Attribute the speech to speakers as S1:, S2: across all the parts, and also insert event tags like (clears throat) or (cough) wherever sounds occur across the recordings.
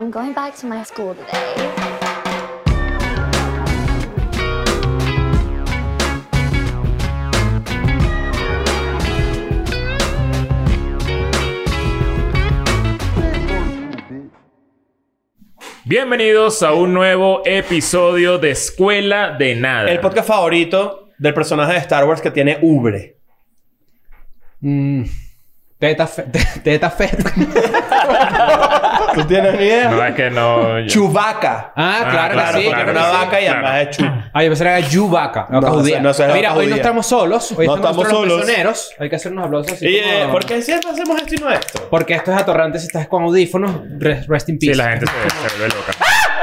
S1: I'm going back to my school today.
S2: Bienvenidos a un nuevo episodio de Escuela de Nada.
S3: El podcast favorito del personaje de Star Wars que tiene Ubre.
S4: Mm. Teta fe- (laughs) te- Teta Fett.
S3: ¿Tú tienes ni idea?
S2: No es que no. yo-
S3: Chubaca.
S4: Ah,
S2: Ah,
S4: claro,
S2: claro,
S4: que sí.
S3: porque
S2: claro
S3: era una
S2: que sí,
S3: vaca y
S2: claro.
S3: además es chu.
S4: Ah, yo pensé que era Yubaca. la vaca
S3: No,
S4: judía.
S3: no, esa es la
S4: Mira,
S3: vaca
S4: hoy no
S3: judía.
S4: estamos solos. Hoy
S3: No
S4: estamos,
S3: estamos
S4: solos.
S3: solos.
S4: Prisioneros. Hay que hacer unos aplausos así.
S3: Y,
S4: como-
S3: eh, ¿Por qué siempre hacemos esto y no esto?
S4: Porque esto es atorrante si estás con audífonos. Re- Rest in
S2: Sí,
S4: peace.
S2: la gente se, se vuelve loca.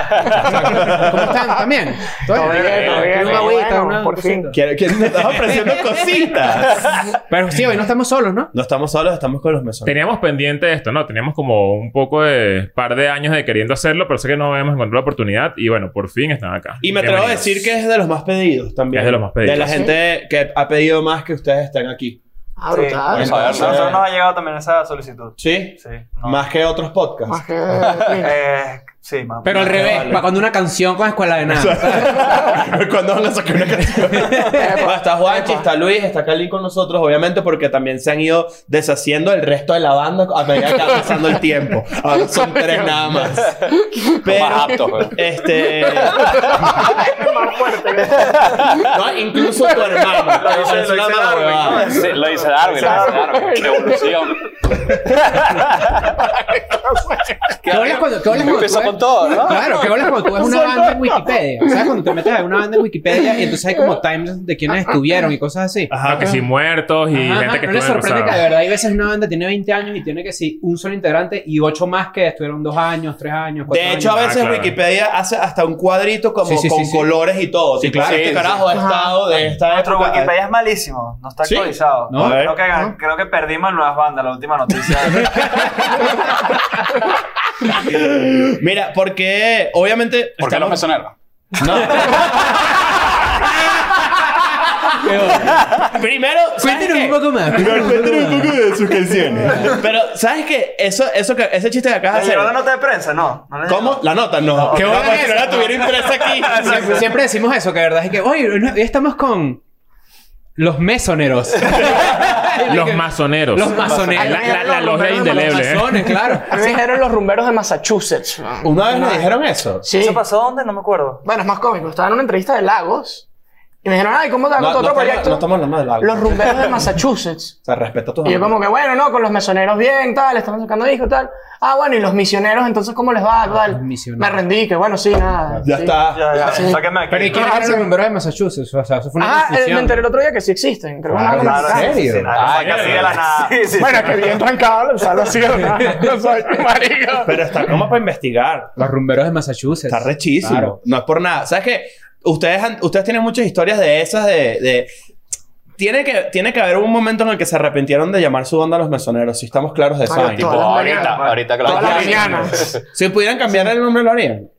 S4: ¿Cómo están? ¿También?
S5: Todo bien, todo bien.
S4: Una agüita,
S5: Bueno,
S4: una
S5: por fin.
S4: cosita.
S3: Quiero que nos estás ofreciendo cositas.
S4: Pero sí, hoy no estamos solos, ¿no?
S3: No estamos solos, estamos con los mesones.
S2: Teníamos pendiente esto, ¿no? Teníamos como un poco de par de años de queriendo hacerlo, pero sé que no habíamos encontrado la oportunidad y bueno, por fin están acá.
S3: Y me atrevo a
S2: Bienvenidos.
S3: decir que es de los más pedidos también.
S2: Es de los más pedidos.
S3: De la gente que ha pedido más que ustedes estén aquí.
S5: Ah, brutal.
S3: bueno,
S5: Entonces,
S3: bueno.
S4: eh,
S6: nosotros nos ha llegado también esa solicitud.
S3: ¿Sí?
S6: Sí. no.
S3: Más que otros podcasts.
S5: Más que...
S6: Eh, sí, más.
S4: Pero al
S6: más-
S4: revés,
S3: vale.
S4: para cuando una canción con escuela de nada.
S3: ¿Cuándo van a sacar
S6: (laughs)
S3: una canción? Bueno, está Juanchi, está Luis, está Cali con nosotros, obviamente, porque también se han ido deshaciendo el resto de la banda a medida que va pasando el tiempo. Ahora son tres nada más. Pero,
S7: más aptos, güey.
S6: (laughs)
S3: este. No, incluso tu hermano.
S6: Lo hice-
S3: Es
S6: lo
S3: una
S6: hice
S3: mala
S6: Darwin,
S3: huevada.
S6: ¿no?
S7: Sí, lo dice Darwin, lo dice Darwin. Revolución.
S4: ¿Qué hablas cuando, qué hablas cuando
S7: Empezó
S4: tú ves-
S7: con todo, ¿no?
S4: Claro, ¿qué hablas cuando tú ves una banda en Wikipedia? ¿Sabes? Cuando te metes a ver una banda en Wikipedia y entonces hay como times de quienes estuvieron y cosas así.
S2: No, que sí, muertos y
S4: Ajá,
S2: gente que
S4: no le
S2: estuvo en el
S4: sorprende que de
S2: pasado.
S4: verdad hay veces una banda tiene 20 años y tiene que sí un solo integrante y ocho más que estuvieron dos años, tres años, cuatro
S3: De hecho, a
S4: años.
S2: Ah,
S3: veces
S2: claro.
S3: Wikipedia hace hasta un cuadrito como
S4: Sí, sí,
S3: con
S4: sí, sí.
S3: colores y todo.
S4: Sí,
S3: Tipo,
S4: claro.
S3: Este
S7: Sí,
S3: carajo ha estado de esta
S6: Nuestro
S3: época.
S6: Wikipedia es malísimo, no está
S3: Sí.
S6: actualizado.
S4: No.
S3: A ver.
S6: Creo, que, creo que perdimos en Nuevas Bandas, la última noticia.
S3: Mira, porque obviamente.
S7: ¿Por qué los
S3: estamos-
S7: mesoneros?
S3: Primero, ¿sabes
S4: Cuéntenos
S3: qué?
S4: un poco más.
S3: Cuéntanos un poco de sus canciones. Pero, ¿sabes qué? Eso, eso que, ese chiste que acabas de hacer.
S6: ¿Le llegó la nota de prensa? No. no le
S3: ¿Cómo?
S6: llegó.
S3: La nota, no.
S4: ¿Qué
S3: No,
S4: bola
S3: pues,
S4: es
S3: si no
S4: esa?
S3: la tuviera impresa
S4: (laughs)
S3: aquí.
S4: Siempre, siempre decimos eso, que de verdad es que, oye, no, hoy estamos con
S3: (laughs)
S4: los mesoneros.
S2: Los masoneros.
S4: Los masoneros.
S2: La, la, la
S5: Los
S2: logia
S5: masoneros,
S2: indeleble, ¿eh?
S4: masones, claro.
S5: A mí me dijeron los rumberos de Massachusetts. man.
S3: ¿Una vez me dijeron eso?
S5: Sí.
S6: ¿Eso pasó dónde? No me acuerdo.
S5: Ah. Bueno, es más cómico. Estaba en una entrevista de Lagos y me dijeron, ay, ¿cómo te va con tu
S3: No, no
S5: otro
S3: estamos,
S5: proyecto?
S3: no estamos hablando del álbum.
S5: Los rumberos de Massachusetts.
S3: O sea, respeta a tus
S5: Y yo
S3: amigos.
S5: como que, bueno, no, con los mesoneros bien, tal, estaban sacando discos, tal. Ah, bueno, y los misioneros, entonces, ¿cómo les va,
S4: los
S5: tal?
S4: misioneros.
S5: Me rendí, que bueno, sí, nada.
S3: Ah, Ya
S5: sí.
S3: está.
S6: Ya, ya,
S5: Sí.
S6: sáquenme de aquí.
S4: Pero ¿y quiénes eran los bomberos de Massachusetts? O sea, eso fue una
S5: Ah, eh, me
S4: confusión.
S5: enteré el otro día que sí existen. Creo que
S4: Claro,
S5: una
S6: Claro,
S5: cosa-
S4: ¿En
S6: sí, sí,
S4: serio?
S6: sí, nada,
S7: Ay,
S6: casi
S7: qué
S6: de la
S7: bien.
S6: nada. Sí, sí,
S5: Bueno,
S6: sí.
S5: que bien trancado lanzarlo así de nada. No soy marico.
S3: Pero está como para investigar.
S4: Los rumberos de Massachusetts.
S3: Está rechísimo.
S4: Pues, Claro.
S3: No es por nada. ¿Sabes qué? Ustedes, han- ustedes tienen muchas historias de esas de... de- Tiene que, tiene que haber un momento en el que se arrepintieron de llamar su banda Los Mesoneros, si estamos claros de eso.
S5: Bueno,
S3: ¿eh?
S5: todas
S7: Oh,
S5: las
S7: ahorita,
S5: mañanas.
S7: ahorita, claro.
S5: Todas las mañanas.
S3: Si pudieran cambiar el nombre, lo harían.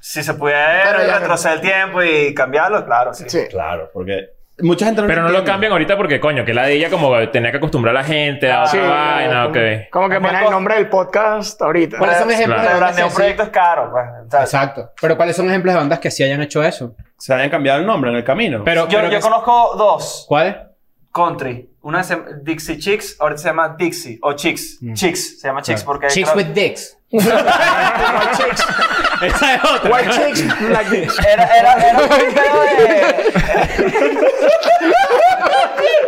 S6: Si se pudiera
S5: Pero ya-
S6: retroceder el tiempo y cambiarlo, claro, sí.
S5: Sí.
S3: Claro, porque mucha gente
S2: Pero no lo
S3: entiende.
S2: cambian ahorita porque, coño, que la de ella como tenía que acostumbrar a la gente
S6: Ah,
S2: a otra
S5: Sí,
S2: vaina,
S5: como,
S2: Ah, ok.
S5: como que poner el nombre del podcast ahorita.
S4: ¿Cuáles son ejemplos
S2: Claro.
S4: de bandas
S6: Rebrandear un
S4: que
S6: proyecto es caro, pues. o sea,
S4: sí- Exacto. Pero ¿cuáles son ejemplos de bandas que sí hayan hecho eso?
S3: se hayan cambiado el nombre en el camino. (laughs)
S4: Pero,
S6: Yo,
S4: pero
S6: yo
S4: que-
S6: conozco dos.
S4: ¿Cuál?
S6: Country. Una se llama Dixie Chicks, ahorita se llama Dixie o Chicks. Chicks, se llama Chicks porque.
S4: Chicks
S6: creo- (laughs)
S4: with (laughs) Dicks.
S5: White chicks.
S4: Esa es otra.
S5: White chicks, black chicks.
S6: Era, era, era un pedo de.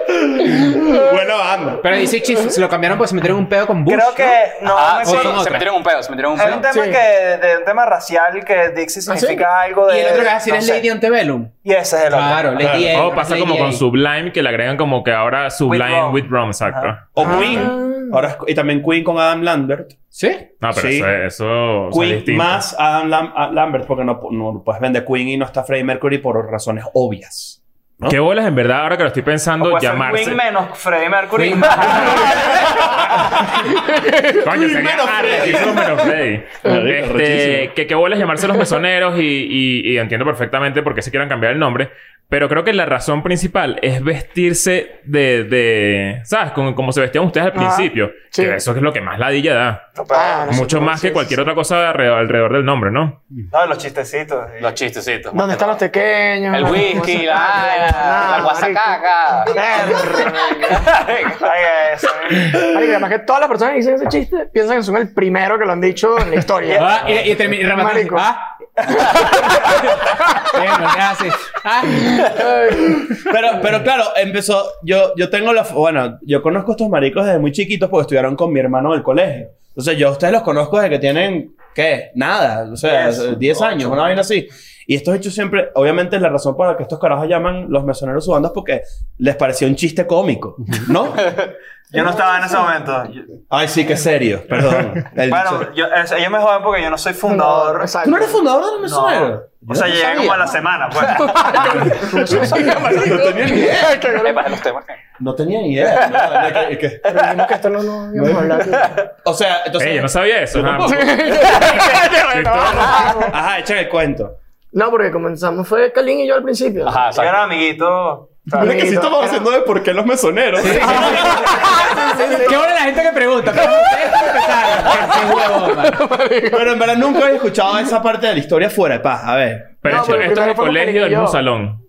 S3: bueno, anda.
S4: Pero dice Chicks, se lo cambiaron porque se metieron un pedo con Bush.
S6: Creo que. No,
S7: Ah,
S6: me
S7: sí,
S6: acuerdo.
S4: otra.
S7: se metieron un pedo, se metieron un
S6: Era un
S7: pedo.
S6: tema
S5: Sí.
S6: que, de un tema racial que Dixie
S5: ¿Ah, sí?
S6: significa algo de.
S4: Y el otro que va a decir
S6: no
S4: es
S6: sé.
S4: Lady Antebellum.
S6: Y ese es el otro.
S4: Claro, Lady A.
S2: O Oh, pasa
S4: Lady
S2: como
S4: A.
S2: con Sublime, que le agregan como que ahora Sublime
S6: rum.
S2: with Rum, exacto.
S6: Ajá.
S3: O Queen. Ahora es- y también Queen con Adam Lambert.
S4: ¿Sí?
S2: No, pero
S3: Sí.
S2: eso, eso o sea,
S3: Queen
S2: distinto.
S3: más Adam Lam- a- Lambert, porque no, no puedes vender Queen y no está Freddie Mercury por razones obvias. ¿no?
S2: ¿Qué bolas en verdad ahora que lo estoy
S6: O
S2: pensando
S6: puede ser
S2: llamarse?
S6: Queen menos Freddie Mercury. (laughs)
S4: Queen-
S2: Coño,
S3: Queen
S2: sería
S3: menos
S2: arrechísimo menos Freddy.
S3: Arrechísimo.
S2: Este, que qué bolas llamarse los mesoneros y, y- y entiendo perfectamente por qué se quieran cambiar el nombre. Pero creo que la razón principal es vestirse de... de ¿Sabes? Como, como se vestían ustedes al
S5: Ajá.
S2: principio.
S5: Sí.
S2: Que eso es lo que más ladilla da.
S5: Ah, no sé
S2: Mucho
S5: cómo
S2: más
S5: se
S2: que
S5: dice.
S2: cualquier otra cosa alrededor, alrededor del nombre, ¿no?
S6: No, los chistecitos. sí.
S7: Los chistecitos.
S5: ¿Dónde están los pequeños?
S7: El whisky, la, la, la guasacaca.
S6: Ay, eso, eh.
S5: Además que todas las personas que dicen ese chiste piensan que son el primero que lo han dicho en la (laughs) historia.
S4: Ah, y, y termi- y rematan así,
S5: Marico.
S4: Ah. Bueno, ¿qué haces? Ah.
S3: Pero, pero claro, empezó. Yo, yo tengo la. Bueno, yo conozco a estos maricos desde muy chiquitos porque estudiaron con mi hermano en el colegio. Entonces, yo a ustedes los conozco desde que tienen. ¿Qué? Nada. O sea,
S6: Eso,
S3: 10 años, una vaina así. Y estos hechos siempre. Obviamente, es la razón por la que estos carajos llaman los mesoneros subandos porque les parecía un chiste cómico.
S6: (laughs)
S3: ¿No?
S6: Yo no estaba en ese momento. Yo-
S3: Ay, sí, qué serio. Perdón. El-
S6: bueno, yo, es- ellos me joden porque yo no soy fundador.
S5: Fundador, exacto.
S3: ¿Tú no eres fundador de los mesoneros?
S6: O sea, llegué como a la semana, pues.
S5: (laughs)
S3: No tenía ni idea.
S7: Epa, los temas.
S3: No tenía ni idea. No, de que- que-
S5: Pero dijimos que esto no lo íbamos a hablar.
S3: O sea, entonces.
S2: Ey, yo no sabía eso.
S3: Yo
S2: ajá.
S3: tampoco.
S5: Bueno,
S3: Ajá, echa el cuento.
S5: (laughs) No, porque comenzamos, fue Kalin y yo al principio.
S7: Ajá,
S6: Yo
S7: exacto.
S6: era amiguito.
S3: Mira que sí estamos haciendo de por qué los mesoneros.
S4: Qué buena la gente que pregunta. Pero ustedes cómo empezaron. Qué- qué huevón, man.
S3: Pero en verdad nunca he escuchado esa parte de la historia fuera de paz. A ver.
S2: Pero
S5: No,
S2: esto,
S5: porque
S2: esto es
S5: primero
S2: el
S5: fue lo que
S2: colegio del
S5: yo.
S2: mismo salón.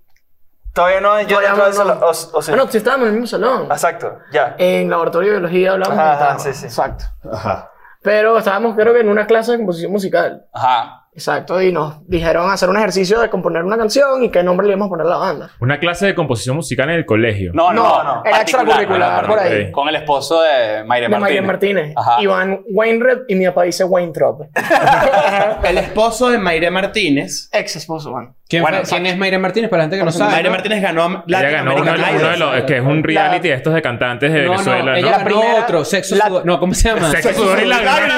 S6: Todavía no, yo
S5: Todavía
S6: dentro de eso.
S5: no.
S6: lo- O, o sí.
S5: Ah, no, sí estábamos en el mismo salón.
S7: Ah,
S6: Exacto, ya.
S5: En laboratorio de biología hablábamos.
S6: Ajá,
S5: de
S6: ajá,
S5: guitarra.
S6: sí, sí.
S5: Exacto.
S3: Ajá.
S5: Pero estábamos, creo que en una clase de composición musical.
S7: Ajá.
S5: Exacto. Y nos dijeron hacer un ejercicio de componer una canción y qué nombre le íbamos a poner a la banda.
S2: Una clase de composición musical en el colegio.
S7: No, no,
S5: No,
S7: no.
S5: era
S7: particular.
S5: extracurricular, por
S2: ahí.
S7: Ok. Con el esposo de Mayre
S5: De
S7: Martínez.
S5: Mayren Martínez.
S7: Ajá.
S5: Iván Wainred y mi papá dice Weintraub.
S3: El esposo de Mayre Martínez.
S5: Ex esposo, Juan.
S4: ¿Quién, fue- quién es Mayra Martínez? Para la gente que no sabe.
S3: Mayre
S4: ¿no?
S3: Martínez ganó
S2: Ella ganó uno,
S3: Latinoamerican
S2: uno
S3: Idol.
S2: de los... Es que es un reality de estos de cantantes de
S4: No, no,
S2: Venezuela, ¿no?
S4: ella
S5: La
S4: ganó
S5: primera-
S4: otro. Sexo,
S5: la-
S4: sudor- No, ¿cómo se llama? (laughs)
S2: Sexo, sudor y lágrimas.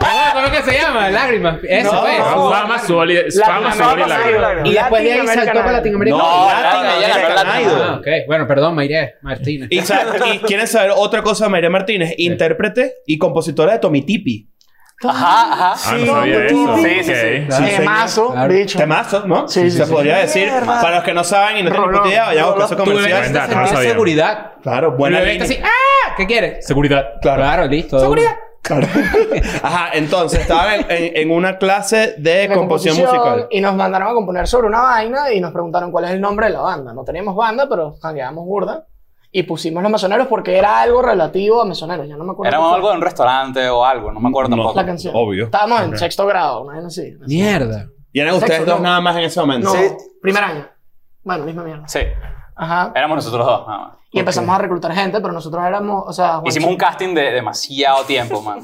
S4: Ah, ¿Cómo es que se llama? Lágrimas. Eso
S3: No.
S4: fue.
S2: No, Fama, sudor y... Fama, sudor y lágrimas.
S4: Y después de ahí
S5: Latin
S4: saltó
S5: American
S4: para Latinoamérica.
S3: No,
S7: Latin, ella ganó
S3: Latinoamerican
S7: Latin.
S3: Idol.
S4: Ah, ok. Bueno, perdón, Mayre Martínez.
S3: Y, sa- y quieren saber otra cosa de Mayre Martínez, intérprete y compositora de Tomitipi.
S7: Ajá, ajá.
S2: Ah, no sabía eso.
S7: Sí, sí,
S2: Ok.
S3: Sí, señor.
S5: Temazo,
S4: Claro.
S5: bicho.
S3: Temazo, ¿no?
S5: Sí, sí,
S3: Se
S5: sí.
S3: podría decir. Para los que no saben y no tienen
S5: Rolón.
S3: ni idea, vayamos con eso
S4: Tú le
S3: comercial.
S2: Buen dato, no
S4: sentir
S2: sabía.
S4: seguridad.
S3: Claro, buena
S4: Buena
S3: línea.
S4: así, ¡ah! ¿Qué quieres? Seguridad. Claro. Claro, listo. Seguridad.
S3: Claro. (laughs) Ajá, entonces estaban en, en- en una clase de
S5: de
S3: composición musical.
S5: Y nos mandaron a componer sobre una vaina y nos preguntaron cuál es el nombre de la banda. No teníamos banda, pero jangueábamos burda. Y pusimos los mesoneros porque era algo relativo a mesoneros. Yo no me acuerdo.
S7: Era
S5: qué fue.
S7: algo de un restaurante o algo, no me acuerdo
S3: No.
S7: tampoco.
S5: La canción.
S3: Obvio.
S5: Estábamos en sexto grado, una vaina así.
S4: Mierda.
S3: Y eran ustedes
S5: Sexo,
S3: dos
S5: no.
S3: nada más en ese momento.
S5: No, primer año. Bueno, misma mierda.
S7: Sí,
S5: Ajá.
S7: éramos nosotros dos, nada más.
S5: Y empezamos a reclutar gente, pero nosotros éramos, o sea... Juancho-
S7: Hicimos un casting de demasiado
S5: (laughs)
S7: tiempo, man.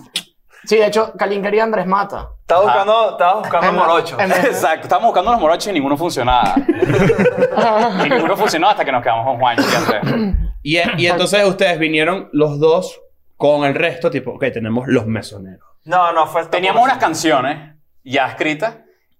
S5: Sí, de hecho, Kalin quería a Andrés Mata.
S6: Estaba buscando, estaba buscando
S5: Ajá.
S6: morocho.
S5: Ajá.
S7: Exacto, estábamos buscando unos morochos y ninguno
S5: (laughs)
S7: funcionaba. y ninguno funcionó hasta que nos quedamos con Juan y Andrés.
S3: Y, e- y entonces ustedes vinieron los dos con el resto, tipo, ok, tenemos los mesoneros.
S6: No, no, fue.
S7: Teníamos unas canciones ya escritas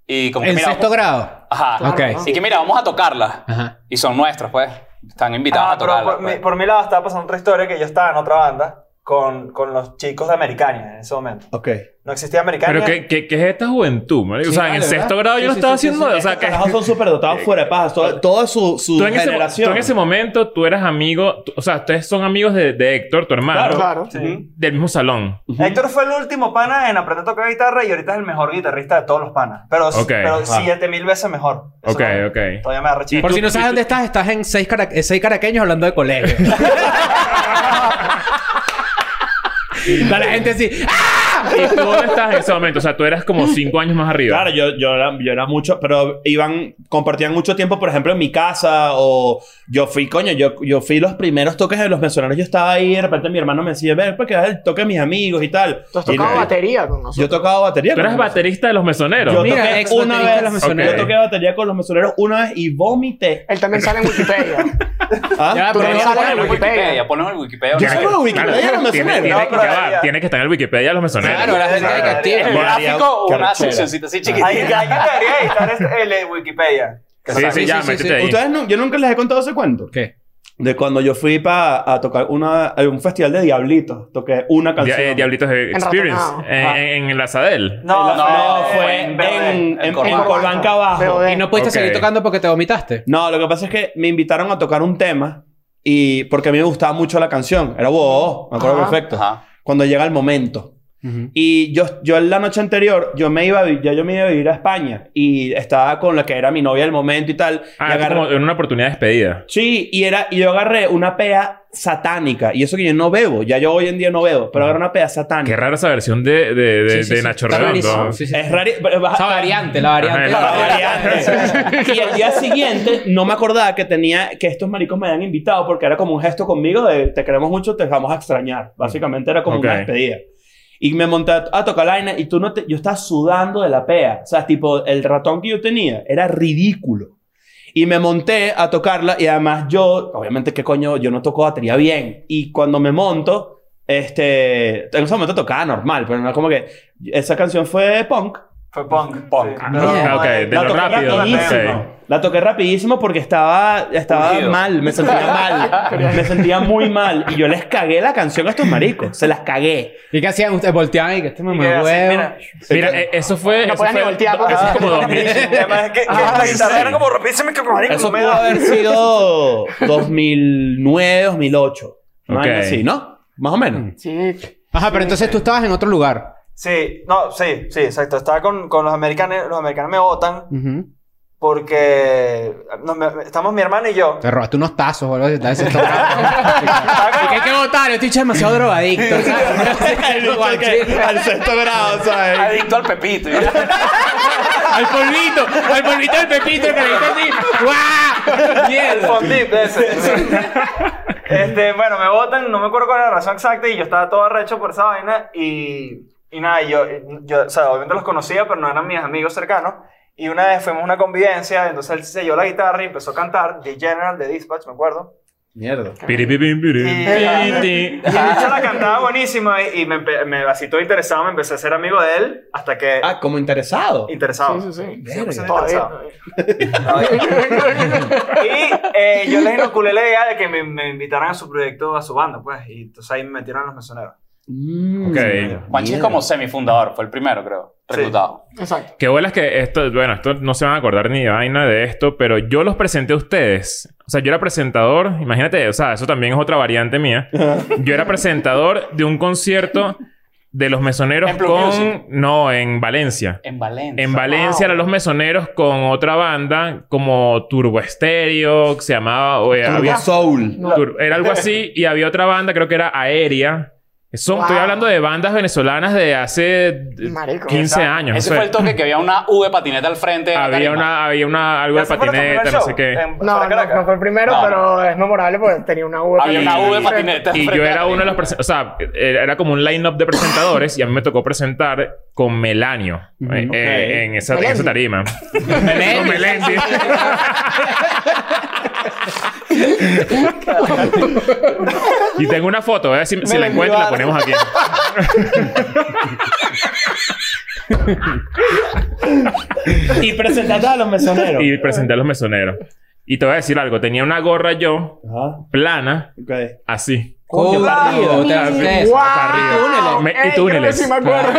S7: y como que
S4: En
S7: mira,
S4: sexto
S7: vamos-
S4: grado.
S7: ajá,
S4: Ok.
S7: y que mira, vamos a tocarlas
S4: Ajá.
S7: y son nuestras, pues. Están invitados
S6: Ah,
S7: a
S6: pero
S7: tocarlas.
S6: por, mi,
S7: pues.
S6: por mi lado estaba pasando otra historia que yo estaba en otra banda con, con los chicos de Americania en ese momento.
S3: Ok.
S6: No existía Americania.
S2: Pero ¿qué, qué, qué es esta juventud, marico? o sea, en
S4: vale,
S2: el sexto
S4: ¿verdad?
S2: grado
S4: Sí,
S2: yo no
S4: sí,
S2: estaba
S4: sí, sí,
S2: haciendo...
S4: sí.
S2: O sea, que...
S3: Carajos son súper dotados fuera de paz. Toda, toda su, su
S2: Tú en, ese, mo-
S3: generación.
S2: tú en ese momento, tú eras amigo... tú- o sea, ustedes son amigos de, de Héctor, tu hermano.
S3: Claro.
S5: Claro.
S6: Sí.
S2: Del mismo salón.
S6: Héctor fue el último pana en aprender a tocar guitarra y ahorita es el mejor guitarrista de todos los panas. Pero,
S2: Ok.
S6: pero
S3: Ajá.
S6: siete mil veces mejor. Eso
S2: Ok,
S6: no-
S2: ok.
S6: Todavía me arreché.
S4: Por si no sabes dónde estás, estás en seis, cara- eh, seis caraqueños hablando de colegio. Para la gente así. ¡ah!
S2: ¿Y tú dónde estás en ese momento? O sea, tú eras como cinco años más arriba.
S3: Claro, yo, yo, era, yo era mucho, pero iban, compartían mucho tiempo, por ejemplo, en mi casa, o yo fui, coño, yo, yo fui los primeros toques de los mesoneros, yo estaba ahí, de repente mi hermano me decía, ven, porque es el toque de mis amigos y tal.
S5: Tú has
S3: Y
S5: tocado
S3: no,
S5: batería con
S3: Yo
S5: nosotros.
S3: tocaba batería.
S2: Tú eras
S3: con-
S2: baterista de los mesoneros.
S3: Yo
S4: Mira,
S3: toqué
S4: ex
S3: una
S4: baterista de los
S3: vez.
S4: Mesoneros.
S3: Yo toqué batería con los mesoneros una vez y vomité.
S5: Él también sale en Wikipedia.
S3: ¿Ah?
S4: Ya,
S5: Tú
S4: pero
S5: no
S4: ya-
S5: sabes-
S7: Ponlo en
S5: en Wikipedia.
S7: Wikipedia, ponlo en el Wikipedia.
S3: Yo
S7: ¿no?
S3: soy de Wikipedia de los
S2: tiene,
S3: mesoneros.
S2: tiene
S6: No,
S2: que,
S6: pero
S2: ya va,
S6: ya.
S2: tiene que estar en el Wikipedia de los mesoneros.
S4: Claro, la gente hay que
S6: En
S4: activar.
S6: el
S3: María,
S7: gráfico,
S3: qué
S7: una
S3: arrechera.
S7: seccioncita así chiquitita.
S6: Alguien alguien debería editar este- el de Wikipedia.
S2: Sí, sí,
S4: Sí,
S2: ya,
S4: sí, sí,
S2: métete
S4: sí.
S2: ahí.
S3: Ustedes no, yo nunca les he contado ese cuento.
S4: ¿Qué?
S3: de cuando yo fui para a tocar una, a un festival de Diablitos. Toqué una
S2: Dia-
S3: canción.
S2: eh, Diablitos eh, Experience.
S5: Enratonado.
S2: En,
S3: Ah.
S2: en, en la Sadel.
S6: No,
S3: No, fue
S6: en
S3: en,
S6: Verde,
S3: en,
S6: en
S3: en
S6: Corban.
S3: Corban Cabajo.
S5: Pero, eh,
S4: Y no pudiste
S2: Ok.
S4: seguir tocando porque te vomitaste.
S3: No, lo que pasa es que me invitaron a tocar un tema y porque a mí me gustaba mucho la canción. Era wow, me acuerdo
S5: Ajá.
S3: perfecto.
S7: Ajá.
S3: Cuando llega el momento. Y yo, yo en la noche anterior, yo me iba a, vi- ya yo me iba a vivir a España y estaba con la que era mi novia del momento y tal.
S2: Ah,
S3: y
S2: fue
S3: agarré-
S2: como en una oportunidad de despedida.
S3: Sí, y era, y yo agarré una pea satánica. Y eso que yo no bebo, ya yo hoy en día no bebo, pero agarré una pea
S2: Qué
S3: satánica.
S2: rara esa versión de, de, de,
S4: Sí, sí,
S2: de
S4: sí.
S2: Nacho
S4: Está
S2: Redondo.
S4: rarísimo. Sí, sí,
S3: Es
S4: sí.
S3: raro.
S4: Esa variante, la variante. (laughs)
S2: Ajá,
S3: La variante. y el día siguiente no me acordaba que tenía que estos maricos me habían invitado porque era como un gesto conmigo de te queremos mucho, te vamos a extrañar. Básicamente era como
S2: Ok.
S3: una despedida. Y me monté a, a tocar la vaina y tú no te, yo estaba sudando de la pea. O sea, tipo, el ratón que yo tenía era ridículo. Y me monté a tocarla y además yo, obviamente, ¿qué coño? Yo no toco batería bien. Y cuando me monto, este, en ese momento tocaba normal, pero no es como que esa canción fue punk.
S6: Fue punk.
S7: Punk.
S6: sí.
S2: Ah,
S6: Pero-
S2: ok, de
S3: La
S2: lo
S3: toqué
S2: rápido.
S3: rapidísimo.
S2: ok.
S3: La toqué rapidísimo porque estaba, estaba
S7: Ungido.
S3: mal, me sentía mal. me sentía muy mal. Y yo les cagué la canción a estos maricos. Se las cagué.
S4: ¿Y qué hacían? Ustedes volteaban y que este me
S6: Y que así,
S4: huevo.
S6: mira, Ah,
S2: Mira, eh, eso fue.
S5: No
S2: eso
S5: podías ni
S2: fue-
S5: voltear
S2: eso
S5: porque-
S2: es como 2000.
S6: Además, es que, que
S2: Ah,
S6: las guitarras
S2: sí.
S6: eran como rapidísimas que marico,
S3: Eso
S6: no me
S3: pudo
S6: da-
S3: haber sido 2009, 2008. Una vaina
S2: Ok.
S3: así, ¿no? Más o menos.
S5: Sí.
S4: Ajá, pero entonces tú estabas en otro lugar.
S6: Sí, no, sí, sí, exacto. Estaba con, con los americanos, los americanos me votan
S4: Ujú.
S6: porque no, me- me- estamos mi hermana y yo.
S4: Te robaste unos tazos o algo así.
S3: (laughs)
S4: Estás desesperado. que hay que votar. Yo estoy hecho demasiado drogadicto. (laughs)
S3: Al sexto grado, ¿sabes?
S7: Adicto al pepito. y-
S4: al polvito. Al polvito del pepito. Que le diste así. ¡Guau!
S6: El
S4: Mierda.
S5: (laughs)
S6: fondip ese. pues, eh, este, bueno, me votan, no me acuerdo cuál era la razón exacta y yo estaba todo arrecho por esa vaina y, y nada, yo, yo, o sea, obviamente los conocía, pero no eran mis amigos cercanos. Y una vez fuimos a una convivencia, entonces él se selló la guitarra y empezó a cantar The General de Dispatch, me acuerdo.
S3: Mierda.
S2: (laughs) Piripipim, piripipim.
S6: Y de hecho la cantaba buenísima y, y me, empe- me- así todo interesado, me empecé a ser amigo de él hasta que...
S3: Ah, como interesado.
S6: interesado.
S5: Sí, sí, sí.
S6: Siempre soy interesado.
S5: Todavía.
S6: Y eh, yo les inoculé la idea de que me, me invitaran a su proyecto, a su banda, pues. Y entonces ahí me metieron a los mesoneros.
S3: Mm.
S2: Ok.
S7: Juanchi es como semifundador, fue el primero, creo,
S6: Sí.
S7: reclutado.
S5: Exacto.
S2: Qué bueno es que esto, bueno, esto no se van a acordar ni de vaina de esto, pero yo los presenté a ustedes. O sea, yo era presentador, imagínate, o sea, eso también es otra variante mía. Yo era presentador de un concierto de los mesoneros
S7: En Blue
S2: con.
S7: Music.
S2: No, en Valencia.
S7: En Valencia.
S2: En Valencia eran los mesoneros con otra banda como Turbo Estéreo, que se llamaba. o, eh, había-
S3: Turbo Soul.
S2: Tur- Era algo así. Y había otra banda, creo que era Aérea. Son, Estoy
S5: Wow.
S2: hablando de bandas venezolanas de hace eh,
S5: Marico.
S2: 15 años. no
S7: Ese
S2: sé.
S7: fue el toque que había una V patineta al frente. en la
S2: había
S7: tarima.
S2: una, había una, algo de
S6: ¿Ese fue nuestro
S2: patineta,
S6: primer
S2: no
S6: show?
S2: sé qué.
S6: En- fuera
S5: No,
S6: de
S5: no,
S6: Caracas.
S5: no fue el primero,
S7: No,
S5: pero es memorable porque tenía una V.
S7: Había una V patineta. al
S2: Y
S7: frente
S2: yo
S7: de la
S2: era uno de los...
S7: tarima.
S2: presen- O sea, eh, era como un line-up de presentadores y a mí me tocó presentar con Melanio eh,
S4: Ujú.
S2: eh, en, esa, en esa tarima. Con Melendi. y tengo una foto, voy a ver si, si la
S5: Melendi
S2: encuentro y la
S5: Bar.
S2: ponemos aquí.
S3: Y presentaste a los mesoneros.
S2: Y presenté a los mesoneros. Y te voy a decir algo, tenía una gorra yo,
S3: Ajá.
S2: plana,
S3: Ok.
S2: así.
S4: Coño,
S3: Coño,
S4: te haces.
S5: ¡Wow!
S2: arriba. Me- y
S5: Ey, creo
S2: túneles.
S5: que sí me acuerdo.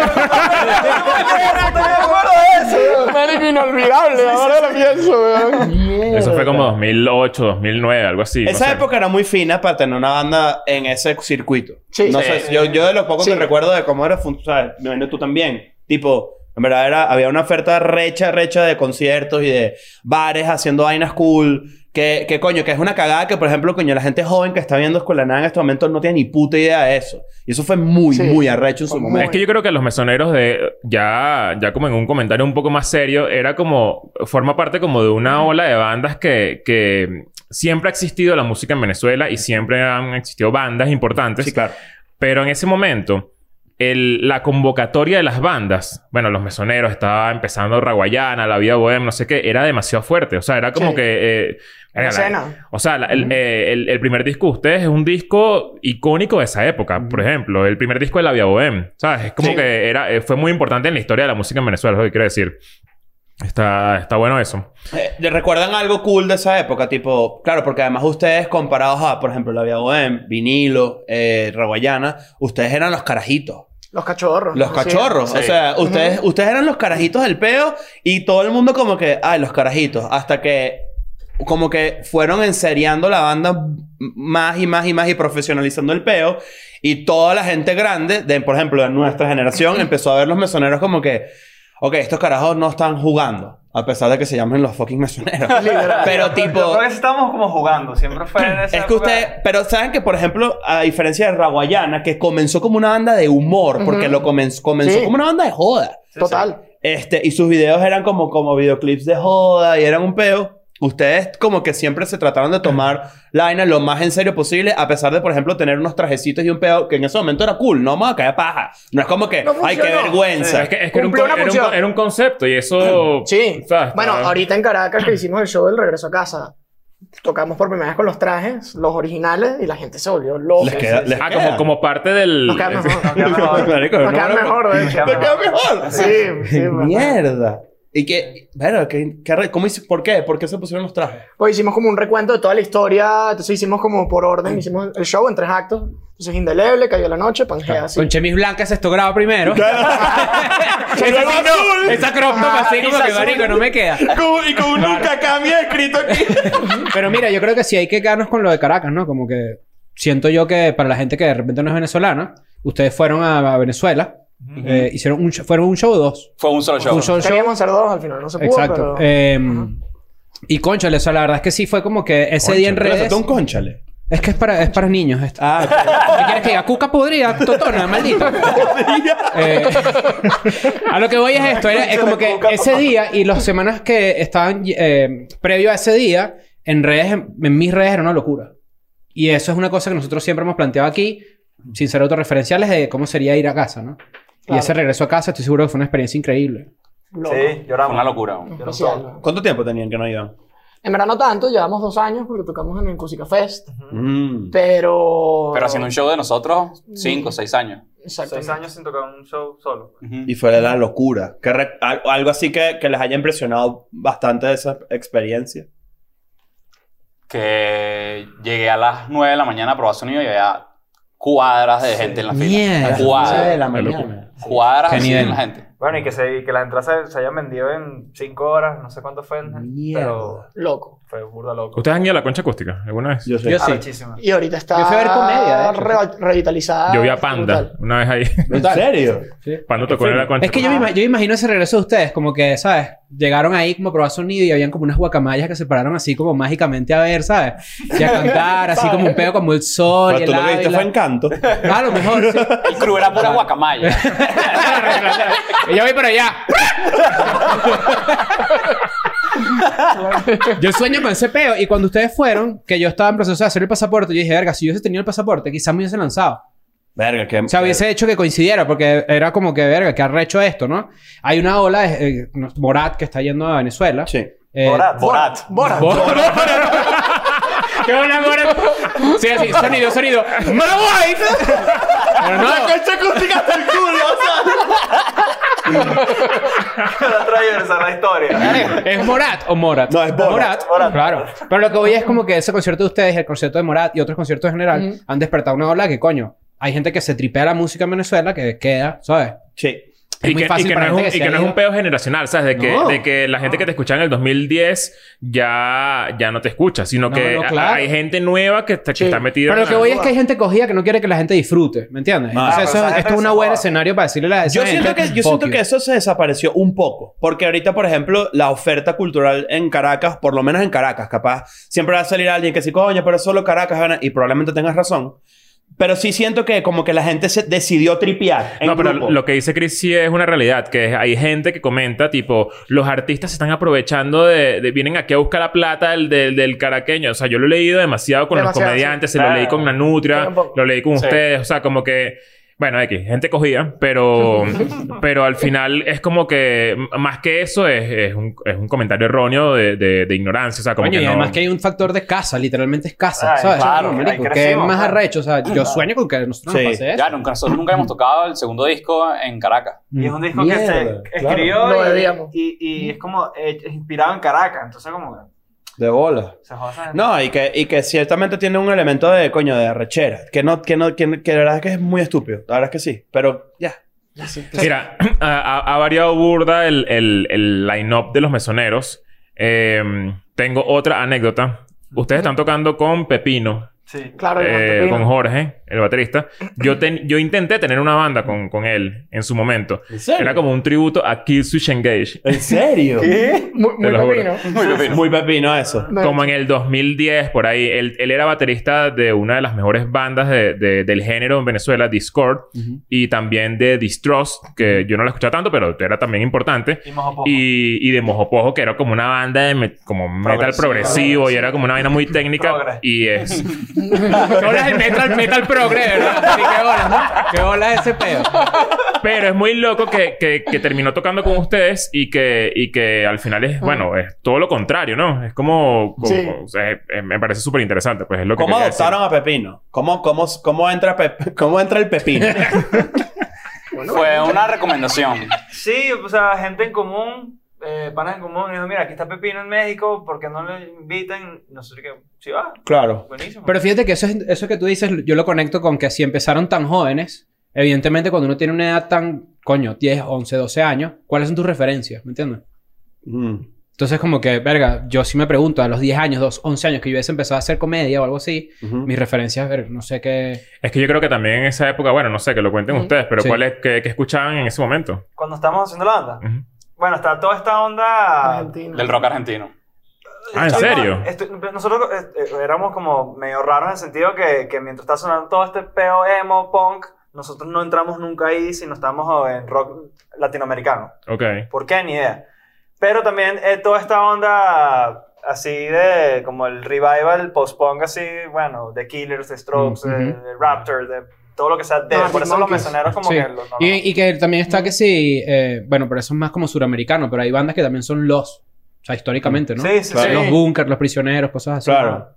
S5: Marico, inolvidable. Ahora lo pienso, weón.
S2: Eso fue como 2008, 2009, algo así. no
S3: Esa
S2: sé.
S3: época era muy fina para tener una banda en ese circuito.
S5: Sí.
S3: no
S5: Sí.
S3: sé, yo, yo de los pocos
S5: Sí.
S3: que recuerdo de cómo era, fun- o sea, me imagino tú también. Tipo, en verdad era, había una oferta recha, recha de conciertos y de bares haciendo vainas cool. Que, que coño, que es una cagada que, por ejemplo, coño, la gente joven que está viendo Escuela de Nada en estos momentos no tiene ni puta idea de eso. Y eso fue muy,
S5: Sí.
S3: muy arrecho en su
S5: Fue muy-
S3: momento.
S2: Es que yo creo que los mesoneros de ya ya como en un comentario un poco más serio era como forma parte como de una ola de bandas que que siempre ha existido la música en Venezuela y siempre han existido bandas importantes,
S3: Sí, claro.
S2: pero en ese momento el- la convocatoria de las bandas, bueno, los mesoneros, estaba empezando Raguayana, La Vida Bohem, no sé qué, era demasiado fuerte. O sea, era como
S5: Sí.
S2: que... eh, era
S5: Una
S2: la-
S5: escena.
S2: o sea, la- el, eh, el- el primer disco de ustedes es un disco icónico de esa época. Por ejemplo, el primer disco de La Via Bohem. ¿Sabes? Es como
S5: Sí.
S2: que era, eh, fue muy importante en la historia de la música en Venezuela, es lo que quiero decir. Está, está bueno eso.
S3: Eh, ¿Recuerdan algo cool de esa época? Tipo, claro, porque además ustedes comparados a, por ejemplo, la Vía Bohem, Vinilo, eh, Raguayana, ustedes eran los carajitos.
S5: Los cachorros.
S3: Los
S5: Sí.
S3: cachorros. O sea, ustedes, ustedes eran los carajitos del peo y todo el mundo como que, ay, los carajitos. Hasta que como que fueron enseriando la banda más y más y más y profesionalizando el peo. Y toda la gente grande, de, por ejemplo, de nuestra generación, empezó a ver los mesoneros como que, ok, estos carajos no están jugando. A pesar de que se llamen los fucking mesoneros.
S6: (laughs)
S3: Pero tipo...
S6: Yo creo que sí estábamos como jugando, siempre fue en esa
S3: Es que
S6: época.
S3: usted, pero saben que, por ejemplo, a diferencia de Raguayana, que comenzó como una banda de humor, porque lo comen- comenzó
S5: Sí.
S3: como una banda de joda.
S5: Total.
S3: Este, y sus videos eran como, como videoclips de joda y eran un peo. Ustedes como que siempre se trataron de tomar la vaina lo más en serio posible, a pesar de, por ejemplo, tener unos trajecitos y un peo que en ese momento era cool. No vamos a caer paja. No es como que,
S5: No
S3: ay, qué
S5: funcionó".
S3: vergüenza.
S2: Es
S3: (laughs)
S2: que, es que era, un,
S5: Cumplió
S2: con-
S5: una
S2: era un
S5: función.
S2: con- era un concepto y eso...
S5: (clears throat) Sí.
S2: o sea, está-
S5: Bueno, ahorita en Caracas que hicimos el show del regreso a casa, tocamos por primera vez con los trajes, los originales, y la gente se volvió loca.
S3: Les queda, les
S2: Ah,
S3: queda.
S2: como, como parte del...
S5: Nos queda
S2: (laughs)
S5: mejor.
S3: (laughs)
S6: Nos queda mejor.
S3: Marico,
S5: Nos
S3: no,
S5: queda
S3: no,
S5: mejor, de hecho.
S6: Nos
S3: Te queda mejor.
S5: Sí, pues, sí, verdad.
S3: Mierda. Y que, bueno, que, que re- ¿cómo hice? ¿Por qué? ¿Por qué se pusieron los trajes?
S5: Pues hicimos como un recuento de toda la historia, entonces hicimos como por orden, hicimos el show en tres actos. Entonces, Indeleble, Cayó la Noche, Pangea,
S4: Con
S5: sí.
S4: chemis blancas sexto grado primero.
S3: ¡Con
S4: (laughs) Esa
S3: algo
S4: sí no-
S3: azul!
S4: Esa crop top así como
S3: esa
S4: que
S3: azul.
S4: marico, no me queda.
S3: Con- y con un nunca cambia escrito aquí.
S4: Pero mira, yo creo que sí hay que quedarnos con lo de Caracas, ¿no? Como que siento yo que para la gente que de repente no es venezolana, ustedes fueron a, a Venezuela, eh, hicieron un show, fueron un show o dos.
S7: Fue un solo
S4: Fue
S7: show.
S4: Un show, show.
S5: Queríamos hacer dos, al final no se pudo,
S4: Exacto.
S5: pero...
S3: Eh,
S4: Em, y conchale, o sea, la verdad es que sí fue como que ese día en redes.
S3: un conchale.
S4: Es que es para, es para niños esto.
S3: Ah,
S4: ¿Qué quieres que diga? Cuca podría, Totona, maldito. Eh, a lo que voy es esto. era- es como que ese día y las semanas que estaban eh, previo a ese día, en redes, en mis redes era una locura. Y eso es una cosa que nosotros siempre hemos planteado aquí, sin ser autorreferenciales, de cómo sería ir a casa, ¿no? Y
S5: Claro.
S4: ese regreso a casa, estoy seguro que fue una experiencia increíble.
S5: loco.
S6: Sí,
S7: Fue
S6: lloramos.
S7: una locura. weón.
S6: Lloramos
S5: Especial,
S6: todos.
S5: ¿no?
S3: ¿Cuánto tiempo tenían que no iban?
S5: En verdad no tanto, llevamos dos años porque tocamos en el Cusica Fest,
S3: Mm.
S5: pero...
S7: Pero haciendo un show de nosotros, cinco, seis años.
S5: Exacto.
S6: Seis años sin tocar un show solo.
S3: Y fue la locura. Que re- al- algo así que, que les haya impresionado bastante de esa experiencia.
S7: Que llegué a las 9 de la mañana a probar sonido y había cuadras de gente en la fila.
S4: Mierda.
S3: Nueve de
S7: Cuadras.
S3: la
S2: locura.
S3: mañana.
S7: Cuadras
S4: Qué
S7: así
S4: nivel.
S7: en la gente.
S6: Bueno, y que, se, y que las entradas se, se hayan vendido en cinco horas, no sé cuánto fue.
S3: Mierda.
S6: Pero
S5: Loco.
S6: fue burda loco.
S2: ¿Ustedes han ido a la concha acústica alguna vez?
S3: Yo sé.
S4: Yo sí.
S6: (laughs) Arrechísima.
S5: Y ahorita está...
S4: Yo fui a ver comedia, de hecho.
S5: re- revitalizada.
S2: Yo vi a
S5: está
S2: Panda
S5: Ah, brutal.
S2: una vez ahí. (laughs)
S3: ¿En serio?
S2: Panda tocó en la concha.
S4: Es que yo me, ima- yo me imagino ese regreso de ustedes, como que, ¿sabes? Llegaron ahí como a probar sonido y habían como unas guacamayas que se pararon así como mágicamente a ver, ¿sabes? Y a cantar, así como un pedo como el sol y
S3: Pero Pues
S4: el
S3: tú lo que viste
S4: ávila.
S3: fue encanto.
S4: Ah, A lo mejor, sí.
S7: El crew era pura
S2: (laughs)
S7: guacamaya.
S4: Y yo voy para allá. yo sueño con ese peo. Y cuando ustedes fueron, que yo estaba en proceso de hacer el pasaporte, yo dije, verga, si yo hubiese tenido el pasaporte, quizás me hubiese lanzado.
S3: Verga, que.
S4: O sea, hubiese hecho que coincidiera, porque era como que, verga, que arrecho esto, ¿no? Hay una ola, de, eh, no, Borat, que está yendo a Venezuela.
S3: Sí.
S4: Eh,
S6: Borat.
S7: Borat.
S4: (laughs)
S5: Bora.
S4: ¡Qué buena Borat! Sí, así, sonido, sonido. ¡My wife! Pero no,
S6: Para transversar la historia.
S4: ¿es Morat o Morat?
S3: No, es Borat.
S6: Borat.
S4: Claro. Pero lo que voy es como que ese concierto de ustedes, el concierto de Morat y otros conciertos en general, han despertado una ola que, coño, hay gente que se tripea la música en Venezuela que queda, ¿sabes?
S3: Sí.
S4: Es
S2: Y
S4: muy
S2: que,
S4: fácil
S2: y que no
S4: para
S2: es un,
S4: gente que
S2: y
S4: se
S2: que no es
S4: haya-
S2: un peo generacional, ¿sabes? De que,
S4: No.
S2: de que la gente que te escuchaba en el 2010 ya, ya no te escucha, sino
S4: No,
S2: que
S4: no,
S2: a-
S4: claro.
S2: hay gente nueva que, está- que
S5: Sí.
S2: está metida.
S4: Pero
S2: en
S4: lo que
S2: la-
S4: voy es que hay gente cogida que no quiere que la gente disfrute, ¿me entiendes?
S3: Ah,
S4: Entonces,
S6: pero
S4: eso-
S6: esa gente
S4: esto es
S6: se
S4: un buen
S6: joda.
S4: escenario para decirle a esa
S3: Yo siento
S4: gente,
S3: que, yo
S4: fuck
S3: siento
S4: you.
S3: que eso se desapareció un poco. Porque ahorita, por ejemplo, la oferta cultural en Caracas, por lo menos en Caracas, capaz, siempre va a salir alguien que sí, coño, pero es solo Caracas, gana", y probablemente tengas razón. Pero sí siento que como que la gente se decidió tripear. En
S2: No, pero
S3: grupo.
S2: lo que dice Chris sí es una realidad, que es- hay gente que comenta, tipo, los artistas se están aprovechando de, de- vienen aquí a buscar la plata del, del, del caraqueño. O sea, yo lo he leído demasiado con
S5: Demasiado,
S2: los comediantes, se lo
S7: Claro.
S2: leí con una nutria,
S5: Tampoco.
S2: lo leí con
S7: Sí.
S2: ustedes, o sea, como que Bueno, X, gente cogida, pero, pero al final es como que, m- más que eso, es, es, un, es un comentario erróneo de, de- de ignorancia. O sea, como
S4: Coño, y
S2: que no-
S4: además que hay un factor de casa, literalmente es casa,
S6: Ay,
S4: ¿sabes?
S6: claro,
S4: No,
S6: ahí
S4: marico, que es
S6: crecimos,
S4: más
S6: claro.
S4: arrecho, o sea, yo sueño con que nosotros
S3: Sí.
S4: nos pase eso.
S7: Ya, nunca, nosotros nunca hemos tocado el segundo disco en Caracas.
S6: Y es un disco que se
S3: Mierda, claro.
S6: escribió
S5: Lo
S6: y-
S5: debíamos.
S6: y, y es como eh, es inspirado en Caracas. Entonces, como que
S3: De bola.
S6: se joda. esa-
S3: No, y que, y que ciertamente tiene un elemento de coño, de arrechera. Que no, que no, que, que la verdad es que es muy estúpido. La verdad es que sí. Pero ya.
S2: Mira, (clears throat) ha, ha- ha variado burda el, el, el line-up de los mesoneros. Eh, tengo otra anécdota. Ustedes están tocando con Pepino,
S6: Sí.
S5: Claro, y
S2: eh,
S5: Pepino.
S2: con Jorge, el baterista. Yo, ten- yo intenté tener una banda con, con él en su momento.
S3: ¿En serio?
S2: Era como un tributo a Kill Switch Engage.
S3: ¿En serio?
S5: Muy, muy
S2: lo juro.
S5: pepino.
S7: Muy pepino.
S3: Muy pepino eso.
S5: De
S2: Como en el 2010, por ahí. Él, él era baterista de una de las mejores bandas de- de- del género en Venezuela, Discord. Y también de Distrust, que yo no la escuchaba tanto, pero era también importante.
S6: Y Mojo Pojo.
S2: y, y de Mojopojo, que era como una banda de me- como metal
S7: Progresivo.
S2: progresivo y era como una vaina muy técnica.
S6: Progre.
S2: Y
S6: (laughs)
S2: es.
S4: ¿Qué bolas el metal, metal progre, verdad? Sí, qué bolas, ¿no? Qué bolas ese pedo.
S2: Pero es muy loco que, que- que terminó tocando con ustedes y que, y que al final es, bueno, es todo lo contrario, ¿no? Es como. como-
S5: Sí.
S2: o sea, es- es- me parece súper interesante, pues es lo que.
S3: ¿Cómo
S2: quería decir.
S3: adoptaron a Pepino? ¿Cómo, cómo, cómo, entra, Pep- ¿Cómo entra
S2: (laughs)
S3: el Pepino?
S7: Fue una recomendación.
S6: Sí, o sea, gente en común, eh, panas en común. Y dijo, mira, aquí está Pepino en México, ¿por qué no lo invitan? No sé qué. Sí, va.
S3: claro.
S6: Buenísimo.
S4: Pero fíjate que eso, es- eso que tú dices, yo lo conecto con que si empezaron tan jóvenes, evidentemente cuando uno tiene una edad tan, coño, 10, 11, 12 años, ¿cuáles son tus referencias? ¿Me entiendes?
S3: Mm.
S4: Entonces como que, verga, yo sí me pregunto, a los 10 años, 2, 11 años que yo hubiese empezado a hacer comedia o algo así,
S3: Ujú.
S4: mis referencias, verga, no sé qué...
S2: Es que yo creo que también en esa época, bueno, no sé, que lo cuenten ustedes, pero
S4: Sí.
S2: ¿cuál es que, escuchaban en ese momento?
S6: Cuando estábamos haciendo la banda.
S2: Ujú.
S6: Bueno, está toda esta onda.
S5: Argentina.
S7: Del rock argentino.
S2: Ah, ¿en
S6: Chamo,
S2: serio?
S6: estu- nosotros eh, eh, éramos como medio raros en el sentido que, que mientras está sonando todo este peo emo, punk, nosotros no entramos nunca ahí, sino estamos en rock latinoamericano.
S2: Ok.
S6: ¿Por qué? Ni idea. Pero también eh, toda esta onda así de como el revival post-punk así, bueno, de Killers, de Strokes,
S4: Mm,
S6: de,
S4: ujú.
S6: de Raptor, de todo lo que sea. De,
S5: No,
S6: por eso los
S5: Monkeys.
S6: mesoneros como
S4: Sí.
S6: que... Lo, no,
S4: Y,
S6: no. Mm.
S4: y que también está que sí, eh, bueno, pero eso es más como suramericano, pero hay bandas que también son los, o sea, históricamente, ¿no?
S6: Sí, sí,
S3: Claro.
S4: Los bunkers, los prisioneros, cosas así.
S3: Claro.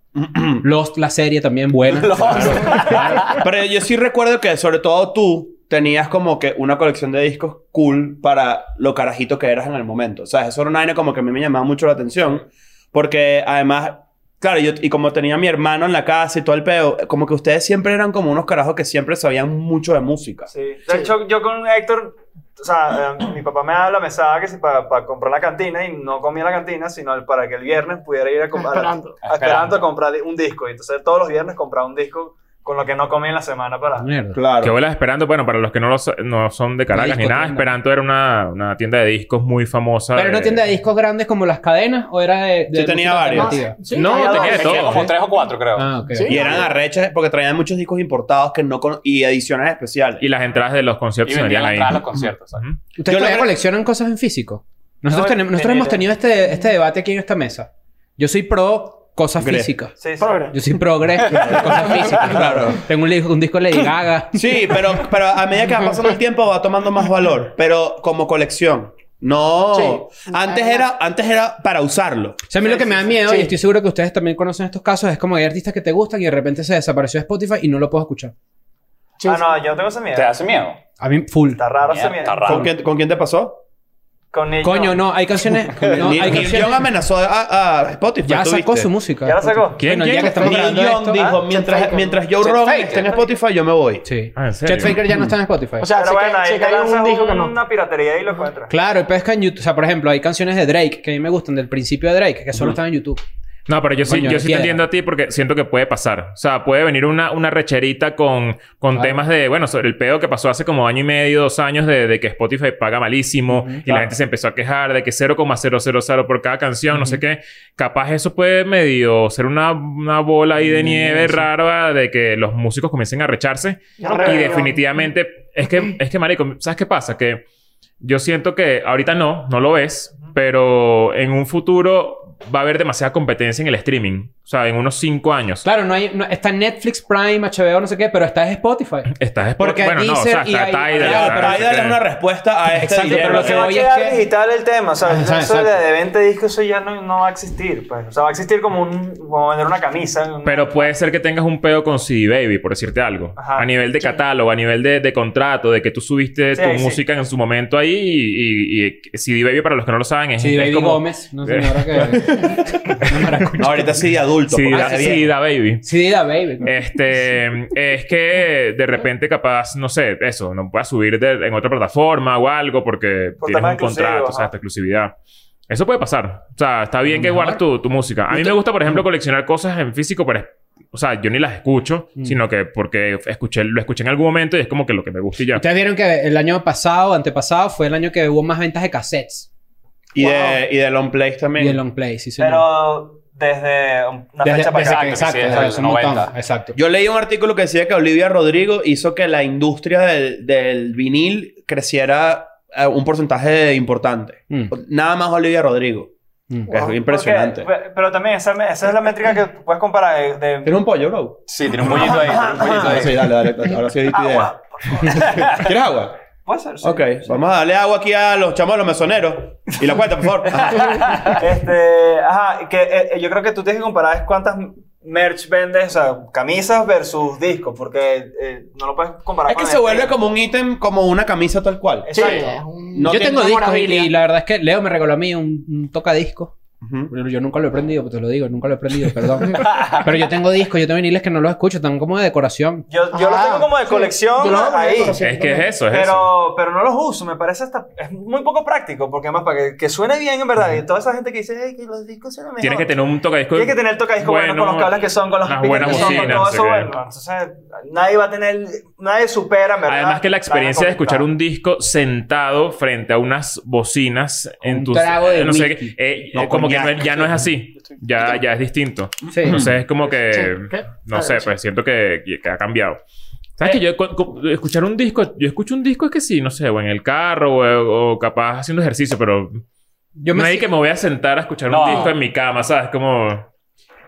S4: Lost, la serie también buena.
S3: (clears throat) Pero yo sí recuerdo que sobre todo tú tenías como que una colección de discos cool para lo carajito que eras en el momento. O sea, eso era una vaina como que a mí me llamaba mucho la atención. Porque además, claro, yo, y como tenía a mi hermano en la casa y todo el pedo, como que ustedes siempre eran como unos carajos que siempre sabían mucho de música.
S6: Sí. De hecho, yo con Héctor, o sea, eh, mi papá me daba la mesada que si para comprar la cantina y no comía en la cantina, sino para que el viernes pudiera ir a comprar.
S5: Esperando.
S7: Ah,
S6: a- Esperando a comprar un disco. Y entonces todos los viernes compraba un disco con lo que no comía en la semana para.
S4: Mierda.
S3: Claro.
S2: Que vuelas Esperanto, bueno, para los que no, lo so- no son de Caracas ni nada,
S4: discotienda.
S2: Esperanto era una, una tienda de discos muy famosa.
S4: ¿Pero no tienda de discos grandes como las cadenas o era de.? de
S3: Sí, tenía
S4: música
S3: varios.
S4: alternativa?
S5: Sí,
S2: No,
S5: había
S2: tenía
S5: dos.
S2: de todo.
S7: como tres o cuatro, creo.
S4: Ah, ok.
S5: Sí.
S3: Y eran arrechas porque traían muchos discos importados que no cono- y ediciones especiales.
S2: Y las entradas de los conciertos
S7: Y
S2: se vendían
S7: vendían las
S2: ahí.
S7: entradas a los conciertos. ¿sabes?
S2: Ujú.
S4: ¿Ustedes
S3: Yo
S4: todavía
S3: logré-
S4: coleccionan cosas en físico? Nosotros,
S6: No,
S4: tenemos, nosotros
S6: tenía-
S4: hemos tenido este, este debate aquí en esta mesa. Yo soy pro cosas
S3: Gre.
S4: físicas.
S6: Sí, sí.
S5: Progre.
S4: Yo soy progre cosas físicas.
S3: (laughs) Claro.
S4: Tengo un, disco- un disco de Lady Gaga.
S3: Sí, pero, pero a medida que va pasando el tiempo va tomando más valor, pero como colección. No,
S5: Sí.
S3: antes era antes era para usarlo.
S4: O sea, a mí lo que me da miedo,
S5: sí.
S4: y estoy seguro que ustedes también conocen estos casos, es como hay artistas que te gustan y de repente se desapareció de Spotify y no lo puedo escuchar.
S5: Sí,
S6: Ah,
S5: sí.
S6: no, yo no tengo ese miedo.
S7: ¿Te hace miedo?
S4: A mí, full.
S6: Está raro ese
S7: Mierda,
S6: miedo.
S7: está raro.
S3: ¿Con quién, con quién te pasó?
S6: Con ellos.
S4: Coño, no, hay canciones. No,
S3: Ni-
S4: hay
S3: Neil Young
S4: canciones.
S3: amenazó a, a Spotify.
S4: Ya
S3: ¿tú
S4: sacó
S3: viste?
S4: su música.
S6: ¿Ya la sacó?
S2: ¿Quién?
S4: Bueno, el día
S2: ¿Quién?
S4: que estamos
S3: Neil
S4: grabando
S3: Young
S4: esto-
S3: dijo,
S6: Ah,
S3: mientras,
S5: Chet
S3: mientras Joe
S4: Chet
S3: Rogan
S4: Faker.
S3: esté en Spotify, yo me voy.
S4: Sí.
S2: Ah, ¿en serio?
S4: Chet Faker ya no está en Spotify.
S5: O sea,
S6: eh, Pero
S5: sé
S6: bueno,
S5: que,
S6: ahí
S5: sé que
S6: te
S5: hay
S6: lanzas
S5: un disco que no.
S6: una piratería y lo encuentras.
S4: Claro, pero es que en YouTube, o sea, por ejemplo, hay canciones de Drake que a mí me gustan del principio de Drake, que solo están en YouTube.
S2: No, pero yo sí,
S4: Coño,
S2: yo sí te
S4: piedra.
S2: entiendo a ti porque siento que puede pasar. O sea, puede venir una, una recherita con, con temas de, bueno, sobre el pedo que pasó hace como año y medio, dos años de, de que Spotify paga malísimo y la gente se empezó a quejar de que 0,000 por cada canción, no sé qué. Capaz eso puede medio ser una, una bola ahí de nieve rara de que los músicos comiencen a recharse.
S5: Ya no
S2: Y
S5: creo.
S2: definitivamente, es que, es que, marico, ¿sabes qué pasa? Que yo siento que ahorita no, no lo ves, pero en un futuro va a haber demasiada competencia en el streaming. O sea, en unos cinco años.
S4: Claro, no hay, no- está Netflix, Prime, HBO, no sé qué, pero está Spotify.
S2: Estás es
S4: Porque
S2: bueno, no, o sea,
S4: Deezer y
S2: está
S4: hay-
S2: Tidal.
S4: Claro,
S2: está-
S3: Pero ahí darle una respuesta a este
S4: Exacto, pero
S3: dilema.
S4: lo que
S6: va a
S4: voy es
S6: quedar
S4: que-
S6: digital el tema, ¿sabes?
S4: Ajá,
S6: eso de,
S4: exacto.
S6: de venta de discos, eso ya no, no va a existir, pues. O sea, va a existir como, un, como vender una camisa. un-
S2: Pero puede ser que tengas un pedo con CD Baby, por decirte algo.
S6: Ajá.
S2: A nivel de catálogo, a nivel de, de contrato, de que tú subiste
S6: Sí,
S2: tu
S6: sí.
S2: música en su momento ahí y, y- y CD Baby, para los que no lo saben, es,
S4: Sí,
S2: es
S4: Baby
S2: como Eh.
S4: Gómez. No sé,
S2: (laughs)
S4: ahora que...
S3: (laughs)
S4: Una maracucha.
S3: Ahorita sí de adulto.
S2: CD,
S3: porque
S2: da,
S3: hace bien.
S2: CD da Baby.
S4: Sí, da Baby.
S2: Eh. Este, es que de repente capaz, no sé, eso, no puedas subir de- en otra plataforma o algo porque
S6: Por
S2: tienes
S6: tema
S2: un
S6: exclusivo,
S2: contrato, o sea,
S6: ajá.
S2: esta exclusividad. Eso puede pasar. O sea, está bien que guardes tu, tu música. A mí me gusta, por ejemplo, coleccionar cosas en físico, pero... es- O sea, yo ni las escucho, sino que porque escuché, lo escuché en algún momento y es como que lo que me gusta y ya.
S4: Ustedes vieron que el año pasado, antepasado, fue el año que hubo más ventas de cassettes
S3: Y, de, y de long plays también.
S4: y de long play, sí, señor.
S6: Pero desde una
S4: Desde-
S6: fecha para
S4: desde
S6: acá.
S4: que-
S7: que
S4: exacto,
S7: sí,
S4: desde hace
S7: desde los
S4: un montón,
S7: 90.
S4: exacto.
S3: Yo leí un artículo que decía que Olivia Rodrigo hizo que la industria del, del vinil creciera a un porcentaje importante.
S4: Mm.
S3: Nada más Olivia Rodrigo.
S4: Mm.
S3: que Es impresionante.
S6: Porque- pe- pero también esa, esa es la métrica que puedes comparar eh, de... de-
S3: ¿Tienes un pollo, bro?
S7: Sí, tiene un pollito ahí, tiene un pollito
S3: Ahora sí,
S7: ahí.
S3: dale, dale. Ahora sí di (laughs) tu idea.
S6: agua, por favor.
S3: ¿Quieres agua?
S6: Puede ser, sí.
S3: Ok, vamos a darle agua aquí a los chamos de los mesoneros. Y la cuenta, por favor. (laughs) Ajá.
S6: este, ajá, que eh, eh, yo creo que tú tienes que comparar es cuántas merch vendes, o sea, camisas versus discos, porque eh, no lo puedes comparar
S3: Es que
S6: con
S3: se
S6: el-
S3: vuelve como un ítem, como una camisa tal cual.
S5: Sí,
S6: Exacto.
S5: es un-
S3: No
S4: yo
S3: tiene
S4: tengo
S5: una
S4: discos y,
S5: memorabilia.
S4: y la verdad es que Leo me regaló a mí un, un tocadisco.
S3: Ujú.
S4: Pero Yo nunca lo he prendido, te lo digo, nunca lo he prendido, perdón. (laughs) Pero yo tengo discos, yo tengo viniles que no los escucho, están como de decoración.
S6: Yo, yo lo
S5: Ajá,
S6: tengo como de
S5: sí.
S6: colección
S5: Yo lo hago como de
S6: ahí.
S5: colección.
S2: Es que es eso, es eso.
S6: Pero, pero no los uso, me parece hasta. Es muy poco práctico, porque además, para que, que suene bien en verdad, y toda esa gente que dice, "Ey, que los discos suenan mejor.
S2: Tienes que tener un tocadiscos.
S6: Tienes que tener el tocadiscos bueno, con los cables que son, con los
S2: Las
S6: speakers
S2: buenas
S6: que son,
S2: bocinas,
S6: con todo
S2: no sé
S6: eso
S2: qué.
S6: bueno. Entonces, nadie va a tener. Nadie supera, en ¿verdad?
S2: Además que la experiencia de escuchar
S6: conectada.
S2: un disco sentado frente a unas bocinas en
S4: Un
S2: tu
S4: trago de
S2: no sé
S4: whisky.
S2: qué, eh,
S3: No,
S2: eh, como que
S3: coñac.
S2: no es- ya no es así, ya ya es distinto.
S4: Mm. Sí.
S2: Entonces es como que
S5: Sí, ¿qué?
S2: no sé,
S5: Sí.
S2: pues siento que, que ha cambiado. ¿Sabes que yo cu- cu- escuchar un disco, yo escucho un disco es que sí, no sé, o en el carro o, o capaz haciendo ejercicio, pero
S4: Yo
S2: no
S4: me
S2: hay que me voy a sentar a escuchar
S7: No.
S2: un disco en mi cama, ¿sabes? Como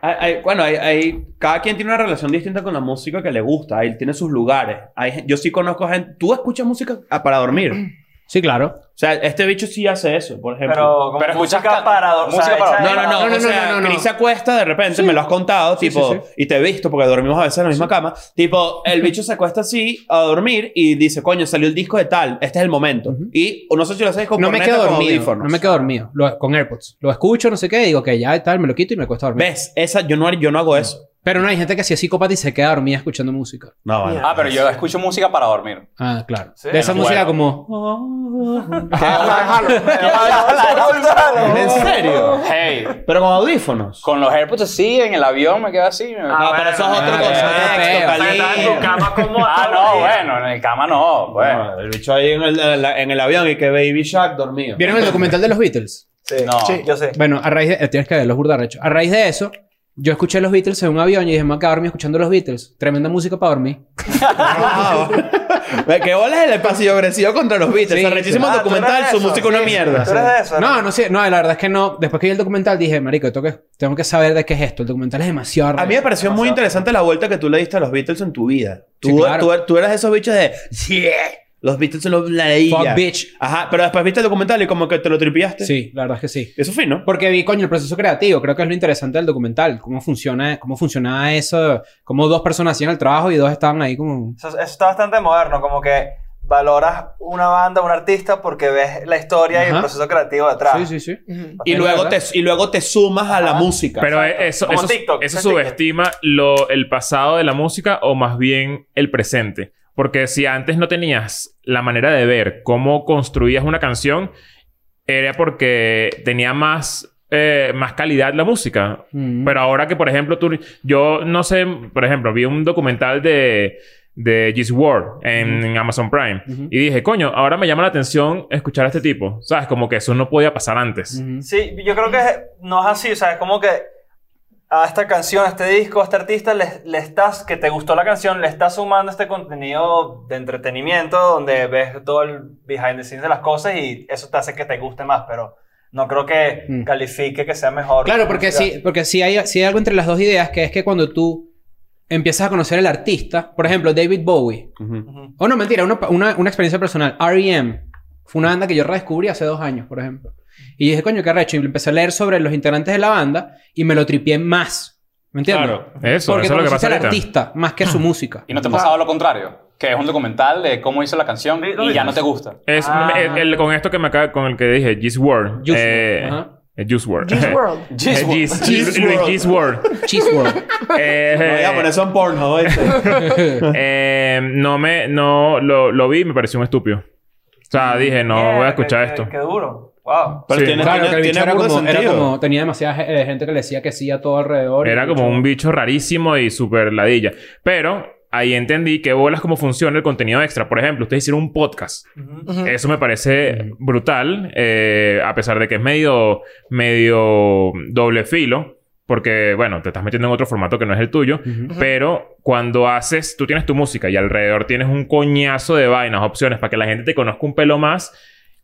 S3: Hay- hay- bueno, hay, hay- cada quien tiene una relación distinta con la música que le gusta. Él tiene sus lugares. Hay gen- yo sí conozco gente. Tú escuchas música ah, para dormir. O
S4: Sí, claro.
S3: sea, este bicho sí hace eso, por ejemplo.
S6: Pero, como
S7: Pero escuchas
S6: música
S7: ca-
S6: para dormir.
S7: música para
S3: No, no, no.
S4: No, no,
S3: o
S4: no,
S3: sea,
S4: no, no, no.
S3: Cris se acuesta de repente, me lo has contado, tipo,
S4: sí,
S3: y te he visto porque dormimos a veces en la misma cama. Tipo, el bicho se acuesta así a dormir y dice, coño, salió el disco de tal, este es el momento. Y o no sé si lo haces con
S4: No me
S3: corneta
S4: quedo
S3: o Pues con
S4: dormido.
S3: audífonos.
S4: No me quedo dormido. Lo- con AirPods. Lo escucho, no sé qué, digo que ya y tal, me lo quito y me cuesta dormir.
S3: ¿Ves? Esa, yo, no, yo no hago eso.
S4: Pero no hay gente que sí es psicópata y se queda dormida escuchando música.
S3: No, vale.
S7: Ah,
S3: (laughs)
S7: pero yo escucho música para dormir.
S4: Ah, claro.
S6: Sí.
S4: de esa
S7: Bueno.
S4: música como.
S3: Ah,
S7: (laughs)
S6: (laughs)
S3: ¿En serio?
S7: Hey,
S3: Pero con audífonos.
S7: con los AirPods así, en el avión me quedo así. me-
S3: No,
S6: Ah,
S3: pero eso es
S4: bueno,
S3: otra
S4: bueno,
S3: cosa.
S4: bueno,
S3: Esto,
S4: pero-
S6: O sea, estás en tu
S3: Cali.
S6: cama como
S7: Ah, no, bueno, en el cama no. Bueno,
S3: Bueno, el bicho ahí en el, en la- en el avión y que Baby Shark dormido.
S4: ¿Vieron el documental de los Beatles?
S6: Sí,
S7: No.
S6: sí, yo sé.
S4: Bueno, a raíz de... eh, Tienes que ver los burdarrechos. A raíz de eso, yo escuché los Beatles en un avión y dije, me voy a quedar dormido escuchando los Beatles. Tremenda música para dormir.
S3: Wow. (laughs) Ve, ¿Qué bola es el pasillo agresivo contra los Beatles?
S4: Sí,
S3: Se rechísimo
S6: Ah, ¿tú
S3: documental,
S6: eres
S3: su
S6: eso?
S3: música una
S6: Sí.
S3: mierda.
S6: ¿Tú eres de eso?
S4: No, no sé. No, la verdad es que no. Después que vi el documental dije, marico, tengo que, tengo que saber de qué es esto. El documental es demasiado
S3: A mí me
S4: arrecho.
S3: pareció muy interesante la vuelta que tú le diste a los Beatles en tu vida. Tú,
S4: Sí, claro.
S3: tú- tú eras de esos bichos de... "Yeah, Los Beatles son los- la
S4: Fuck
S3: isla".
S4: bitch.
S3: Ajá, pero después viste el documental y como que te lo tripiaste.
S4: Sí, la verdad es que sí.
S3: Eso fue, ¿no?
S4: Porque vi, coño, el proceso creativo. Creo que es lo interesante del documental. Cómo funciona, cómo funcionaba eso. Cómo dos personas hacían el trabajo y dos estaban ahí como...
S6: Eso, eso está bastante moderno, como que valoras una banda, un artista, porque ves la historia y el
S4: Ajá.
S6: proceso creativo detrás.
S4: Sí, sí, sí.
S5: Ujú.
S3: Y
S4: Es
S3: luego, te, Ah.
S4: verdad.
S3: y luego te sumas a la música.
S2: Pero
S6: Exacto.
S2: eso,
S6: Como
S2: eso,
S6: TikTok,
S2: eso
S6: es TikTok.
S2: subestima lo, el pasado de la música o más bien el presente. Porque si antes no tenías la manera de ver cómo construías una canción, era porque tenía más, eh, más calidad la música.
S4: Mm.
S2: Pero ahora que, por ejemplo, tú... Yo no sé... Por ejemplo, vi un documental de... De Gis Ward en, en Amazon Prime.
S4: Ujú.
S2: Y dije, coño, ahora me llama la atención escuchar a este tipo. ¿Sabes? Como que eso no podía pasar antes.
S4: Ujú.
S6: Sí, yo creo que no es así, o sea, es como que a esta canción, a este disco, a este artista, le, le estás, que te gustó la canción, le estás sumando este contenido de entretenimiento donde ves todo el behind the scenes de las cosas y eso te hace que te guste más, pero No creo que
S4: Mm.
S6: califique que sea mejor.
S4: Claro, porque sí, porque sí hay, sí hay algo entre las dos ideas, que es que cuando tú empiezas a conocer al artista, por ejemplo, David Bowie,
S6: Ujú.
S4: o Oh, no, mentira, una, una- una experiencia personal, R.E.M., fue una banda que yo redescubrí hace dos años, por ejemplo. Y dije, coño, qué recho, y empecé a leer sobre los integrantes de la banda y me lo tripié más. ¿Me entiendes?
S2: Claro. Eso,
S4: Porque
S2: eso es lo que
S4: conociste
S2: pasa
S4: al
S2: ahorita.
S4: artista más que su música.
S7: ¿Y no te ha pasado lo contrario? Que es un documental de cómo hizo la canción
S6: Sí, lo
S7: y ya
S6: vimos.
S7: no te gusta.
S2: Es
S6: Ah.
S2: el- el- con esto que me acaba, con el que dije, Juice WRLD.
S4: Juice
S2: Eh,
S4: WRLD, ajá.
S2: eh, Juice WRLD. (laughs)
S5: Juice World.
S2: Eh,
S7: Jeez,
S2: Juice-
S3: Juice
S2: Luis Juice
S3: WRLD.
S4: (laughs)
S2: WRLD.
S4: Cheese World.
S2: Eh,
S3: No voy a poner eso en porno,
S2: eh, no me, no, lo, lo vi y me pareció un estúpido. O sea, dije, no voy a
S6: Mierda,
S2: escuchar
S6: qué-
S2: esto.
S6: Qué, qué duro. Wow.
S3: Pero
S2: Sí.
S3: tiene,
S4: Claro, que
S3: tiene,
S4: el bicho
S3: tiene
S4: era
S3: algún
S4: como, era
S3: sentido.
S4: como- tenía demasiada eh, gente que le decía que sí a todo alrededor. y
S2: Era
S4: el
S2: como
S4: bicho-
S2: un bicho rarísimo y súper ladilla. Pero ahí entendí que bolas cómo funciona el contenido extra. Por ejemplo, ustedes hicieron un podcast.
S6: Ujú.
S5: Ujú.
S2: Eso me parece brutal, eh, a pesar de que es medio, medio doble filo, porque, bueno, te estás metiendo en otro formato que no es el tuyo, pero cuando haces, tú tienes tu música y alrededor tienes un coñazo de vainas, opciones, para que la gente te conozca un pelo más.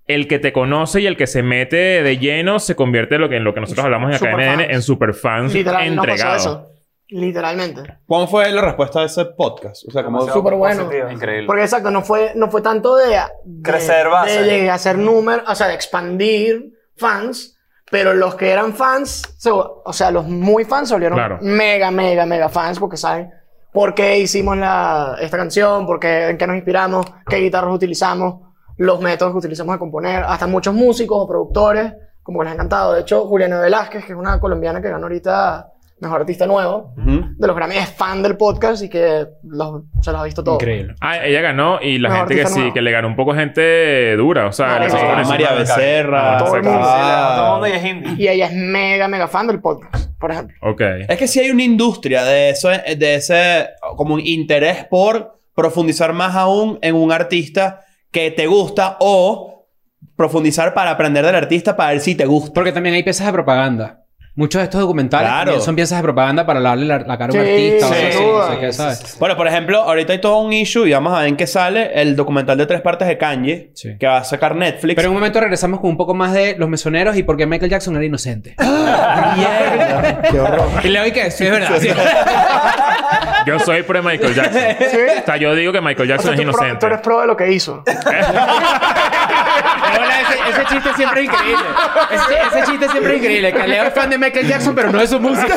S2: El que te conoce y el que se mete de lleno se convierte en lo que, en lo que nosotros hablamos en
S5: Superfans.
S2: Academia en superfans
S5: Literalmente nos pasó
S2: entregado.
S5: eso. Literalmente.
S3: ¿Cuál fue la respuesta de ese podcast? O sea, como...
S6: Demasiado
S5: Súper bueno.
S6: positivo.
S7: Increíble.
S5: Porque exacto, no fue, no fue tanto de, de-
S6: Crecer base.
S5: De, de hacer números, o sea, de expandir fans, pero los que eran fans, se- o sea, los muy fans se volvieron
S2: Claro.
S5: mega, mega, mega fans porque saben por qué hicimos la, esta canción, por qué, en qué nos inspiramos, qué guitarras utilizamos, los métodos que utilizamos a componer, hasta muchos músicos o productores, como que les ha encantado. De hecho, Juliana Velázquez, que es una colombiana que ganó ahorita Mejor Artista Nuevo,
S3: Ujú.
S5: de los Grammy, es fan del podcast y que los- se los ha visto todo.
S4: Increíble.
S2: Ah, ella ganó y la
S5: Mejor
S2: gente que
S5: artista
S2: sí,
S5: nueva.
S2: que le ganó un poco gente dura, o sea,
S5: Claro,
S2: le
S5: sí.
S2: sacaron
S3: Ah,
S2: encima.
S3: María Becerra.
S2: Todo el
S6: Sí,
S2: mundo.
S3: Ah.
S6: la- Todo el mundo y es indie.
S5: Y ella es mega, mega fan del podcast, por ejemplo.
S2: Ok.
S3: Es que sí hay una industria de eso, de ese como un interés por profundizar más aún en un artista que te gusta o profundizar para aprender del artista para ver si te gusta.
S4: Porque también hay piezas de propaganda. Muchos de estos documentales
S3: Claro.
S4: también son piezas de propaganda para darle la, la cara a un
S5: Sí,
S4: artista. o
S5: sin
S4: algo así,
S5: duda.
S4: no sé qué, ¿sabes?
S3: Bueno, por ejemplo, ahorita hay todo un issue y vamos a ver en qué sale el documental de tres partes de Kanye
S4: Sí.
S3: que va a sacar Netflix.
S4: Pero en un momento regresamos con un poco más de los mesoneros y por qué Michael Jackson era
S5: (laughs)
S4: inocente.
S3: Mierda, ¡Qué horror!
S4: y le doy que sí, es verdad. sí.
S2: Yo soy pro Michael Jackson.
S5: (laughs)
S2: O sea, yo digo que Michael
S5: O
S2: Jackson
S5: sea,
S2: es
S5: tú, pro- tú
S2: inocente.
S5: eres pro de lo que hizo.
S4: Hola, ese, ese chiste siempre es increíble. Ese, ese chiste siempre es increíble. Que Leo es fan de Michael Jackson, pero no de su música.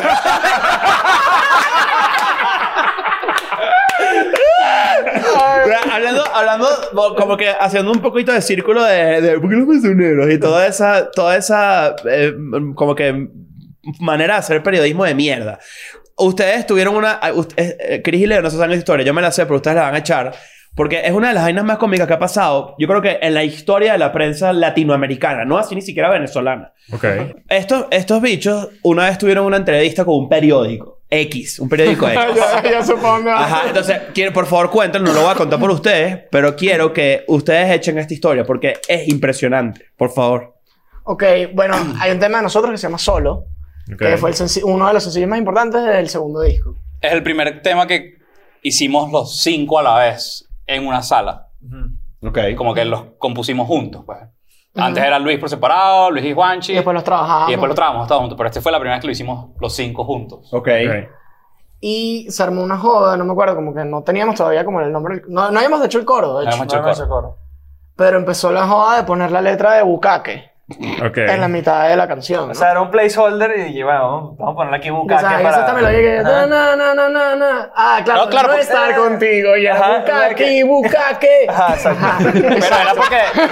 S3: Pero hablando, hablando, bo- como que haciendo un poquito de círculo de, de ¿por qué los mesoneros? Y toda esa, toda esa, eh, m- como que manera de hacer periodismo de mierda. Ustedes tuvieron una, a- ust- eh, eh, Chris y Leo no se saben esa historia, yo me la sé, pero ustedes la van a echar. Porque es una de las vainas más cómicas que ha pasado, yo creo que en la historia de la prensa latinoamericana, no así ni siquiera venezolana.
S2: Ok.
S3: Estos, estos bichos una vez tuvieron una entrevista con un periódico X, un periódico
S5: (laughs)
S3: X.
S5: ya, ya supongo.
S3: Ajá, (laughs) entonces, quiero, por favor, cuéntanos, no lo voy a contar por ustedes, pero quiero que ustedes echen esta historia porque es impresionante, por favor.
S5: Ok, bueno, hay un tema de nosotros que se llama Solo,
S2: ok.
S5: que fue el senci- uno de los sencillos más importantes del segundo disco.
S7: Es el primer tema que hicimos los cinco a la vez en una sala.
S3: Ok.
S7: Como que los compusimos juntos, pues. Antes era Luis por separado, Luis y Juanchi.
S5: Y después los trabajamos.
S7: y después lo trabajamos todos juntos. Pero este fue la primera vez que lo hicimos los cinco juntos.
S3: Ok.
S2: Ok.
S5: Y se armó una joda, no me acuerdo, como que no teníamos todavía como el nombre. del- No, no habíamos hecho el coro, de hecho.
S7: No habíamos hecho el
S6: No, no se
S7: coro.
S6: coro.
S5: Pero empezó la joda de poner la letra de Bukake
S2: Ok.
S5: en la mitad de la canción. ¿no?
S6: O sea, era un placeholder y bueno, vamos a ponerle aquí
S5: O
S6: bucaque
S5: sea,
S6: para... Ah.
S5: esa esta melodía que...
S6: Ajá.
S5: Na, na, na, na, na, na. Ah, claro,
S7: No, claro,
S5: no
S7: porque-
S5: estar contigo
S6: Ajá,
S5: ya. Bukake,
S6: porque-
S5: Bukake.
S6: Ajá, exacto.
S7: Pero era porque...
S5: Ah,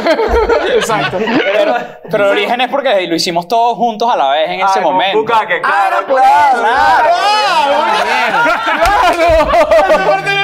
S5: (laughs) Exacto.
S7: Pero, pero el origen es porque lo hicimos todos juntos a la vez en ese
S6: Ah, con
S7: momento.
S6: Bucaque,
S5: Ah,
S6: claro,
S5: por
S6: claro,
S5: eso.
S6: claro.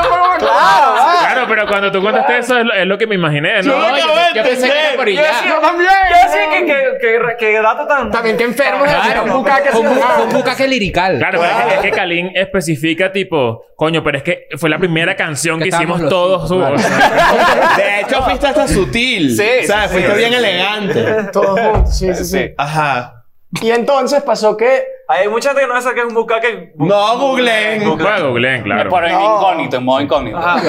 S5: Ah,
S2: Claro, pero cuando tú contaste eso es lo, es lo que me imaginé, ¿no?
S4: No, yo, yo pensé que era por
S6: Yo
S4: allá.
S6: decía, yo decía que, que, que, que dato tan...
S5: También que enfermo de hacer
S4: Claro,
S5: un
S4: con
S5: bucaque. sin
S4: bu-
S5: nada.
S4: con bucaque lirical.
S2: Claro, pero es que, es que Kalin especifica tipo, coño, pero es que fue la primera canción
S4: Que
S2: que,
S4: estábamos
S2: hicimos
S4: los
S2: todos.
S4: cinco,
S2: juntos.
S3: De hecho, fuiste hasta sutil. Sí. O sea, fuiste bien elegante.
S5: Todos juntos, sí, sí, sí.
S3: Ajá.
S5: Y entonces pasó que
S6: Hay mucha gente que no sabe qué es un bucaque.
S3: No, googleen.
S2: (laughs) Bueno, googleen, claro.
S7: Por el
S5: No.
S7: incógnito, en modo incógnito.
S6: Con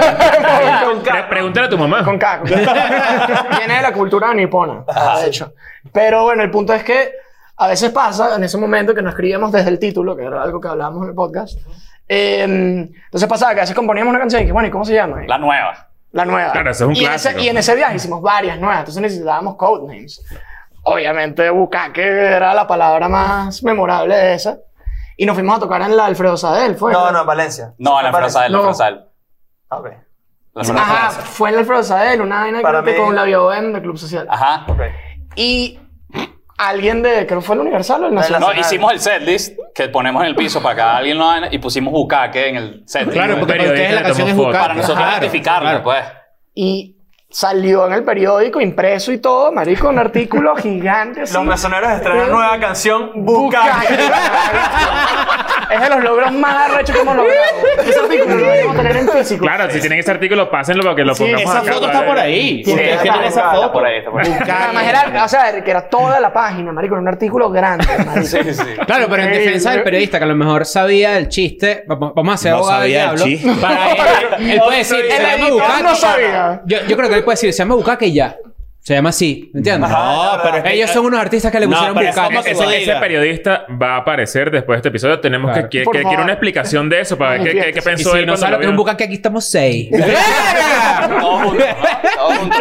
S2: Pre-
S6: K.
S2: Pregúntale a tu mamá.
S5: Con caco. Viene de la cultura nipona, de hecho. Pero bueno, el punto es que a veces pasa, en ese momento que nos escribíamos desde el título, que era algo que hablábamos en el podcast, eh, entonces pasaba que a veces componíamos una canción y que, bueno, ¿y cómo se llama?
S7: La nueva.
S5: La nueva.
S2: Claro, ese es un
S5: y en ese-
S2: clásico.
S5: y en ese viaje hicimos varias nuevas, entonces necesitábamos codenames. Obviamente, bucaque era la palabra más memorable de esa. Y nos fuimos a tocar en la Alfredo Sadel, ¿fue?
S6: No, no, en Valencia. Ah,
S7: No, la Frosal, la
S5: No.
S7: Frosal.
S6: Ok.
S7: La Frosal.
S5: Ajá, fue en la Alfredo Sadel, una vaina
S6: Para
S5: creo que
S6: mí- Ah.
S5: con la Bioben del Club Social.
S7: Ajá.
S6: Ok.
S5: Y alguien de, creo que fue el Universal o el Nacional.
S7: No, hicimos el setlist que ponemos en el piso para cada alguien lo haga y pusimos bucaque en el setlist.
S4: Claro, porque para ustedes la
S2: Periodista
S4: canción es
S2: tomó foto.
S4: buscar.
S7: para nosotros
S4: Claro,
S7: identificarlo,
S4: claro.
S7: pues.
S5: Y salió en el periódico, impreso y todo, marico, un artículo (laughs) gigante. así.
S6: Los mesoneros estrenan nueva canción,
S5: Bucaque.
S6: Bucaque.
S5: (laughs) es de los logros más arrechos que hemos logrado. Ese artículo no lo vamos a tener en físico.
S2: Claro, si tienen ese artículo, pásenlo para que lo
S5: Sí,
S2: pongamos
S3: Esa
S2: acá,
S3: foto
S2: para
S3: está por
S2: ver.
S3: ahí.
S5: Sí,
S3: Ustedes
S5: está
S3: tienen
S5: por ahí,
S3: esa
S7: Está
S3: foto.
S7: por ahí, está por ahí.
S5: Además era, o sea, que era toda la página, marico, era un artículo grande, marico.
S7: Sí, sí.
S4: Claro, pero en
S5: Ey,
S4: defensa del
S5: yo-
S4: periodista que a lo mejor sabía el chiste, vamos vamos a hacer
S3: No
S4: abogado del
S3: sabía el
S4: diablo.
S3: chiste.
S4: Para él, él puede decir,
S5: (laughs) El
S4: se llama
S5: editor
S4: Bukake.
S5: no sabía.
S4: Yo, yo creo que él puede decir, se llama Bukake y ya. Se llama así, ¿me entiendes?
S3: No, Ah, pero es que-
S4: Ellos son unos artistas que le
S3: Eh, No,
S4: pusieron
S3: pero es
S4: Bukake.
S3: como que
S4: Ese-
S3: se-
S2: Ese
S3: Diga.
S2: periodista va a aparecer después de este episodio. Tenemos
S4: Claro.
S2: que, que,
S5: Por
S2: que-
S5: favor.
S2: quiero una explicación de eso para ver qué, qué- qué
S5: Y
S4: Y
S2: pensó
S4: si
S2: él
S4: no
S2: cuando
S4: pues
S2: lo
S4: sabe lo que es un
S2: vio.
S4: Bukake, aquí estamos seis.
S7: Todo junto, ¿no? Todo junto.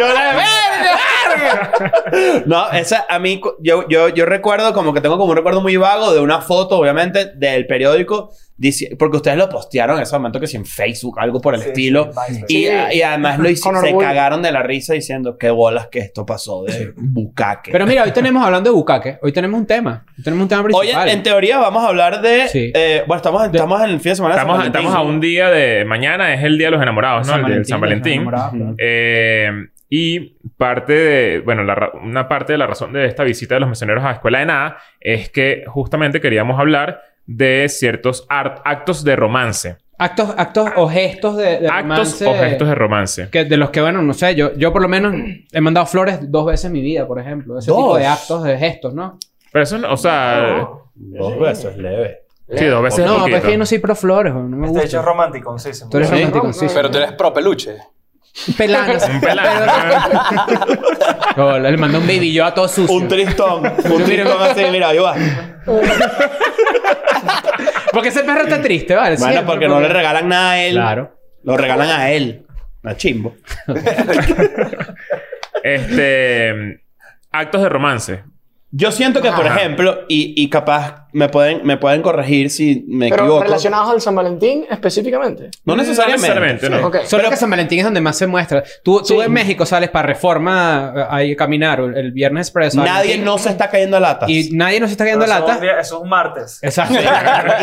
S3: No, esa a mí, cu- yo, yo, yo recuerdo como que tengo como un recuerdo muy vago de una foto, obviamente, del periódico, dici- porque ustedes lo postearon en ese momento que si en Facebook, algo por el
S6: Sí,
S3: estilo.
S6: sí, en Vice.
S3: y, eh,
S5: Sí.
S3: y además lo hici-
S5: Con
S3: se
S5: orgullo.
S3: cagaron de la risa diciendo qué bolas que esto pasó de bucaque.
S4: Pero mira, hoy tenemos hablando de Bukake. Hoy tenemos un tema. Hoy tenemos un tema
S3: Oye,
S4: principal.
S3: en teoría vamos a hablar de.
S4: Sí.
S3: eh, bueno, estamos, estamos en el fin de semana. de
S2: Estamos,
S3: San Valentín.
S2: estamos a un día de... Mañana es el Día de los Enamorados, ¿no? El día de San Valentín. Eh, y parte de, bueno, la ra- una parte de la razón de esta visita de los misioneros a Escuela de Nada es que justamente queríamos hablar de ciertos ar- actos de romance.
S4: Actos, actos o gestos de, de
S2: actos
S4: romance
S2: o gestos de romance.
S4: que de los que, bueno, no sé, yo, yo por lo menos he mandado flores dos veces en mi vida, por ejemplo. Ese tipo de
S3: Dos.
S4: actos, de gestos, ¿no?
S2: Pero eso, no- o sea,
S3: Dos veces, leve.
S2: sí, dos veces es
S4: no, pero
S2: poquito.
S4: es que yo no soy pro flores, güey, no me
S6: Este
S4: gusta.
S6: hecho es romántico, sí, sí.
S4: Tú eres
S7: Sí.
S4: romántico, sí. sí.
S7: Pero tú eres pro peluche.
S4: pelando.
S2: Un
S4: (laughs)
S2: pelado.
S4: Coño, le mandó un baby yo a todo sucio.
S3: Un tristón. Un tristón así, mira, yo va.
S4: Porque ese perro está triste, ¿vale?
S3: Bueno,
S4: Siempre,
S3: porque no le regalan nada a él.
S4: Claro.
S3: Lo regalan a él. A chimbo.
S2: este, actos de romance.
S3: Yo siento que, por
S2: Ajá.
S3: ejemplo, y, y capaz me pueden, me pueden corregir si me
S5: Pero
S3: equivoco.
S5: relacionados al San Valentín específicamente.
S3: No necesariamente.
S2: necesariamente, no.
S5: Ok.
S4: Solo
S3: Pero-
S4: que San Valentín es donde más se muestra. Tú, tú en México sales para Reforma eh, ahí a caminar el- el viernes express. San
S3: Nadie
S4: Valentín,
S3: no se está cayendo a latas.
S4: Y nadie nos está
S6: Pero
S4: cayendo
S6: eso es un
S4: lata.
S6: día- Eso es un martes.
S4: Exacto.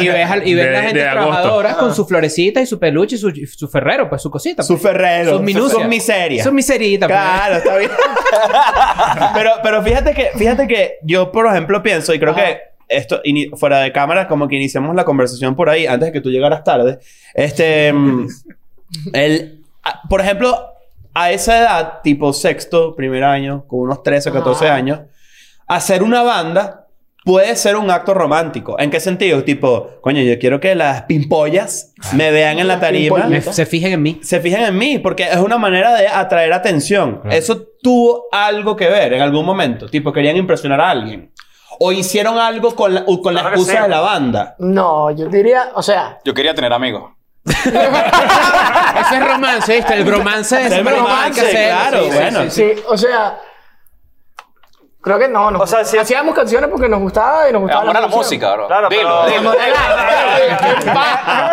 S4: y ves, al- y ves
S2: De-
S4: la gente
S2: de agosto.
S4: trabajadora con su florecita y su peluche y su, y su ferrero, pues su cosita.
S3: Su ferrero.
S4: Sus minucias.
S3: Sus miserias.
S4: Su miserita. pues.
S3: Claro, está bien. (laughs) pero, pero fíjate que, fíjate que yo, por ejemplo, pienso, y creo que esto, ini- fuera de cámara, como que iniciamos la conversación por ahí, antes de que tú llegaras tarde. Este. (laughs) mm, el, a- por ejemplo, a esa edad, tipo sexto, primer año, con unos 13, 14 años, hacer una banda puede ser un acto romántico. ¿En qué sentido? Tipo, coño, yo quiero que las pimpollas me vean en la tarima
S4: Me- se fijen en
S3: (laughs)
S4: mí.
S3: se fijan en mí porque es una manera de atraer atención. Eso tuvo algo que ver en algún momento. Tipo, querían impresionar a alguien. O hicieron algo con la, u- con la
S6: Claro que
S3: excusa
S6: sí.
S3: de la banda.
S5: No, yo diría, o sea,
S7: Yo quería tener amigos.
S4: Eso es romance, ¿viste? El romance es
S3: Es romance, claro, bueno.
S5: sí, o sea, creo que no, nos,
S6: O sea, si-
S5: hacíamos canciones porque nos gustaba y nos gustaba
S7: Vamos a la
S5: canción.
S7: música, bro.
S6: Claro,
S7: dilo,
S6: pero-
S7: dilo.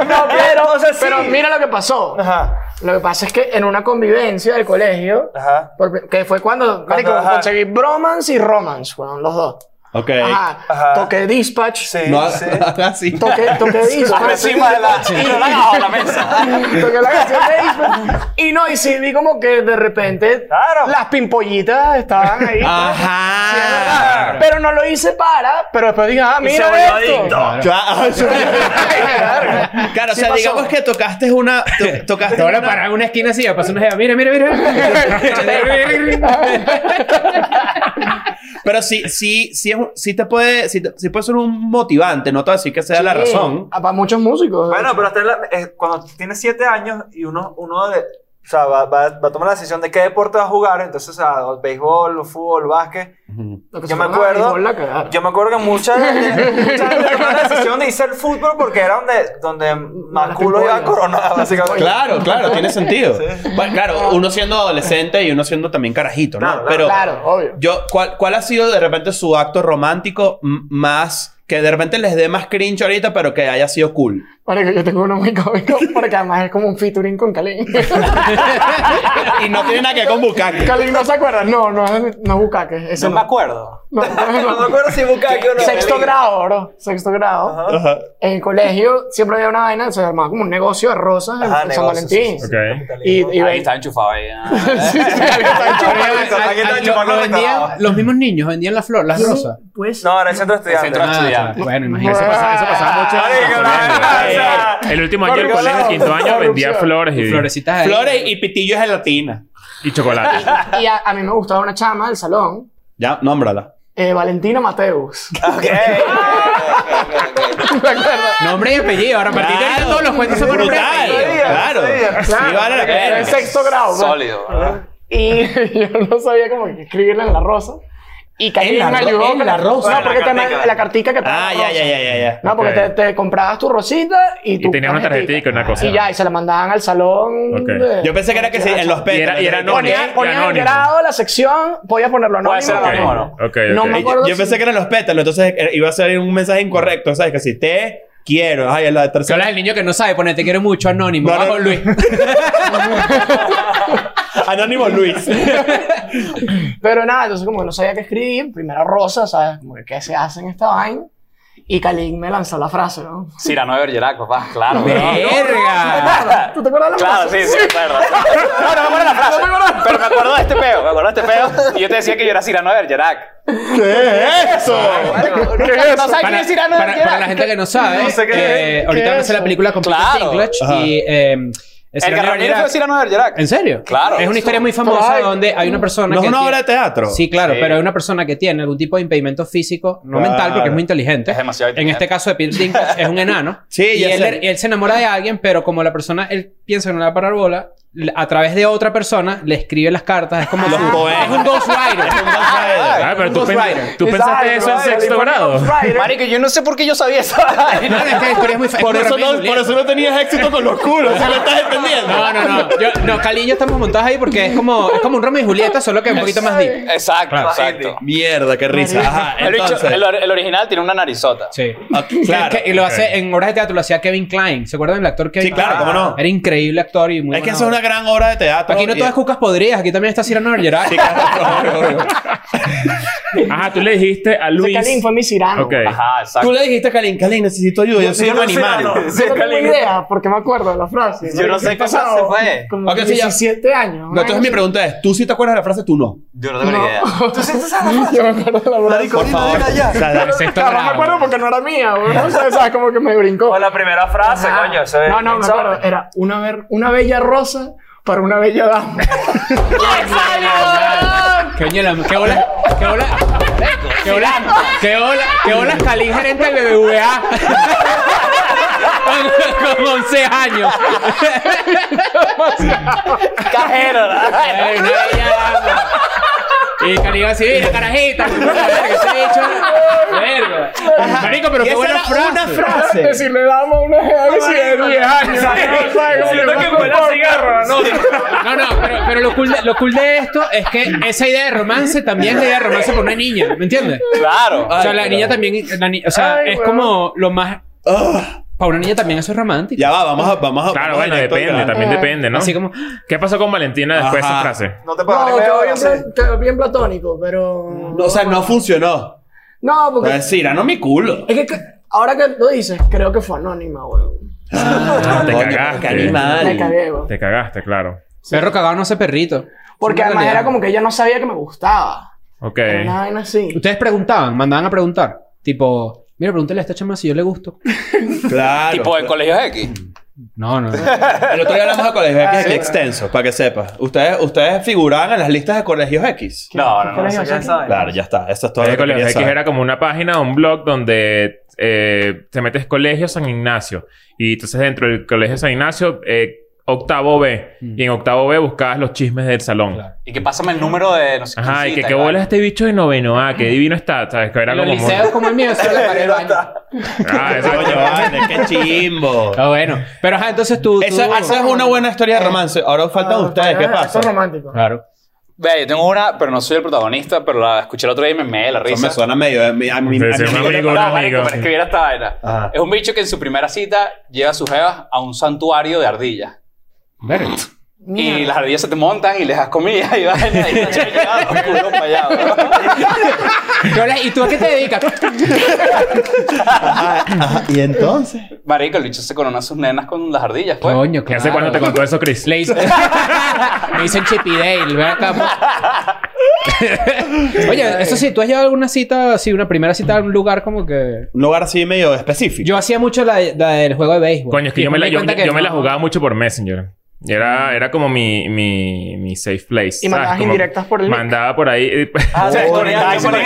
S5: No, pero,
S6: O sea, sí.
S5: pero mira lo que pasó.
S6: Ajá.
S5: Lo que pasa es que en una convivencia del colegio,
S6: Ajá.
S5: por- que fue cuando, marico,
S6: ajá.
S5: conseguí bromance y romance, fueron los dos.
S3: Ok.
S5: Ajá.
S6: Ajá.
S5: Toqué dispatch.
S6: Sí,
S3: No
S6: sí.
S3: hagas así.
S5: Toqué, toqué
S7: Por
S5: dispatch.
S7: encima de la... Y no la hagas bajo la mesa.
S5: Toqué la canción de dispatch. Y no, y sí, vi como que de repente
S6: Claro.
S5: las pimpollitas estaban ahí. Sí, es verdad.
S3: Ajá.
S5: Pero no lo hice para, pero después dije, ah,
S6: se volvió
S5: mira esto.
S6: adicto.
S3: (laughs)
S5: Claro.
S3: ah, Claro, o
S5: Sí
S3: sea,
S5: pasó.
S3: digamos que tocaste una.
S4: (laughs)
S3: to- tocaste
S4: Ahora
S3: una-
S4: para una esquina
S3: (laughs)
S4: así, pasa una jeva. Mira, mira, mira.
S3: Pero sí, sí, sí, es un- sí te puede, sí, te- sí puede ser un motivante, no te voy a decir que sea la razón. (laughs)
S5: Ah, Para muchos músicos. de
S6: Bueno,
S5: hecho.
S6: pero hasta la- eh, cuando tienes 7 años y uno, uno de, o sea, va, va- va a tomar la decisión de qué deporte va a jugar, entonces, o sea, o béisbol, o fútbol, básquet.
S5: Lo que
S6: yo
S5: se
S6: me
S5: llama
S6: acuerdo-
S5: béisbol la cagaron.
S6: Yo me acuerdo que muchas mucha gente tomaba la decisión de irse al fútbol porque era donde, donde más
S5: Las
S6: culo iba
S5: pimpollas.
S6: coronada, básicamente.
S3: Claro, claro, tiene sentido.
S6: Sí.
S3: Bueno, claro, uno siendo adolescente y uno siendo también carajito, ¿no?
S6: Claro,
S3: Pero
S5: Claro, obvio.
S3: yo, ¿cuál, ¿cuál ha sido de repente su acto romántico m- más que de repente les dé más cringe ahorita, pero que haya sido cool?
S5: Marico, yo tengo uno muy
S6: (laughs)
S5: cómico porque además es como un featuring con Kalin.
S3: y no tiene nada que ver con
S6: (laughs)
S3: Bukaki.
S5: Kalin no se acuerda. No, no es, no es bucaque. Ese
S7: No me
S5: no.
S7: acuerdo.
S5: No,
S6: No
S5: no,
S6: me
S5: no.
S6: acuerdo si Bukaki o no.
S5: Sexto grado, bro. Sexto grado.
S3: Ajá.
S5: En el colegio siempre había una vaina, se armaba como un negocio de rosas en,
S6: Ajá,
S5: en San
S6: negocio,
S5: Valentín.
S6: sí,
S2: Ok.
S5: Y, y
S7: Ahí
S5: ve-
S7: está enchufado ahí. ah.
S6: Alguien está
S4: Ah, lo-
S6: chupando
S4: lo
S6: los
S4: vendían-
S6: carabados.
S4: los mismos niños vendían las flores, las rosas.
S5: Pues,
S6: No, era el centro
S7: El
S6: estudiante.
S7: centro de
S4: Ah,
S7: estudiantes.
S4: bueno, imagínense.
S2: pasa- eso pasaba mucho. en
S6: Marico,
S2: Estados Unidos.
S6: la- o sea,
S2: El último año del
S5: corrupción.
S2: colegio, el quinto año, vendía
S5: Corrupción.
S2: flores y,
S4: Florecitas ahí.
S3: Flores y pitillo de gelatina.
S2: y chocolate.
S5: y a, a mí me gustaba una chama del salón,
S3: Ya, nómbrala.
S5: eh,
S6: (laughs)
S5: Valentina Mateus.
S4: Nombre y apellido. Ahora, a partir de ahora,
S3: Claro.
S4: todos los cuentos son con nombre y
S3: Brutal.
S4: apellido.
S3: Claro.
S6: sabía.
S3: Sí, vale la
S5: Era
S3: pena.
S5: en sexto grado. pues.
S7: (laughs) Sólido. ¿verdad?
S5: Y (laughs) yo no sabía cómo que escribirla en la rosa. Y Kalin
S3: la
S5: me
S3: ro-
S5: ayudó.
S3: en
S5: con-
S3: la rosa.
S5: No, porque
S6: En la
S5: te ma-
S6: cartica.
S5: la cartica que te
S3: Ah, ya, ya, ya, ya, ya.
S5: No, porque
S2: Ok.
S5: te, te comprabas tu rosita y tu.
S2: Y tenías una tarjetita y una cosa.
S5: Y ya, y se la mandaban al salón.
S2: Ok.
S5: de-
S3: Yo pensé que era que sí, en los
S2: Y era-
S3: pétalos.
S2: y era anónimo.
S5: Ponías ponías el
S2: Anónimo.
S5: grado, la sección, podías ponerlo anónimo.
S7: Puede ser
S2: Ok,
S7: anónimo, ¿no?
S2: ok, ok.
S5: No me acuerdo.
S3: Yo, yo pensé que eran los pétalos, entonces eh, iba a salir un mensaje incorrecto, ¿sabes? Que si te quiero. Ay, es la
S4: Si hablas
S3: tercera.
S4: del niño que no sabe, ponete te quiero mucho, anónimo.
S3: No, no,
S4: Vamos,
S3: no.
S4: Luis.
S3: Anónimo
S4: (laughs)
S3: Luis.
S5: Pero nada, entonces como que no sabía qué escribir, primero rosa, ¿sabes? Como que qué se hace en esta vaina. Y Kalin me lanzó la frase, ¿no?
S7: Cyrano de Bergerac, papá. Claro, ¿verdad?
S4: ¡Verga!
S5: ¿Tú te acuerdas de la
S7: Claro, sí,
S5: frase?
S7: sí, me acuerdo. No, no me acuerdo la frase. Pero me acuerdo de este peo, me acuerdo de este peo. Y yo te decía que yo era Cyrano de Bergerac.
S3: ¿Qué es eso?
S5: (laughs)
S7: No sabes quién
S4: Para,
S7: es Cyrano de
S4: para- para la
S7: Bergerac.
S4: gente que no sabe,
S6: No sé qué-
S4: eh,
S5: ah, qué
S4: ahorita va a
S5: es
S4: hacer la
S5: eso.
S4: película con
S7: Claro.
S4: Peter Dinklage
S3: Ajá.
S4: y eh, es
S7: El
S4: Cyrano de
S7: carabinero
S4: Bergerac.
S7: fue Cyrano de Bergerac.
S4: ¿En serio?
S7: Claro.
S4: Es una historia muy famosa donde hay una persona
S3: Mm. ¿No es
S4: que
S3: una
S4: tiene-
S3: obra de teatro? (laughs)
S4: Sí, claro,
S7: Sí.
S4: pero hay una persona que tiene algún tipo de impedimento físico, no
S3: Claro.
S4: mental, porque es muy inteligente.
S7: Es demasiado
S4: En
S7: inteligente.
S4: este caso de Peter Dinklage es un enano.
S3: (laughs) Sí,
S4: y
S3: ya
S4: él, er,
S3: sé.
S4: y él se enamora de alguien, pero como la persona, él piensa que no le va a parar bola, le- a través de otra persona le escribe las cartas. Es como
S3: Los
S4: su-
S3: poemas.
S4: Es
S3: (laughs)
S4: un ghostwriter.
S2: Ah, pero tú,
S4: Ghost
S2: pen-
S4: Rider.
S2: tú pensaste eso en sexto grado.
S7: Marico, yo no sé por qué yo sabía esa.
S4: No, no, es que la historia es muy fa- es
S3: Por
S4: muy
S3: eso,
S4: rápido,
S3: no, por eso no tenías éxito con los culos, ¿sí lo estás entendiendo?
S4: No, no, no. Yo- no, Cali y yo estamos montados ahí porque es como, es como un Romeo y Julieta, solo que un poquito más deep.
S7: (laughs) Exacto, exacto.
S3: Mierda, qué risa. Ajá,
S7: El, bicho-
S3: entonces.
S7: el or- el original tiene una narizota.
S4: Sí.
S3: Ah, claro.
S4: Que- que lo hace en obras de teatro, lo hacía Kevin Klein. ¿Se acuerdan del actor Kevin
S3: Sí, claro, cómo no.
S4: Era increíble actor y muy
S3: Es que
S4: buena
S3: eso es
S4: obra.
S3: una gran obra de teatro.
S4: Aquí no
S3: y-
S4: todas cucas podrías, aquí también está Cyrano de Bergerac.
S3: Sí, claro, obvio, obvio.
S2: Ajá, tú le dijiste a
S5: Ese
S2: Luis.
S5: Kalin fue mi cirano.
S2: Ok.
S7: Ajá,
S3: (laughs) Tú
S7: exacto.
S3: le dijiste a Kalin, Kalin, necesito ayuda, yo soy un (laughs) animal.
S5: Yo no tengo idea porque me acuerdo de la frase.
S7: Yo no
S5: He
S7: sé qué frase
S5: pasado
S7: fue.
S5: Como
S3: Ok, sí, ya.
S5: 17 años.
S3: No, entonces mi pregunta es, ¿tú sí te acuerdas de la frase? Tú no.
S7: Yo no tengo ni idea.
S5: (laughs) ¿Tú sí te sabes la frase? Yo me acuerdo de la frase.
S3: Por favor. O sea, dale.
S4: Sexto
S5: Claro, no me
S4: grado.
S5: acuerdo porque no era mía,
S7: (laughs)
S5: güey. O sea, ¿sabes? Como que me brincó.
S6: O la primera frase,
S5: Ajá.
S6: coño. eso es-
S5: no, no, me
S6: eso-
S5: acuerdo. Era una, ver- una bella rosa para una bella
S7: (laughs)
S5: dama. (laughs)
S4: Coño, la- qué hola, qué hola, qué hola, qué hola, qué hola, Calín, gerente del BBVA. (laughs) Con 11 años.
S7: Cajero, ¿verdad?
S4: Ay, no, ya, no. Y Calín así, mira, carajita. (laughs) Verga, ese bicho. Verga. Marico, pero
S3: Y
S4: qué
S3: esa
S4: buena
S3: era
S4: frase.
S3: una frase.
S5: Decirle dama a una jeva que si de 10 años. ¿sabes? ¿Sabes? Como
S6: Siento
S5: que-
S6: que huele a cigarro, ¿no?
S4: No, no, pero, pero lo, cool de, lo cool de esto es que esa idea de romance también es la idea de romance por una niña, ¿me entiendes?
S7: Claro.
S4: o sea, la
S3: Ay,
S4: niña
S3: pero-
S4: también, la ni- o sea,
S5: Ay,
S4: es
S5: weón.
S4: como lo más...
S3: Ah,
S4: Para una niña también eso es romántico.
S3: ya va, vamos a... Vamos a
S2: Claro,
S3: vamos
S2: bueno,
S3: directo al
S2: depende,
S3: grano.
S2: también depende, ¿no?
S4: Así como...
S2: ¿Qué pasó con Valentina después
S3: Ajá.
S2: de esa frase?
S6: No te
S5: No,
S6: pagaré,
S5: quedó bien,
S6: no sé.
S5: pla- quedó bien platónico, pero.
S3: No, o sea, no funcionó.
S5: No, porque.
S3: Pues sí, no mi culo.
S5: Es que que- ahora que lo dices, creo que fue anónima, weón.
S2: te
S3: Ah, Coño,
S2: cagaste.
S3: qué animal.
S5: Me cagué, weón.
S2: Te cagaste, claro.
S4: Perro cagado no hace perrito.
S5: Porque
S4: Es una
S5: además
S4: realidad.
S5: era como que ella no sabía que me gustaba.
S2: Ok.
S5: Era Una vaina así.
S4: Ustedes preguntaban, mandaban a preguntar. Tipo, mira, pregúntale a esta chama si yo le gusto.
S3: Claro.
S7: Tipo en colegios X.
S4: No, no. no.
S3: El otro día hablamos de colegios X aquí extenso, para que sepas. Ustedes, ustedes figuraban en las listas de colegios X.
S7: No, no, no.
S6: No sé quién sabe.
S3: Claro, ya está. Eso es todo.
S2: Eh,
S3: lo que
S2: Colegios
S3: quería
S2: X
S3: saber.
S2: era como una página, un blog donde eh, te metes Colegio San Ignacio. Y entonces dentro del Colegio San Ignacio, eh, octavo B. Y en octavo B buscabas los chismes del salón.
S4: Mm. Claro.
S7: Y que pásame el número de no sé quién
S2: Ajá, y
S7: cita,
S2: que qué
S7: tal.
S2: bola
S7: (laughs)
S2: este bicho de noveno A,
S4: Mm.
S2: qué divino está, ¿sabes? Que era
S4: Los
S2: como. muy-
S4: liceos como el mío solo la pared del baño.
S2: Ah,
S4: (laughs)
S3: Coño,
S2: exacto.
S3: vale, qué chimbo.
S4: Está Ah, bueno. Pero ajá, entonces tú... tú-
S3: Esa, esa es una buena historia de romance. Ahora faltan ustedes. ¿Qué
S5: Ah, Eso
S3: pasa? Ah,
S5: es romántico.
S4: Claro.
S7: Vea, yo tengo una, pero no soy el protagonista, pero la escuché el otro día y me meé de la
S3: Eso
S7: risa.
S3: me suena medio... A mí, a mí-
S2: Sí,
S3: a
S2: sí,
S3: mí-
S2: un amigo, un
S7: No, marico,
S2: amigo.
S7: Para escribir esta vaina.
S3: Ajá.
S7: Es un bicho que en su primera cita lleva a sus jevas a un santuario de ardillas. Y las ardillas se te montan y les das comida y vaina. Y el bicho llega a culo para allá, ¿no?
S4: Yo le- ¿Y tú a qué te dedicas?
S3: Ajá, ajá. ¿Y entonces?
S7: Marico, el bicho se corona a sus nenas con las ardillas, pues.
S4: Coño,
S2: ¿Qué
S4: claro.
S2: hace cuando te contó eso, Chris?
S4: Le hice- Me dicen Chippy Dale. Ven acá. pues. Oye, eso sí, ¿tú has llevado alguna cita, así, una primera cita a un lugar como que...?
S3: Un lugar así medio específico.
S4: Yo hacía mucho la, la del juego de béisbol.
S2: Coño, es que
S4: Y
S2: yo me, la, yo,
S4: di cuenta que
S2: yo me la
S4: no. Mm.
S2: jugaba mucho por Messenger. Era, era como mi, mi, mi safe place.
S5: Y
S2: ¿sabes?
S5: mandabas
S2: Como
S5: indirectas por el link.
S2: Mandaba por ahí. (laughs)
S6: Ah, se
S7: conectada,
S6: ponían se ponían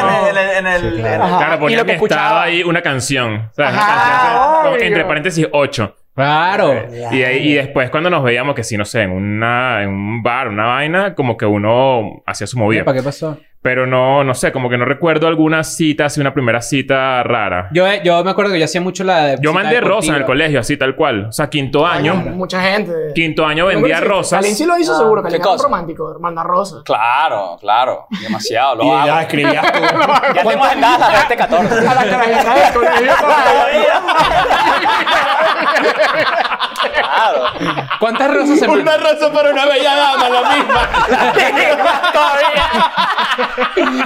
S6: indirectas en el- en el- en el- en el...
S5: Ajá.
S2: Claro,
S5: Ah, y
S2: ponía
S5: lo
S2: que
S5: que
S2: estaba
S5: escuchaba.
S2: ahí una canción. ¿sabes? Una
S5: Ajá,
S2: canción,
S5: obvio. Oh,
S2: entre paréntesis, 8.
S4: Claro.
S2: Y, ahí- y después cuando nos veíamos, que sí, no sé, en, una, en un bar, una vaina, como que uno hacía su movida.
S4: ¿Para qué pasó?
S2: Pero no, no sé, como que no recuerdo alguna cita, así una primera cita rara. Yo,
S4: Yo, eh, yo me acuerdo que yo hacía mucho la de... cita
S2: mandé rosa en el
S4: deportiva.
S2: colegio, así tal cual. O sea, quinto
S5: Ay,
S2: año.
S5: Mucha gente.
S2: Quinto año
S5: Seguro
S2: vendía
S5: que sí. Kalin
S2: rosas.
S5: sí lo hizo
S7: Ah,
S5: seguro.
S7: ¿qué
S5: Kalin era un
S7: cosa?
S5: romántico. Manda rosas.
S7: Claro, claro. Demasiado.
S3: Y
S7: Lo
S3: ya
S7: hago.
S3: escribías
S4: (laughs)
S3: tú.
S7: Ya tengo agendadas las este 20, 14.
S5: A la carajita del colegio.
S6: (laughs)
S7: Claro.
S4: ¿Cuántas rosas se
S3: Una razón para una bella dama, la
S4: (laughs)
S3: misma.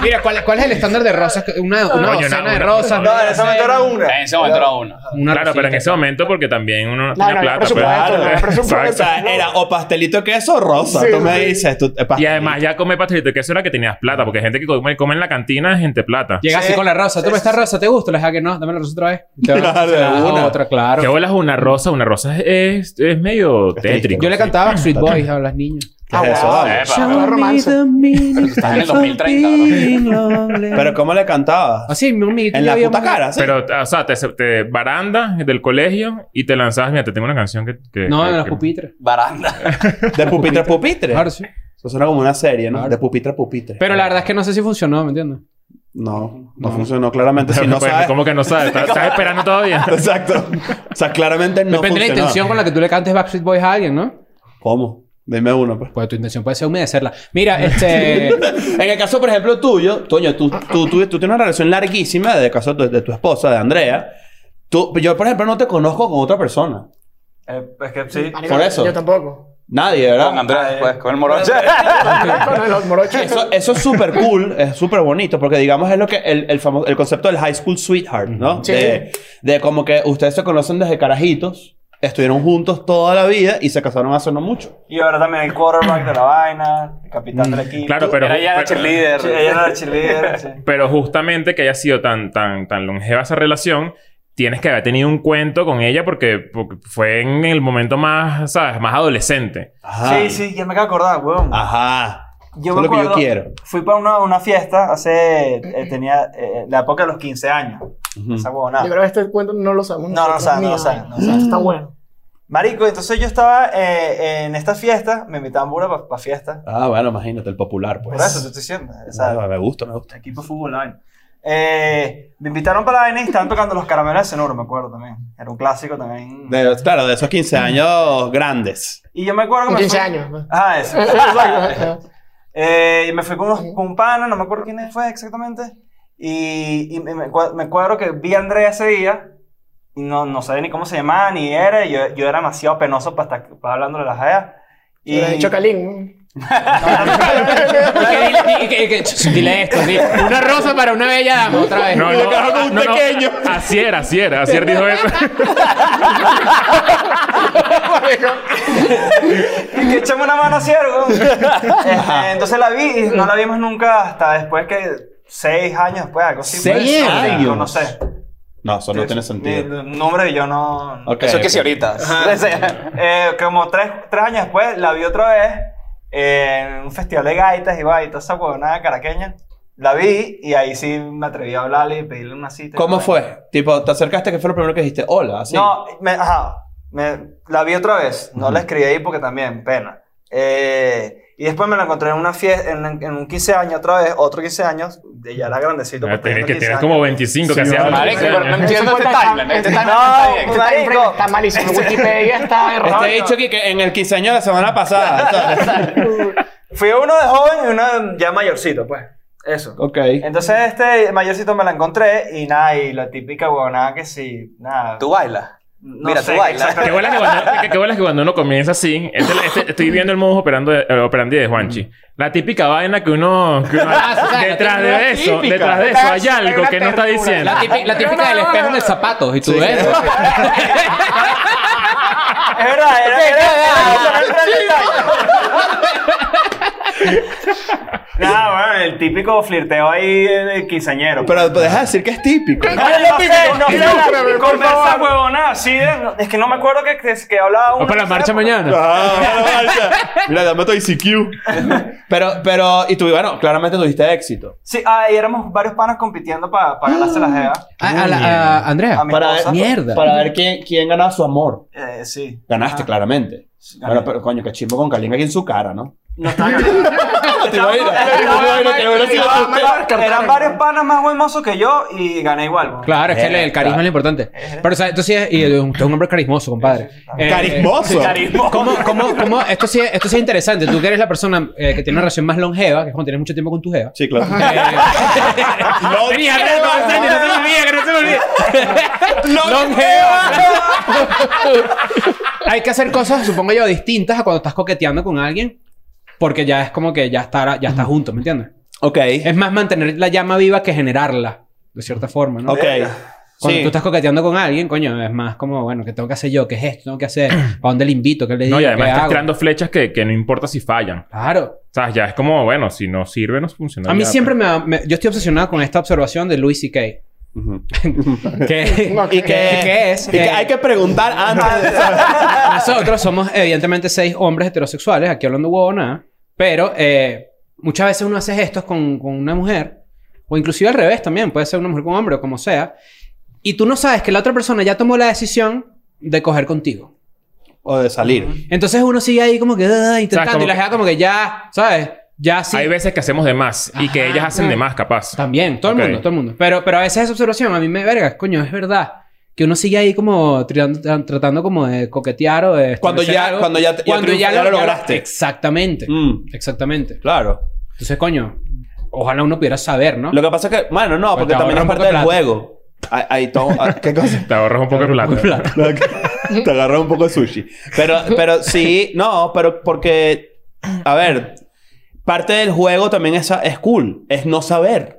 S4: Mira, ¿cuál, cuál es el estándar de rosas? que- Una, una
S2: Coño,
S4: docena
S2: una-
S4: de
S2: una-
S4: rosas.
S6: No, en ese momento era una.
S7: En ese momento era una.
S4: Una
S2: Claro, pero en
S4: rosita.
S2: ese momento, porque también uno no
S5: Claro,
S2: tiene
S5: no hay
S2: plata. pues. pero-
S5: presupuesto, no hay
S2: Exacto.
S5: presupuesto.
S3: O sea, era o pastelito de queso o rosa.
S5: Sí,
S3: tú me
S5: sí.
S3: dices. Tú, eh,
S2: Y
S3: pastelito.
S2: además ya come pastelito, que eso era que tenías plata, porque gente que come, come en la cantina es gente plata.
S4: Llega así
S6: Sí,
S4: con la rosa.
S6: sí,
S4: Toma esta
S6: sí,
S4: rosa, ¿te gusta? Le dije que no, dame la rosa otra vez. Y te va-
S3: Claro,
S4: se la
S3: de
S4: daba
S3: una.
S4: Otra, claro.
S2: ¿Qué bolas una rosa? Una rosa es, es, es medio
S3: triste.
S2: tétrico.
S4: Yo le cantaba Sweet Boys a las niñas.
S3: ¿Qué es eso,
S5: Ah,
S3: dama?
S7: Epa.
S5: Show me the
S7: Pero tú estás en el 2030,
S3: Pero ¿cómo le cantabas?
S4: Así, mi amiguito.
S3: En
S4: yo
S3: la
S4: había-
S3: puta cara, ¿sí?
S2: Pero, o sea, te, te baranda del colegio y te lanzabas. Mira, te tengo una canción que. que-
S4: No,
S2: que-
S4: en los
S2: que-
S4: pupitres.
S7: Baranda.
S3: De pupitre a pupitre.
S4: Claro, sí.
S3: Eso suena como una serie, ¿no?
S4: Claro.
S3: De pupitre a pupitre.
S4: Pero la verdad es que no sé si funcionó, ¿me entiendes?
S3: No, no funcionó claramente.
S4: (laughs)
S3: Si
S2: Pero, (laughs)
S3: no
S2: pues,
S3: sabes...
S2: ¿Cómo que no sabes? ¿Estás, estás esperando todavía?
S3: (laughs) Exacto. O sea, claramente no
S4: Depende de la
S3: funcionó.
S4: intención con la que tú le cantes Backstreet Boys a alguien, ¿no?
S3: ¿Cómo? Dime uno, pues.
S4: Pues tu intención puede ser humedecerla. Mira,
S3: (laughs)
S4: este...
S3: En el caso, por ejemplo, tuyo, Toño, tú, tú, tú, tú tienes una relación larguísima, de caso de, de tu esposa, de Andrea. Tú, yo, por ejemplo, no te conozco con otra persona.
S6: Eh, Es que sí.
S5: Marico,
S3: Por eso. (laughs)
S5: Yo tampoco.
S3: Nadie, ¿verdad?
S7: Con Andrés, pues, con el morón.
S5: (laughs) Con los morochos.
S3: Eso, eso es súper cool, es súper bonito, porque digamos es lo que el, el, famo- el concepto del high school sweetheart, ¿no?
S5: Sí.
S3: De, de como que ustedes se conocen desde carajitos, estuvieron juntos toda la vida y se casaron hace no mucho.
S6: (laughs) Y ahora también el quarterback de la vaina, el capitán del equipo.
S2: Claro, pero.
S7: Era ya la
S2: pero-
S7: cheerleader.
S6: Sí, ella era la (laughs) cheerleader, sí.
S2: Pero justamente que haya sido tan, tan, tan longeva esa relación, tienes que haber tenido un cuento con ella porque, porque fue en el momento más, ¿sabes? Más adolescente.
S3: Ajá.
S6: Sí, sí, ya me acabo de acordar, weón.
S3: Ajá.
S6: Yo
S3: Eso
S6: me
S3: es lo que yo
S6: acuerdo-
S3: quiero.
S6: Fui para una, una fiesta hace. eh, tenía eh, la época de los 15 años. Esa huevonada.
S5: Yo creo que este cuento no lo sabemos.
S6: No, no
S5: nosotros,
S6: saben, no
S5: ni
S6: saben,
S5: nada.
S6: no saben. (laughs)
S5: Está bueno.
S6: Marico, entonces yo estaba eh, en esta fiesta, me invitaban pura para fiesta.
S3: Ah, bueno, imagínate, el popular, pues.
S6: Por eso te estoy diciendo. o sea,
S3: Ah, me gusta, me gusta.
S6: equipo de fútbol, la vaina. Eh, me invitaron para la vaina y estaban tocando los caramelos de cenuro, me acuerdo también. Era un clásico también.
S3: De- claro, de esos 15 años grandes.
S6: Y yo me acuerdo que
S5: Con
S6: me
S5: 15
S6: fui-
S5: años. pues.
S6: Ah, eso. (laughs) Exacto. Eh, y me fui con, unos, con un pana, no me acuerdo quién fue exactamente. Y, y me, me cua- me acuerdo que vi a Andrea ese día. Y no, no sabía ni cómo se llamaba, ni era. y Yo, yo era demasiado penoso para estar para hablándole a las jaya.
S5: Y
S6: Y
S5: he dicho Kalin.
S4: Y que dile- y que- y que- ch- dile esto, sí. Una rosa para una bella dama, otra vez.
S2: No,
S3: Y le cagó con un pequeño.
S2: Así era, así era. Así era,
S3: (laughs)
S2: dijo eso.
S6: Y que echame una mano así,
S3: (laughs)
S6: algo. Este, entonces la vi y no la vimos nunca hasta después que seis años después, algo así.
S3: ¿Seis
S6: pues, o cinco,
S3: años?
S6: No sé.
S3: No, eso no tiene sentido.
S6: Ni- Nombres y yo no.
S3: Ok.
S7: Eso es que si ahorita.
S6: Ajá. Eh, como tres, tres años después, la vi otra vez eh, en un festival de gaitas y va, y toda esa huevonada caraqueña. La vi y ahí sí me atreví a hablarle y pedirle una cita.
S3: ¿Cómo fue? Tipo, te acercaste, ¿qué fue lo primero que dijiste? Hola, así.
S6: No, me- ajá. me- la vi otra vez. No la escribí ahí porque también, pena. Eh, y después me la encontré en una fiesta, en, en un 15 años otra vez, otro 15 años. de- Ya era grandecito.
S2: Ah,
S6: pues,
S2: Tienes
S6: teniendo
S2: que
S6: 15
S2: tienes
S6: años.
S2: como 25 que
S3: Sí,
S2: hacías.
S3: vale.
S7: Marico, pero no entiendo este
S5: cuenta-
S7: timeline. Este
S5: este-
S7: timeline
S6: No,
S7: no está
S5: Está,
S6: marico.
S5: infra- está malísimo. Wikipedia está errado.
S3: Este dicho aquí que en el quinceañero la semana pasada. (laughs)
S6: Fui uno de joven y uno ya mayorcito, pues. Eso.
S3: ok.
S6: Entonces este mayorcito me la encontré y nada, y la típica huevonada que sí, nada.
S7: bien. Tú bailas.
S6: no
S7: mira,
S6: sé
S7: tú bailas.
S2: Qué
S6: exactamente.
S2: bolas que cuando, qué- qué bolas que cuando uno comienza así. este- este- estoy viendo el modus operando de, eh, operandi de Juanchi. La típica vaina que uno. que uno-
S4: Ah, sí, claro,
S2: detrás
S4: la
S2: de eso,
S4: típica.
S2: detrás de eso, hay algo que no está diciendo.
S4: La, típi- la típica del espejo en el zapato. Y tú ves.
S6: Es verdad, era, era, era- era- Nada, bueno, el típico flirteo ahí del quinceañero.
S3: Pero deja de decir que es típico.
S6: no sé, no sé, con esa huevonada, sí, de- es que no me acuerdo que, que, que hablaba uno.
S2: O para la
S6: de esa
S2: marcha
S6: época.
S2: mañana.
S3: Ah, Mira, dame tu ICQ. (laughs) pero, pero, y tú, bueno, claramente tuviste éxito.
S6: Sí, ahí éramos varios panas compitiendo para ganarse la jeva.
S4: Ah, a la- a Andrea.
S6: A mi esposa.
S4: Mierda.
S3: Para ver quién, quién ganaba su amor.
S6: Eh, sí.
S3: Ganaste, claramente. Bueno, pero coño, qué chismo con Kalinga aquí en su cara, ¿no?
S6: No estaba Eran varios panas más hermosos que yo y gané igual. güey.
S4: Claro, es que el, el carisma es lo importante. Pero, ¿sabes? Tú sí es, y tú eres un hombre carismoso, compadre. Eh,
S3: Carismoso.
S6: Carisma.
S4: ¿Cómo, cómo, cómo? Esto sí, es- esto sí es interesante. Tú que eres la persona eh, que tiene una relación más longeva, que es cuando tienes mucho tiempo con tu jeva.
S3: Sí, claro. (laughs)
S2: No, tenía que no se me olvide, que no se me olvide.
S4: ¡Longeva! Hay que hacer cosas, supongo yo, distintas a cuando estás coqueteando con alguien. Porque ya es como que ya está, ya está juntos, ¿me entiendes?
S3: ok.
S4: Es más mantener la llama viva que generarla, de cierta forma, ¿no?
S3: Ok.
S4: Cuando
S3: Sí.
S4: tú estás coqueteando con alguien, coño, es más como, bueno, ¿qué tengo que hacer yo? ¿Qué es esto? ¿Tengo que hacer? ¿Para dónde le invito? ¿Qué le digo?
S2: No, y además
S4: ¿Qué
S2: estás
S4: hago?
S2: tirando flechas que, que no importa si fallan.
S4: Claro.
S2: O sea, ya es como, bueno, si no sirve, no funciona.
S4: A mí
S2: ya,
S4: siempre me, ha- me- Yo estoy obsesionado con esta observación de
S2: (laughs)
S4: Louis C.K.
S3: Ujú.
S4: (laughs) que,
S3: Y que,
S4: que es...
S3: y que
S4: eh,
S3: hay que preguntar antes de
S4: Nosotros somos evidentemente seis hombres heterosexuales, aquí hablando huevonada, pero eh, muchas veces uno hace gestos con, con una mujer, o inclusive al revés también, puede ser una mujer con hombre o como sea, y tú no sabes que la otra persona ya tomó la decisión de coger contigo.
S3: o de salir.
S4: Entonces uno sigue ahí como que ah, intentando
S2: como
S4: y la
S2: que-
S4: gente como que ya, ¿sabes? Ya sí.
S2: Hay veces que hacemos de más y que
S4: Ajá.
S2: ellas hacen de más, capaz.
S4: También, todo
S2: Ok.
S4: el mundo, todo el mundo. Pero, pero a veces esa observación a mí me verga, coño, es verdad. Que uno sigue ahí como tirando- tra- tratando como de coquetear o de...
S3: Cuando
S4: establecer
S3: ya-
S4: algo.
S3: cuando ya te- ya
S4: cuando
S3: triunfa-
S4: ya,
S3: ya
S4: lo,
S3: lo
S4: ya
S3: lograste.
S4: Exactamente.
S3: Mm,
S4: Exactamente.
S3: claro.
S4: Entonces, coño, ojalá uno pudiera saber, ¿no?
S3: Lo que pasa es que, bueno, no,
S4: Pues
S3: porque
S4: te
S3: también
S4: ahorra
S3: es
S4: un
S3: parte
S4: poco de
S3: del
S4: plata.
S3: juego. Hay, hay todo. ah, (laughs) ¿Qué cosa?
S2: Te ahorras un poco de plata.
S4: Plata.
S3: Te agarró un poco de sushi. Pero, pero sí, no, pero porque, a ver, parte del juego también es, es cool, es no saber.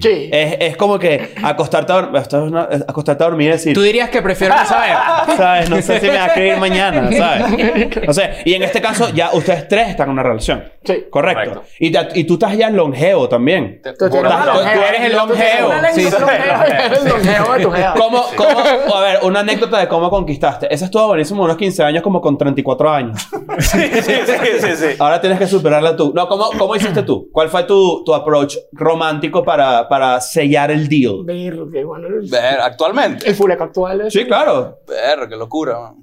S5: Sí.
S3: Es, es como que acostarte a, dor- esto es una- es acostarte a dormir y decir,
S4: Tú dirías que prefiero no saber.
S3: ¿sabes? No sé si me va a escribir mañana,
S2: (laughs)
S3: ¿sabes? O sea, y en este caso ya ustedes tres están en una relación.
S5: Sí.
S3: Correcto.
S7: Correcto.
S3: Y, te- y tú estás ya en longevo también.
S5: Tú tienes
S3: Estás-
S5: una
S3: tú-
S5: lonjeva.
S3: tú eres el
S5: Tú tienes
S3: longevo.
S5: una lengua
S4: Sí, sí.
S5: lonjeva. Eres el longevo de tu jeva.
S3: ¿Cómo, cómo, a ver, una anécdota de cómo conquistaste. Esa estuvo buenísimo unos 15 años, como con 34 años.
S7: Sí, sí, sí, sí.
S3: Ahora tienes que superarla tú. No, ¿cómo, cómo hiciste tú? ¿Cuál fue tu, tu approach romántico para, para sellar el deal?
S5: Verga, bueno, el,
S7: Ver, actualmente.
S5: el fuleco actual es...
S3: Sí, claro.
S7: Ver, qué locura, man.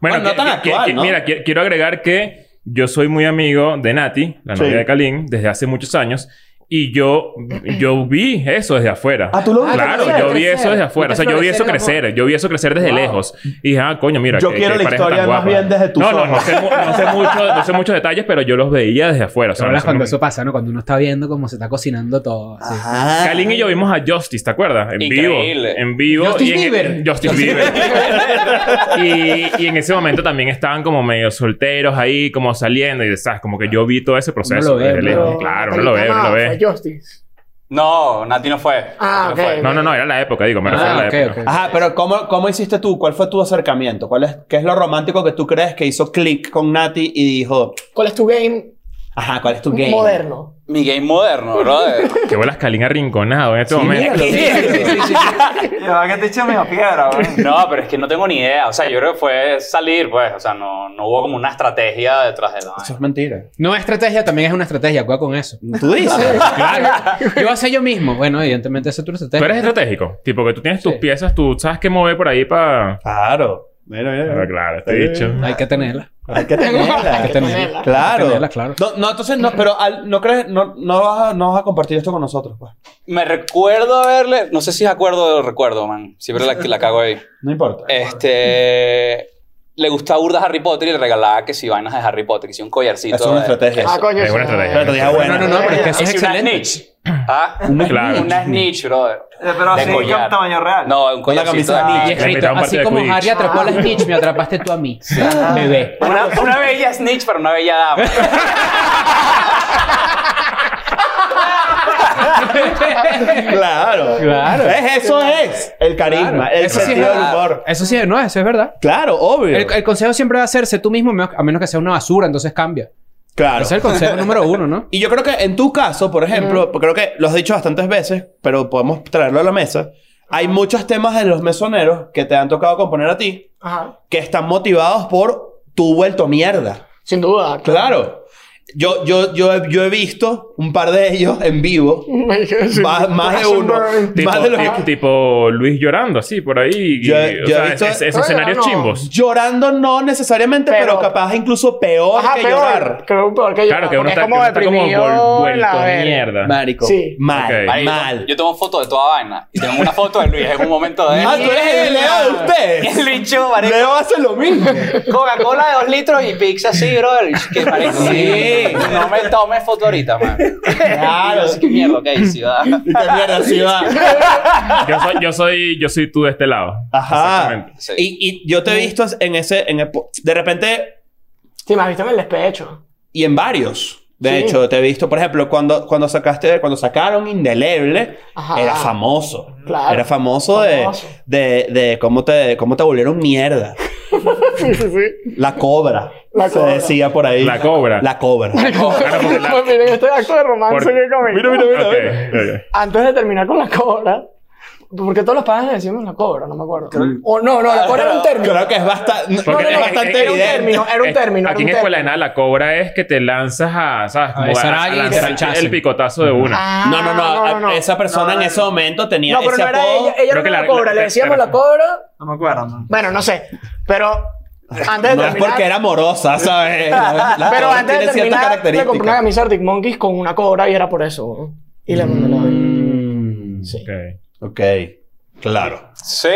S2: Bueno,
S3: Bueno,
S2: que-
S3: no tan
S2: que-
S3: actual,
S2: que-
S3: ¿no?
S2: Mira, qui- quiero agregar que yo soy muy amigo de Nati, la novia
S3: Sí.
S2: de Kalin, desde hace muchos años. Y yo, yo vi eso desde afuera.
S3: Ah, tú lo viste.
S2: Claro,
S5: crecer,
S2: yo vi
S5: crecer.
S2: eso desde afuera. O sea, yo vi eso
S5: Florecer el
S2: crecer. Yo vi eso crecer desde lejos. Y dije, ah, coño, mira.
S3: Yo
S2: qué-
S3: quiero
S2: qué
S3: la
S2: pareja tan
S3: historia más
S2: guapa.
S3: bien desde tus
S2: no, no, no
S3: ojos.
S2: sé, mu- no sé mucho, no sé muchos detalles, pero yo los veía desde afuera. O sea,
S4: hablas
S2: no sé
S4: cuando
S2: cómo-
S4: eso pasa, ¿no? Cuando uno está viendo cómo se está cocinando todo. así.
S3: Ajá.
S2: Kalin y yo vimos a Justice, ¿te acuerdas? En
S7: Increíble.
S2: vivo. En vivo.
S4: Justice
S2: y en-
S4: Bieber.
S2: Justice Bieber. y, y en ese momento también estaban como medio solteros ahí, como saliendo y ¿sabes? Como que yo vi todo ese proceso.
S4: Uno lo ve,
S2: desde
S4: uno
S2: lejos.
S4: lo ve.
S2: Claro, no lo ve, no lo ve.
S5: Fue Justice.
S7: No, Nati no fue.
S5: Ah,
S7: Nati no
S5: ok.
S2: No, no, no, era la época, digo, me refiero a
S4: Ah,
S2: la
S4: ok,
S2: época.
S4: ok.
S3: Ajá, pero ¿cómo, ¿cómo hiciste tú? ¿Cuál fue tu acercamiento? ¿Cuál es, ¿Qué es lo romántico que tú crees que hizo click con Nati y dijo,
S5: ¿Cuál es tu game?
S3: Ajá, ¿cuál es tu game?
S5: Moderno.
S7: Mi game moderno, brother.
S2: Qué bolas Calín arrinconado en este momento.
S4: (laughs) Sí, sí, sí, sí.
S6: Ya va que te eché medio
S7: (laughs)
S6: piedra, güey.
S7: No, pero es que no tengo ni idea. O sea, yo creo que fue salir, pues. O sea, no, no hubo como una estrategia detrás de la
S3: Eso
S7: vaina.
S3: es mentira.
S4: No estrategia también es una estrategia. Cuidado con eso.
S3: ¿Tú
S4: (laughs)
S3: dices? (laughs)
S4: Claro. Yo hacer yo mismo. Bueno, evidentemente esa es tu
S2: Tú
S4: estrategia.
S2: eres estratégico. Tipo que tú tienes tus
S4: Sí.
S2: piezas, tú sabes qué mover por ahí para...
S3: claro. Mira, mira, mira.
S2: claro, este dicho.
S4: Hay que tenerla.
S3: (laughs) Hay que tenerla.
S4: Hay que tenerla. Hay
S3: Claro.
S4: que tenerla, claro.
S3: No, no, entonces, no, pero al- no crees, no, no, vas a, no vas a compartir esto con nosotros, pues.
S7: Me recuerdo haberle. No sé si es acuerdo o recuerdo, man. Siempre la, la cago ahí.
S3: No importa.
S7: Este. Le gustaba burda Harry Potter y le regalaba que si vainas de Harry Potter, que si un collarcito.
S3: Eso es una
S7: de-
S3: estrategia.
S5: Ah, coño.
S2: Es buena
S5: sí.
S2: estrategia.
S3: Pero te dije, bueno.
S4: No, no, no, pero es que eso es
S7: Es una
S4: excelente.
S7: snitch. ¿Ah?
S2: Claro.
S7: Una snitch, brother.
S6: Eh, Pero
S7: De
S6: así,
S7: collar.
S6: con tamaño real.
S7: No, un collarcito
S3: camisa
S4: Y
S7: de snitch.
S4: escrito,
S2: invitaron parte
S4: así
S2: de
S4: como
S2: Quidditch.
S4: Harry atrapó a la snitch, me atrapaste tú a mí. Bebé.
S7: Una, una bella snitch para una bella dama.
S3: Claro.
S4: Claro.
S3: ¿Ves? Eso es el carisma,
S4: Claro.
S3: el
S4: Eso sí es
S3: sentido del
S4: verdad.
S3: humor.
S4: Eso sí, no, eso es verdad.
S3: Claro, obvio.
S4: El, el consejo siempre va a ser sé tú mismo, a menos que sea una basura, entonces cambia.
S3: claro.
S4: Ese es el consejo número uno, ¿no?
S3: Y yo creo que en tu caso, por ejemplo,
S5: Mm.
S3: creo que lo has dicho bastantes veces, pero podemos traerlo a la mesa. Hay muchos temas de los mesoneros que te han tocado componer a ti
S5: Ajá.
S3: que están motivados por tu vuelto mierda.
S5: Sin duda.
S3: Claro. Yo, yo, yo, yo he visto un par de ellos en vivo.
S5: (laughs)
S3: Va- más de uno.
S2: Tipo,
S3: Más de los
S2: ti- tipo Luis llorando así por ahí. y-
S3: Yo-
S2: o
S3: yo
S2: sea,
S3: he visto-
S2: es- esos
S5: Bueno,
S2: escenarios
S5: no.
S2: chimbos.
S3: Llorando no necesariamente, pero,
S5: Pero-
S3: capaz incluso peor
S5: Ajá,
S3: que
S5: peor.
S3: llorar.
S5: Creo que peor que llorar.
S2: Claro, que uno
S5: porque
S2: está
S5: es como
S2: que uno está como
S5: deprimido.
S2: vol-
S5: en la
S2: vuelto
S5: verga.
S2: mierda.
S3: Marico.
S5: Sí.
S3: Mal.
S2: Ok.
S7: Ahí, yo-
S3: Mal.
S7: Yo tomo fotos de toda vaina. Y tengo una foto de Luis en un momento de.
S3: Ah, tú eres el
S5: (laughs)
S3: Leo de
S7: El
S3: ustedes.
S7: bicho, marico.
S3: Leo hace lo mismo.
S7: Coca-Cola de 2 litros y pizza así, bro. Que marico.
S3: Sí.
S7: No me tomes foto ahorita, man.
S3: Claro. (laughs)
S7: Así que mierda, ok, sí, va.
S3: Y qué mierda, sí va.
S2: Yo soy, yo soy, yo soy tú de este lado.
S3: Ajá.
S2: Exactamente.
S7: Sí.
S3: Y, y yo te he visto en ese. En el po- de repente,
S5: Sí, me has visto en el despecho.
S3: y en varios. De
S5: Sí.
S3: hecho, te he visto, por ejemplo, cuando, cuando sacaste, cuando sacaron Indeleble,
S5: Ajá.
S3: era famoso.
S5: Claro.
S3: Era famoso, de-
S5: Famoso.
S3: De, de, cómo te cómo te volvieron mierda.
S5: (laughs) Sí, sí, sí.
S3: La cobra.
S5: La
S3: se
S5: cobra.
S3: decía por ahí.
S2: La cobra.
S3: La cobra.
S2: Claro,
S5: (laughs)
S2: porque la-
S5: Pues miren, este acto de romance
S2: Por-
S5: que comí.
S3: Mira, mira, mira.
S2: Ok, ok.
S5: Antes de terminar con la cobra, porque todos los padres le decimos la cobra, no me acuerdo. O no, no, la cobra era un término.
S3: Creo que es, bastante no,
S2: Porque
S3: es
S2: es-
S3: bastante
S2: era un
S3: evidente.
S5: término, era un
S2: Es-
S5: término.
S2: Aquí en
S5: era un
S2: Escuela de
S5: término.
S2: Nada la cobra es que te lanzas a, ¿sabes? Como
S4: besar a alguien y te
S2: lanzar
S4: rechacen.
S2: el picotazo de una.
S5: Ah,
S3: no, no, no,
S5: no, no.
S3: Esa persona en ese momento tenía
S5: No, pero
S3: ese
S5: no era
S3: apodo.
S5: ella, ella
S2: Creo
S5: no
S2: que
S5: era
S2: la-
S5: la cobra,
S2: la-
S5: le decíamos
S2: la-
S5: la cobra.
S6: No me acuerdo, man.
S5: Bueno, no sé, pero antes de
S3: No es
S5: terminar,
S3: porque era amorosa,
S5: (laughs)
S3: ¿sabes? La- la
S5: pero
S3: cobra
S5: antes de
S3: tiene cierta
S5: terminar le compré una
S3: característica.
S5: camisa Arctic Monkeys con una cobra y era por eso. ¿no? Y le mandé la vaina.
S3: Mm,
S5: Sí.
S2: Ok.
S3: Ok.
S5: (laughs)
S3: Claro.
S6: (laughs)
S7: Sí.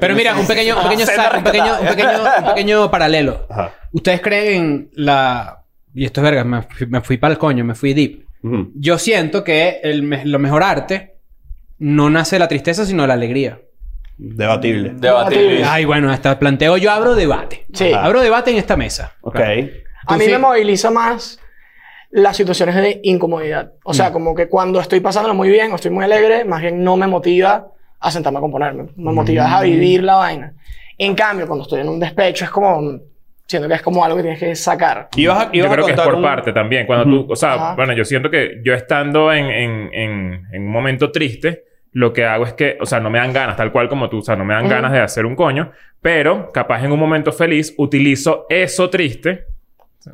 S4: Pero mira, un pequeño, un pequeño,
S7: Senda
S4: sa- un pequeño, un pequeño, un pequeño paralelo.
S3: Ajá.
S4: ¿Ustedes creen la... Y esto es verga, me fui, me fui para el coño, me fui deep.
S3: Ujú.
S4: Yo siento que el, me- lo mejor arte no nace de la tristeza, sino de la alegría.
S3: Debatible.
S7: Debatible.
S4: Ay, bueno, hasta planteo yo abro debate.
S5: Sí.
S3: Ah,
S4: Abro debate en esta mesa.
S3: Ok.
S5: A mí
S4: sí.
S5: me moviliza más las situaciones de incomodidad. O
S4: Mm.
S5: sea, como que cuando estoy pasándolo muy bien o estoy muy alegre, más bien no me motiva a sentarme a componerme. Me motiva
S4: Mm.
S5: a vivir la vaina. En cambio, cuando estoy en un despecho, es como... Siento que es como algo que tienes que sacar.
S3: Ibas a- ibas
S2: Yo
S3: a
S2: creo que es
S3: contar
S2: por
S3: un-
S2: parte también. Cuando tú, o sea,
S5: Ajá.
S2: bueno, yo siento que yo estando en, en, en, en un momento triste, lo que hago es que, o sea, no me dan ganas, tal cual como tú, o sea, no me dan
S5: Ujú.
S2: ganas de hacer un coño, pero capaz en un momento feliz utilizo eso triste.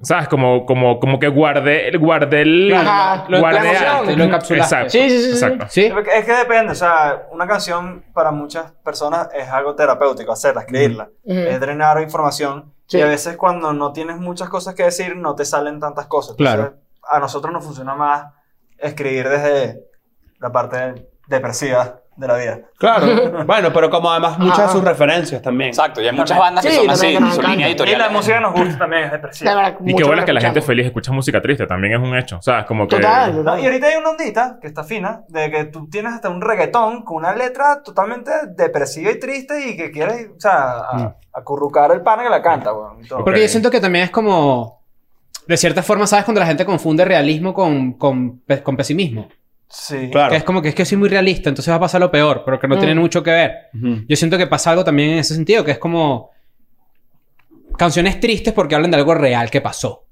S2: ¿Sabes? Como, como, como que guardé, guardé el...
S5: Ajá,
S4: lo
S2: guardé
S5: encapsulaste,
S2: algo.
S4: lo encapsulaste.
S2: Exacto.
S5: Sí, sí, sí, sí.
S2: Exacto.
S4: ¿Sí?
S6: Es que depende, o sea, una canción para muchas personas es algo terapéutico, hacerla, escribirla.
S5: Ujú.
S6: Es drenar información.
S5: Sí.
S6: Y a veces cuando no tienes muchas cosas que decir, no te salen tantas cosas.
S4: Claro.
S6: Entonces, a nosotros nos funciona más escribir desde la parte depresiva de la vida.
S5: (laughs)
S3: Claro. bueno, pero como además muchas de
S5: Ajá.
S3: sus referencias también.
S7: Exacto, y hay muchas bandas que
S5: Sí,
S7: son
S5: también
S7: así,
S5: que nos
S7: son
S5: encanta.
S7: línea
S6: Y la
S7: editorial.
S6: música que nos gusta también es depresiva.
S5: De verdad,
S2: Y qué
S5: mucho
S2: bueno que la gente
S5: escuchamos.
S2: feliz escucha música triste. También es un hecho. O sea, es como que...
S5: Total,
S6: No,
S5: total.
S6: y ahorita hay una ondita que está fina, de que tú tienes hasta un reggaetón con una letra totalmente depresiva y triste y que quieres, o sea, a- acurrucar el pana que la canta, weón. y todo.
S4: Porque
S2: Mm. Ok.
S4: yo siento que también es como... De cierta forma, ¿sabes? Cuando la gente confunde realismo con, con, pe- con pesimismo.
S6: Sí.
S3: Claro.
S4: Que es como que es que soy muy realista, entonces va a pasar lo peor, pero que no tiene mucho que ver.
S3: Ujú.
S4: Yo siento que pasa algo también en ese sentido, que es como... Canciones tristes porque hablan de algo real que pasó.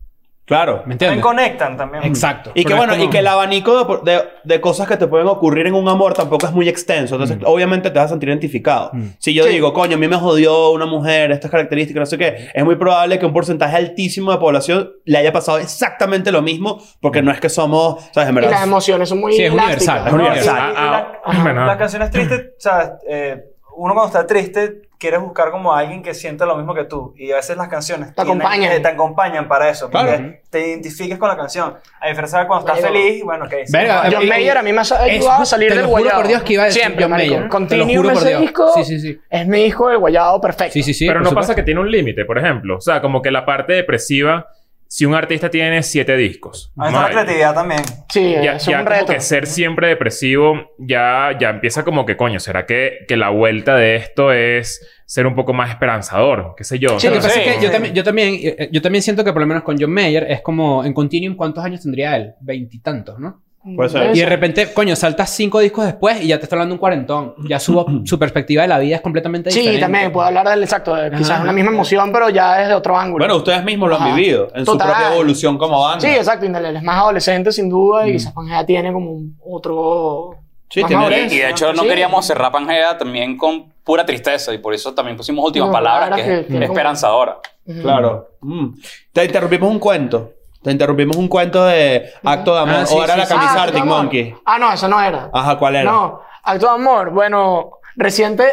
S3: Claro.
S4: ¿Me
S6: También
S4: entiendes?
S6: conectan también.
S4: Exacto.
S3: Y que
S2: Pero es
S3: bueno, y
S2: como-
S3: que el abanico de, de- de cosas que te pueden ocurrir en un amor tampoco es muy extenso.
S4: Mm.
S3: Entonces, obviamente te vas a sentir identificado. Si yo digo, coño, a mí me jodió una mujer, estas características, no sé qué,
S4: Mm.
S3: es muy probable que un porcentaje altísimo de población le haya pasado exactamente lo mismo,
S4: Mm.
S3: porque no es que somos, ¿sabes? En
S5: Y
S3: verdad,
S5: las emociones son muy
S4: Sí, es
S5: elásticas.
S4: universal, es
S5: No,
S3: universal.
S5: sí,
S2: Ah,
S5: y
S2: ah,
S5: la-
S6: Ajá,
S2: bueno.
S6: Las canciones tristes, o sea, eh, uno cuando está triste quiere buscar como a alguien que sienta lo mismo que tú. Y a veces las canciones
S5: Te acompañan.
S6: eh, te acompañan para eso. Porque
S4: Claro.
S6: te identificas con la canción. A diferencia de cuando estás
S5: Bueno.
S6: feliz, bueno, ok. sí.
S4: Verga,
S5: John
S4: eh, eh,
S5: Mayer a mí me ha
S4: eso,
S5: ayudado a salir
S4: te
S5: del
S4: lo juro
S5: guayado.
S4: por Dios que iba a decir
S5: Siempre,
S4: John
S5: marico.
S4: Mayer. Te lo
S5: Continuum
S4: juro por
S5: ese
S4: Dios.
S5: disco
S4: Sí, sí, sí.
S5: es mi disco del guayado perfecto.
S4: Sí, sí, sí.
S2: pero
S4: por
S2: no
S4: supuesto.
S2: pasa que tiene un límite, por ejemplo. O sea, como que la parte depresiva, si un artista tiene siete discos.
S6: Ahí está la
S2: madre,
S6: creatividad también.
S5: Sí,
S2: Ya,
S5: es
S2: ya
S5: un reto.
S2: como que ser siempre depresivo ya, ya empieza como que, coño, ¿será que, que la vuelta de esto es ser un poco más esperanzador? ¿Qué sé yo?
S4: Sí, lo que
S2: ¿sabes?
S4: pasa es que
S6: Sí.
S4: yo también, yo, también, eh, eh, yo también siento que por lo menos con John Mayer es como en Continuum, ¿cuántos años tendría él? Veintitantos, ¿no?
S3: por eso-
S5: Eso.
S4: Y de repente, coño, saltas cinco discos después y ya te está hablando un cuarentón. Ya su, su perspectiva de la vida es completamente
S5: Sí,
S4: diferente.
S5: también pues. puedo hablar del exacto, de quizás
S4: Ajá.
S5: una misma emoción, pero ya desde otro ángulo.
S3: bueno, ustedes mismos lo han
S5: Ajá.
S3: vivido en
S5: Total.
S3: su propia evolución como banda.
S5: Sí, exacto, Indalel es más adolescente sin duda y quizás Pangea tiene como un otro...
S3: Sí,
S5: más
S3: tiene-
S7: Y,
S5: madurez.
S7: y de hecho no
S5: Sí.
S7: queríamos cerrar Pangea también con pura tristeza y por eso también pusimos últimas
S5: No,
S7: palabras
S5: claro
S7: que,
S5: que-
S7: es esperanzadora.
S3: Claro. Mm. Te interrumpimos un cuento. Te interrumpimos un cuento de acto de amor.
S4: Ah, sí,
S3: o era
S4: sí,
S3: la
S4: sí.
S3: camisa
S5: Ah,
S3: Arctic
S5: Acto de Amor.
S3: Monkey.
S5: Ah, no, eso no era.
S3: Ajá, ¿cuál era?
S5: No, acto de amor. Bueno, reciente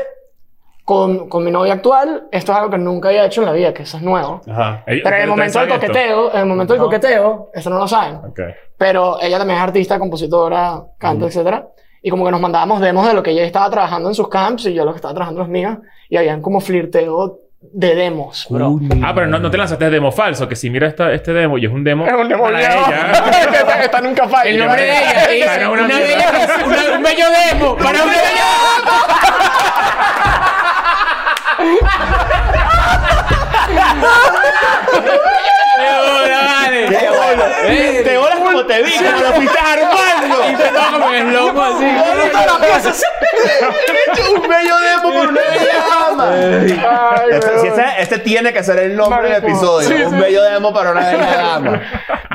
S5: con, con mi novia actual, esto es algo que nunca había hecho en la vida, que eso es nuevo.
S3: Ajá.
S2: Ellos-
S5: Pero en el
S2: Ah, ¿ustedes
S5: momento del
S2: saben esto?
S5: coqueteo, en el momento del coqueteo, eso no lo saben.
S2: Ok.
S5: Pero ella también es artista, compositora, canta, etcétera. Y como que nos mandábamos demos de lo que ella estaba trabajando en sus camps y yo lo que estaba trabajando en los míos. Y habían como flirteo de demos, bro. (laughs)
S2: Ah, pero no, no te lanzaste demo falso, que si mira esta, este demo y es un demo.
S5: Es un demo
S2: para
S5: viejo.
S2: ella.
S5: Está- está nunca falla.
S4: El nombre de ella. te dice,
S2: Para una
S4: una
S2: mierda.
S4: bella- una- un bello demo. Para una bella. ¡Qué bola,
S3: Te bolas,
S4: vale!
S3: te bolas como te vi, como lo fuiste armando.
S4: Y te toco con el lomo así.
S3: un bello demo por una bella dama.
S5: Ay,
S3: Este,
S5: bro.
S3: si ese, este tiene que ser el nombre del
S5: Marico.
S3: episodio.
S5: Sí,
S3: un
S5: sí.
S3: bello demo para una bella dama.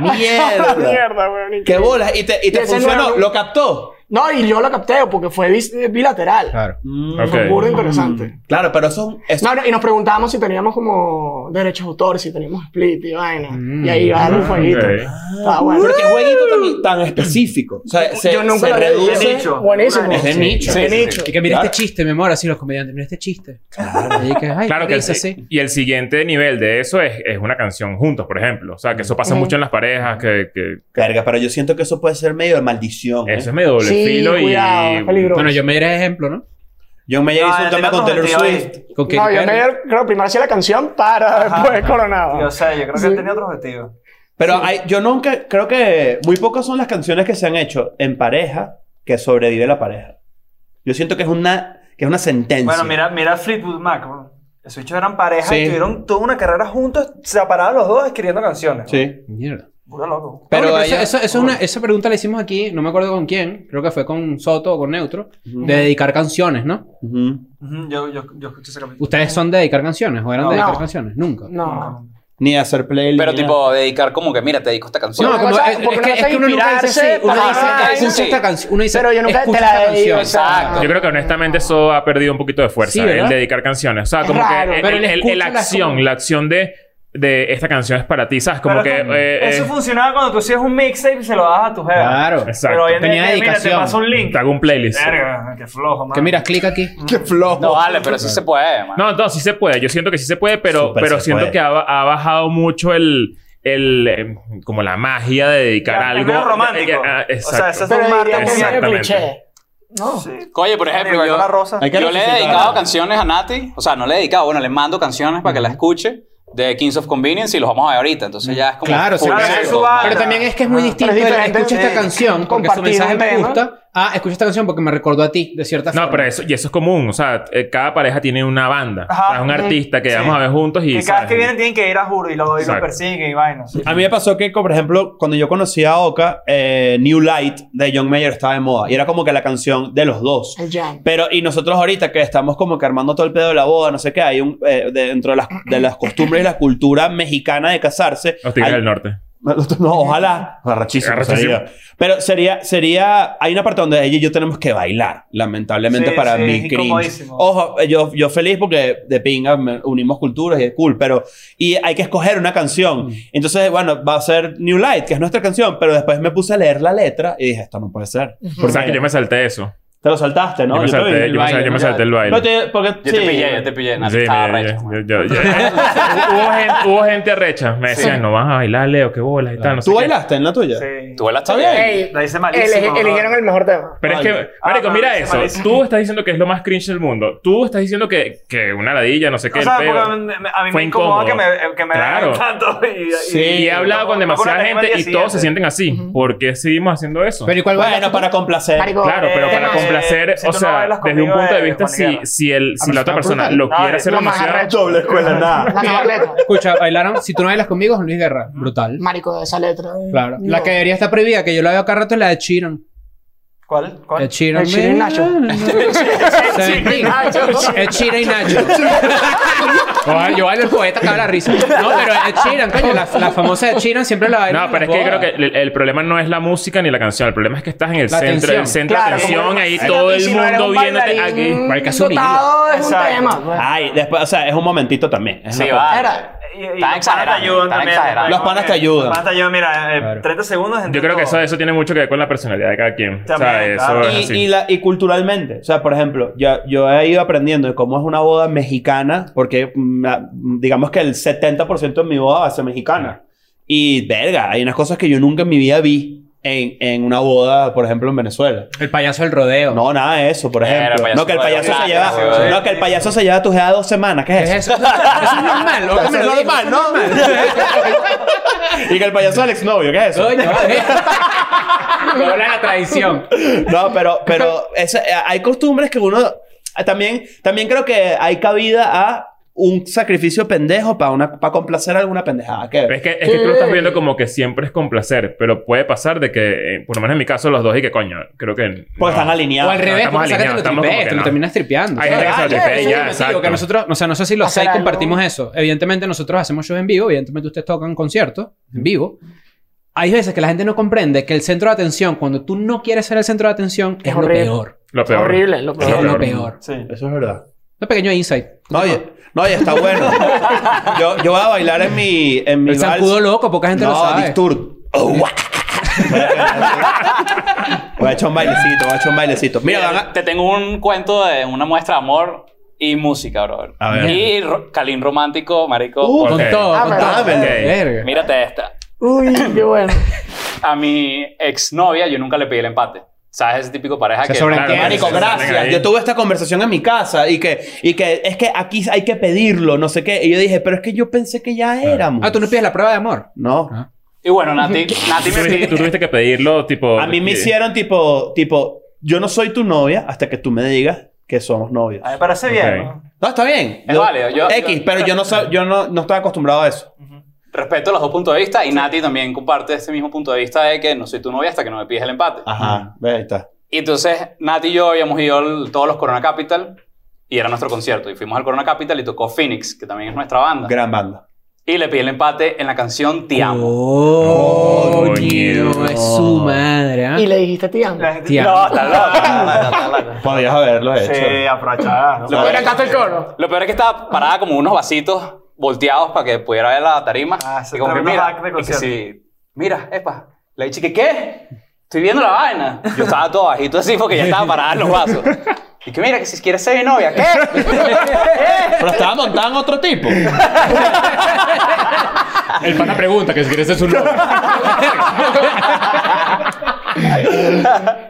S3: Mierda.
S5: Mierda, weón, increíble.
S3: Qué bolas. Y te, y te
S5: Y ese
S3: funcionó.
S5: nuevo-
S3: Lo captó.
S5: No, y yo lo capteo porque fue bis- bilateral.
S4: Claro.
S2: Ok.
S5: Fue burda interesante.
S3: Claro, pero eso es
S5: No, no, y nos preguntábamos si teníamos como derechos de autor, si teníamos split y vaina.
S4: Mm.
S5: y ahí va un fueguito.
S2: ok.
S5: Está bueno.
S3: Pero qué jueguito tan, tan específico. O sea, se,
S5: yo nunca
S3: se
S5: lo había
S3: reduce.
S6: De nicho.
S5: Buenísimo.
S3: Es de nicho.
S5: De
S7: Sí, sí,
S5: nicho.
S4: Y que mira
S3: Claro.
S4: este chiste, mi amor, así los comediantes. Mira este chiste. Claro, y que, ay,
S2: Claro
S4: qué
S2: que
S4: risa,
S2: sí. Y el siguiente nivel de eso es, es una canción juntos, por ejemplo. O sea, que eso pasa
S5: Ujú.
S2: mucho en las parejas, que, que
S3: Verga, pero yo siento que eso puede ser medio de maldición. ¿eh?
S2: eso es medio doble
S5: Sí,
S2: filo y...
S5: cuidado, es peligroso.
S4: Bueno, yo me diré ejemplo, ¿no?
S3: John Mayer
S6: No,
S3: hizo un
S6: el
S3: tema
S6: tema
S3: con Taylor
S6: objetivo
S3: Swift.
S4: Con Katy
S5: No, yo
S4: Perry.
S5: me creo primero hacía la canción para después coronado.
S6: Yo sé, yo creo que
S5: Ah. Sí.
S6: tenía otro objetivo.
S3: Pero hay- yo nunca, creo que muy pocas son las canciones que se han hecho en pareja que sobrevive la pareja. Yo siento que es una, que es una sentencia.
S6: Bueno, mira, mira Fleetwood Mac. bro. Esos bichos eran pareja
S3: Sí.
S6: y tuvieron toda una carrera juntos, separados los dos, escribiendo canciones.
S3: Sí.
S4: Mierda.
S6: Puro loco.
S4: Pero,
S3: Pero
S4: eso-
S3: ella-
S4: eso- eso es una- esa pregunta la hicimos aquí, no me acuerdo con quién, creo que fue con Soto o con Neutro, de dedicar canciones, ¿no?
S3: Ujú.
S6: Ujú, Yo, yo, yo escuché ese capítulo.
S4: ¿Ustedes son de dedicar canciones o eran de
S5: No.
S4: dedicar
S5: No.
S4: canciones? Nunca.
S5: No.
S3: Ni hacer playlist.
S7: Pero
S3: ni nada.
S7: tipo, dedicar como que, mira, te dedico esta canción.
S5: No,
S4: como,
S5: porque
S4: es,
S5: no
S4: es que,
S5: sé
S4: es que uno nunca dice
S5: inspirarse
S4: así, uno
S5: para
S4: dice,
S5: nada,
S4: "Ah, escucha
S7: sí.
S4: esta canción, uno dice,
S5: Pero yo nunca
S4: "Escucha
S5: te
S4: esta
S5: la dedico.
S4: canción".
S5: o sea,
S6: Ah.
S7: Exacto.
S2: Yo creo que honestamente eso ha perdido un poquito de fuerza,
S4: Sí, ¿verdad?
S2: el dedicar canciones. O sea,
S5: Es
S2: como
S5: raro.
S2: que el-
S4: Pero el
S2: el- el- la
S4: escucha las
S2: acción,
S4: como-
S2: la acción de, de esta canción es para ti, ¿sabes? Como
S6: Pero esto-
S2: que... eh,
S6: eso
S2: eh,
S6: funcionaba cuando tú hacías un mixtape y se lo dabas a tu jefe.
S4: Claro.
S2: Exacto.
S6: Pero hoy en día,
S4: Tenía
S6: que, mira, te
S4: dedicación.
S6: paso un link.
S2: Te hago un playlist.
S6: Verga, qué flojo, man.
S4: Que miras, clic
S5: (laughs)
S4: aquí.
S3: Qué flojo.
S7: No, vale, pero sí se puede, man.
S2: No, no, sí se puede. Yo siento que sí se puede, pero,
S3: Súper
S2: pero
S3: se
S2: siento
S3: puede.
S2: que ha, ha bajado mucho el... el eh, como la magia de dedicar
S6: Ya, es
S2: algo.
S6: menos romántico.
S2: Ah,
S6: O sea,
S2: exacto.
S6: eso es-
S5: Pero
S6: Son
S5: diría que es medio
S2: Exactamente.
S5: cliché. No.
S6: Sí.
S7: Oye, por ejemplo,
S6: Igual
S7: yo,
S6: con la rosa.
S3: Hay que
S7: yo le he
S3: resucitar.
S7: dedicado canciones a Nati. O sea, no le he dedicado, bueno, le mando canciones para que la escuche de Kings of Convenience y los vamos a ver ahorita. Entonces ya es como.
S4: Claro, sí,
S7: full
S4: claro,
S7: circle.
S4: es
S6: su banda.
S4: Pero también es que es muy
S6: Ah,
S4: distinto.
S5: pero es
S4: el
S5: diferente,
S4: escucha esta
S5: sí.
S4: canción porque su
S5: Compartir
S4: mensaje
S5: un
S4: me
S5: tema.
S4: gusta. Ah, escucha esta canción porque me recordó a ti, de cierta forma.
S2: No, pero eso, y eso es común. O sea, eh, cada pareja tiene una banda.
S6: Ajá.
S2: O sea, es un
S6: Ujú.
S2: artista que
S6: Sí.
S2: vamos a ver juntos y.
S6: Que cada vez que
S2: ¿sabes?
S6: vienen tienen que ir a Juro y lo, y lo
S2: Exacto.
S6: persiguen y vainas.
S3: A mí me pasó que, por ejemplo, cuando yo conocí a Oka, eh, New Light de John Mayer estaba de moda. Y era como que la canción de los dos.
S5: El jam.
S3: Pero, y nosotros ahorita que estamos como que armando todo el pedo de la boda, no sé qué, hay un, eh, dentro de las, de las costumbres y la cultura mexicana de casarse.
S2: Los Tigres
S3: hay-
S2: del Norte.
S3: No, ojalá. Arrachísimo
S2: Arrachísimo.
S3: sería. Pero sería, sería. Hay una parte donde ella y yo tenemos que bailar, lamentablemente,
S6: Sí,
S3: para
S6: sí,
S3: mí.
S6: es
S3: Cringe.
S6: incomodísimo.
S3: Ojo, yo, yo feliz porque de pinga me- unimos culturas y es cool, pero. Y hay que escoger una
S2: Mm.
S3: canción. Entonces, bueno, va a ser New Light, que es nuestra canción, pero después me puse a leer la letra y dije, esto no puede ser.
S2: Por sabes que yo me salté eso.
S3: Te lo saltaste, ¿no?
S2: yo me
S3: Yo te vi.
S2: salté, yo me
S4: baile,
S2: sal- yo me
S4: ¿no?
S2: salté el baile.
S3: No, te- porque-
S7: Yo
S3: sí.
S7: te pillé, yo te pillé. Nada,
S2: Sí,
S7: estaba
S2: me-
S7: recho,
S2: yo-
S7: man.
S2: yo- yo- eh, hubo, gente, hubo gente arrecha. Me decían, no vas a bailar, Leo, qué bolas y tal. No sé
S3: ¿Tú
S2: qué.
S3: bailaste en la tuya?
S6: Sí.
S7: Tú bailaste
S3: Está
S7: bien.
S3: bien.
S5: Ey,
S6: La hice malísimo.
S5: elige-
S6: bro.
S5: eligieron el mejor tema.
S2: Pero es que,
S3: Vale.
S2: Marico,
S6: Ah,
S2: mira
S6: parece
S2: eso.
S6: malísimo.
S2: Tú estás diciendo que es lo más cringe del mundo. Tú estás diciendo que, que una ladilla, no sé qué.
S6: O
S2: el
S6: sea,
S2: peo.
S6: porque me- me- a mí
S2: Fue
S6: me incomoda que
S2: incómodo.
S6: me, que me
S2: Claro.
S6: vean tanto. Y, y-
S3: Sí,
S2: y he hablado con
S6: Me pongo una
S2: demasiada
S6: tarima al
S2: gente
S6: día
S2: y todos se
S6: siguiente.
S2: sienten así. ¿Por qué seguimos haciendo eso?
S4: Pero ¿y cuál bailaste
S3: Bueno,
S4: tú?
S3: para complacer.
S5: Marico,
S2: Claro, pero
S5: eh,
S2: para
S5: eh,
S2: complacer,
S6: si
S2: o
S6: tú no
S2: sea,
S6: bailas
S2: desde un
S6: conmigo,
S2: punto de
S6: eh,
S2: vista, si,
S6: maniguera.
S2: si, el, si
S4: pero
S2: la otra
S4: está
S2: persona
S4: brutal.
S2: lo
S6: No,
S2: quiere
S6: es
S2: hacer
S5: lo más
S2: demasiado,
S5: arrecho.
S3: Doble escuela, nada.
S5: La mejor letra.
S4: Escucha, bailaron Si tú no bailas conmigo, Luis Guerra. Brutal.
S5: Marico, de esa letra.
S4: Claro.
S5: Mm. No.
S4: La que debería estar prohibida, que yo la veo cada rato, es la de Chiron.
S6: ¿Cuál? ¿Cuál?
S4: El Chiron.
S5: El Sheeran
S4: (laughs)
S5: y Nacho.
S4: Seventeen. El Sheeran y Nacho. Ojalá, Yo bailo el poeta, cabe la risa. No, pero el Sheeran, coño, la, la famosa de Sheeran siempre la bailo.
S2: No, pero es que yo creo que el, el problema no es la música ni la canción. El problema es que estás en el
S4: La
S2: centro,
S4: atención.
S2: el centro
S5: Claro,
S2: de atención.
S5: como-
S2: Ahí
S5: si no-
S2: todo
S5: y
S2: el
S5: si no eres
S2: mundo
S5: un
S2: viéndote este aquí.
S5: bailarín
S2: Marica, es un idiota.
S5: dotado es un
S6: Exacto.
S5: tema. pues.
S3: Ay, después, o sea, es un momentito también. Es
S7: Sí,
S3: una-
S7: va.
S5: Era-
S6: Y- y los
S7: Están
S6: panas te
S7: exagerando,
S6: ayudan
S7: están
S6: también,
S7: exagerando.
S6: ¿no?
S3: Los panas te ayudan.
S6: Los panas te ayudan, mira, eh,
S4: Claro.
S6: 30 segundos.
S2: Yo
S6: entre
S2: creo que
S6: todos.
S2: eso, eso tiene mucho que ver con la personalidad de cada quien. O sea,
S6: También,
S2: eso
S6: claro.
S2: es
S3: Y,
S2: así.
S3: y la- y culturalmente, o sea, por ejemplo, yo, yo he ido aprendiendo de cómo es una boda mexicana, porque mm, la- digamos que el 70% de mi boda va a ser mexicana. Y verga, hay unas cosas que yo nunca en mi vida vi en, en una boda, por ejemplo, en Venezuela.
S4: El payaso del rodeo.
S3: No, nada de eso, por
S7: Era el
S3: ejemplo.
S7: payaso
S3: No, que el
S7: de
S3: payaso se
S7: Venezuela,
S3: lleva,
S7: sí, sí.
S3: no, que el payaso se lleva a tu jeva dos semanas. ¿Qué
S4: ¿Qué
S3: es eso?
S4: es eso? Eso es normal.
S3: Eso
S4: ahora me
S3: es
S4: lo digo,
S3: normal, ¿no? (laughs) y que el payaso del exnovio, ¿qué es eso?
S4: Coño, vale. Me habla la tradición.
S3: No, pero, pero esa- eh, hay costumbres que uno... eh, También, también creo que hay cabida a un sacrificio pendejo para una, para complacer alguna pendejada.
S2: Pero
S3: ¿qué?
S2: Es que, es que tú lo estás viendo como que siempre es con placer, pero puede pasar de que, eh, por lo menos en mi caso, los dos y que coño, creo que. no.
S3: Porque están
S4: O
S3: alineados.
S4: al revés,
S2: estamos
S4: porque saca te
S2: alineados,
S4: lo
S2: estamos como
S4: tripees,
S2: que
S4: te lo
S2: no.
S4: terminas tripeando.
S2: Hay gente que se lo
S4: ¿sabes?
S2: tripea y
S4: Sí,
S2: ya,
S4: sí, digo
S2: exacto.
S4: que nosotros, o sea, no sé si los
S5: Hacer
S4: seis
S5: algo.
S4: compartimos eso. Evidentemente nosotros hacemos shows en vivo, evidentemente ustedes tocan conciertos en vivo. Hay veces que la gente no comprende que el centro de atención, cuando tú no quieres ser el centro de atención, es, lo
S5: horrible.
S4: peor.
S2: Lo peor.
S5: Horrible, lo
S4: Es
S5: peor.
S4: lo peor.
S6: Sí.
S3: Eso es verdad.
S4: Un pequeño insight.
S3: No, y, no, y está bueno. (laughs) yo, yo voy a bailar en mi... En mi
S4: El
S3: vals.
S4: zancudo loco, poca gente
S3: no,
S4: lo sabe.
S3: Disturb. Oh, guau. voy a echar un bailecito, voy a echar un bailecito. Mira, van a...
S7: te tengo un cuento de una muestra de amor y música, brother.
S3: A ver.
S7: Y ro- Calín romántico, marico.
S3: Uh,
S7: por-
S4: Con
S2: Ok.
S4: todo,
S5: Ah,
S4: con
S5: verdad,
S4: todo.
S3: verdad.
S4: Verga.
S7: Mírate esta.
S5: Uy, qué bueno.
S7: A mi exnovia yo nunca le pedí el empate. ¿Sabes? Ese típico pareja
S4: Se
S7: que...
S4: sobreentiende.
S7: Claro,
S3: Marico,
S2: Sí, salen
S3: gracias.
S2: ahí.
S3: Yo tuve esta conversación en mi casa y que, y que es que aquí hay que pedirlo, no sé qué. Y yo dije, pero es que yo pensé que ya éramos.
S4: Ah, tú no pides la prueba de amor.
S3: No.
S4: Ah.
S7: Y bueno, Nati, Nati
S2: Tú
S7: me
S2: tuviste, tú
S7: pidió...
S2: tuviste que pedirlo, tipo.
S3: A mí me
S2: que-
S3: hicieron tipo, tipo, yo no soy tu novia hasta que tú me digas que somos novios.
S6: A mí me parece bien. ¿no?
S3: No, está bien.
S7: Ah, Es válido, yo-
S3: X,
S7: yo-
S3: pero yo no, sab- yo no, no estaba acostumbrado a eso.
S7: Respeto los dos puntos de vista y Nati también comparte ese mismo punto de vista de que no soy tu novia hasta que no me pides el empate.
S3: Ajá, ve, ahí está.
S7: Y entonces Nati y yo habíamos ido al- todos los Corona Capital y era nuestro concierto. Y fuimos al Corona Capital y tocó Phoenix, que también es nuestra banda.
S3: Gran banda.
S7: y le pide el empate en la canción Te
S4: Oh.
S7: amo.
S4: Coño,
S2: Coño.
S4: es su
S2: Oh,
S4: madre. ¿ah?
S5: Y le dijiste a ti,
S6: La
S5: Andrés.
S6: gente-
S4: Tía.
S7: No, está
S6: (laughs)
S7: loca,
S3: (laughs)
S7: está loca, está loca.
S3: Podrías haberlo hecho.
S6: Sí, aprovechada. ¿no?
S7: Lo peor, es
S5: el coro.
S7: lo peor es que estaba parada como unos vasitos volteados para que pudiera ver la tarima.
S6: Ah, ese
S7: y como que
S6: tremendo
S7: mira,
S6: hack de
S7: y que
S6: concierto.
S7: sí, mira, epa. Le dije que qué? Estoy viendo la vaina. Yo estaba todo bajito así porque ya estaba parada en los vasos. Y que mira, que si quieres ser mi novia, ¿qué?
S3: Pero estaba montada en otro tipo.
S2: El pana pregunta que si quieres es un loco.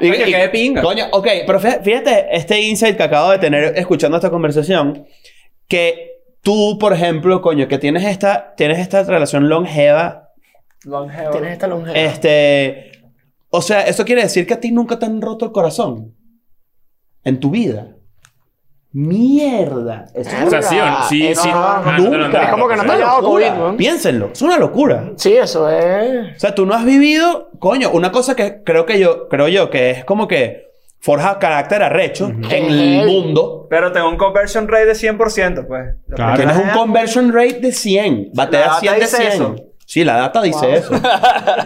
S3: Y-
S4: Coño,
S3: y-
S4: qué de pinga.
S3: Coño, ok, pero fí- fíjate este insight que acabo de tener escuchando esta conversación, que tú, por ejemplo, coño, que tienes esta, tienes esta relación longeva,
S5: Tienes esta lonjera.
S3: este... O sea, eso quiere decir que a ti nunca te han roto el corazón en tu vida. Mierda. Eso es
S2: O sea, sí, o no- sí,
S5: Nunca.
S2: sí. Ah, no te lo han
S3: Nunca.
S2: dado.
S5: Es como que no
S2: O
S5: te
S2: sea,
S5: ha
S3: una
S5: dado
S3: locura.
S5: COVID, ¿no?
S3: Piénsenlo, es una locura.
S5: Sí, eso es.
S3: O sea, tú no has vivido, coño, una cosa que creo que yo, creo yo, que es como que forja carácter arrecho en el
S5: Ey.
S3: mundo.
S6: Pero tengo un conversion rate de 100%, pues. Lo que
S4: Claro.
S3: Tienes
S6: tienes
S3: un conversion rate de 100. Batea
S6: data
S3: 100 de
S6: dice
S3: 100.
S6: eso.
S3: Sí, la data dice eso.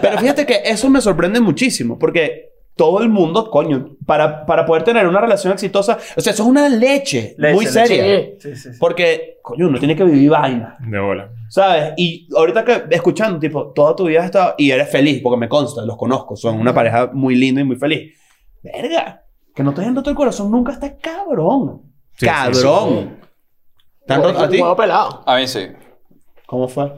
S3: Pero fíjate que eso me sorprende muchísimo, porque todo el mundo, coño, para, para poder tener una relación exitosa, o sea, eso es una leche,
S6: Leche,
S3: muy
S6: leche.
S3: seria.
S6: Sí, sí, sí.
S3: Porque, coño, uno tiene que vivir vaina,
S2: De bola.
S3: ¿sabes? Y ahorita que escuchando, tipo, toda tu vida has estado, y eres feliz, porque me consta, los conozco, son una pareja muy linda y muy feliz. Verga, que no te hayan roto el corazón nunca está cabrón.
S2: Sí, sí,
S3: cabrón. ¿Te han roto a ti?
S5: Huevo pelado.
S7: A mí sí.
S3: ¿Cómo fue?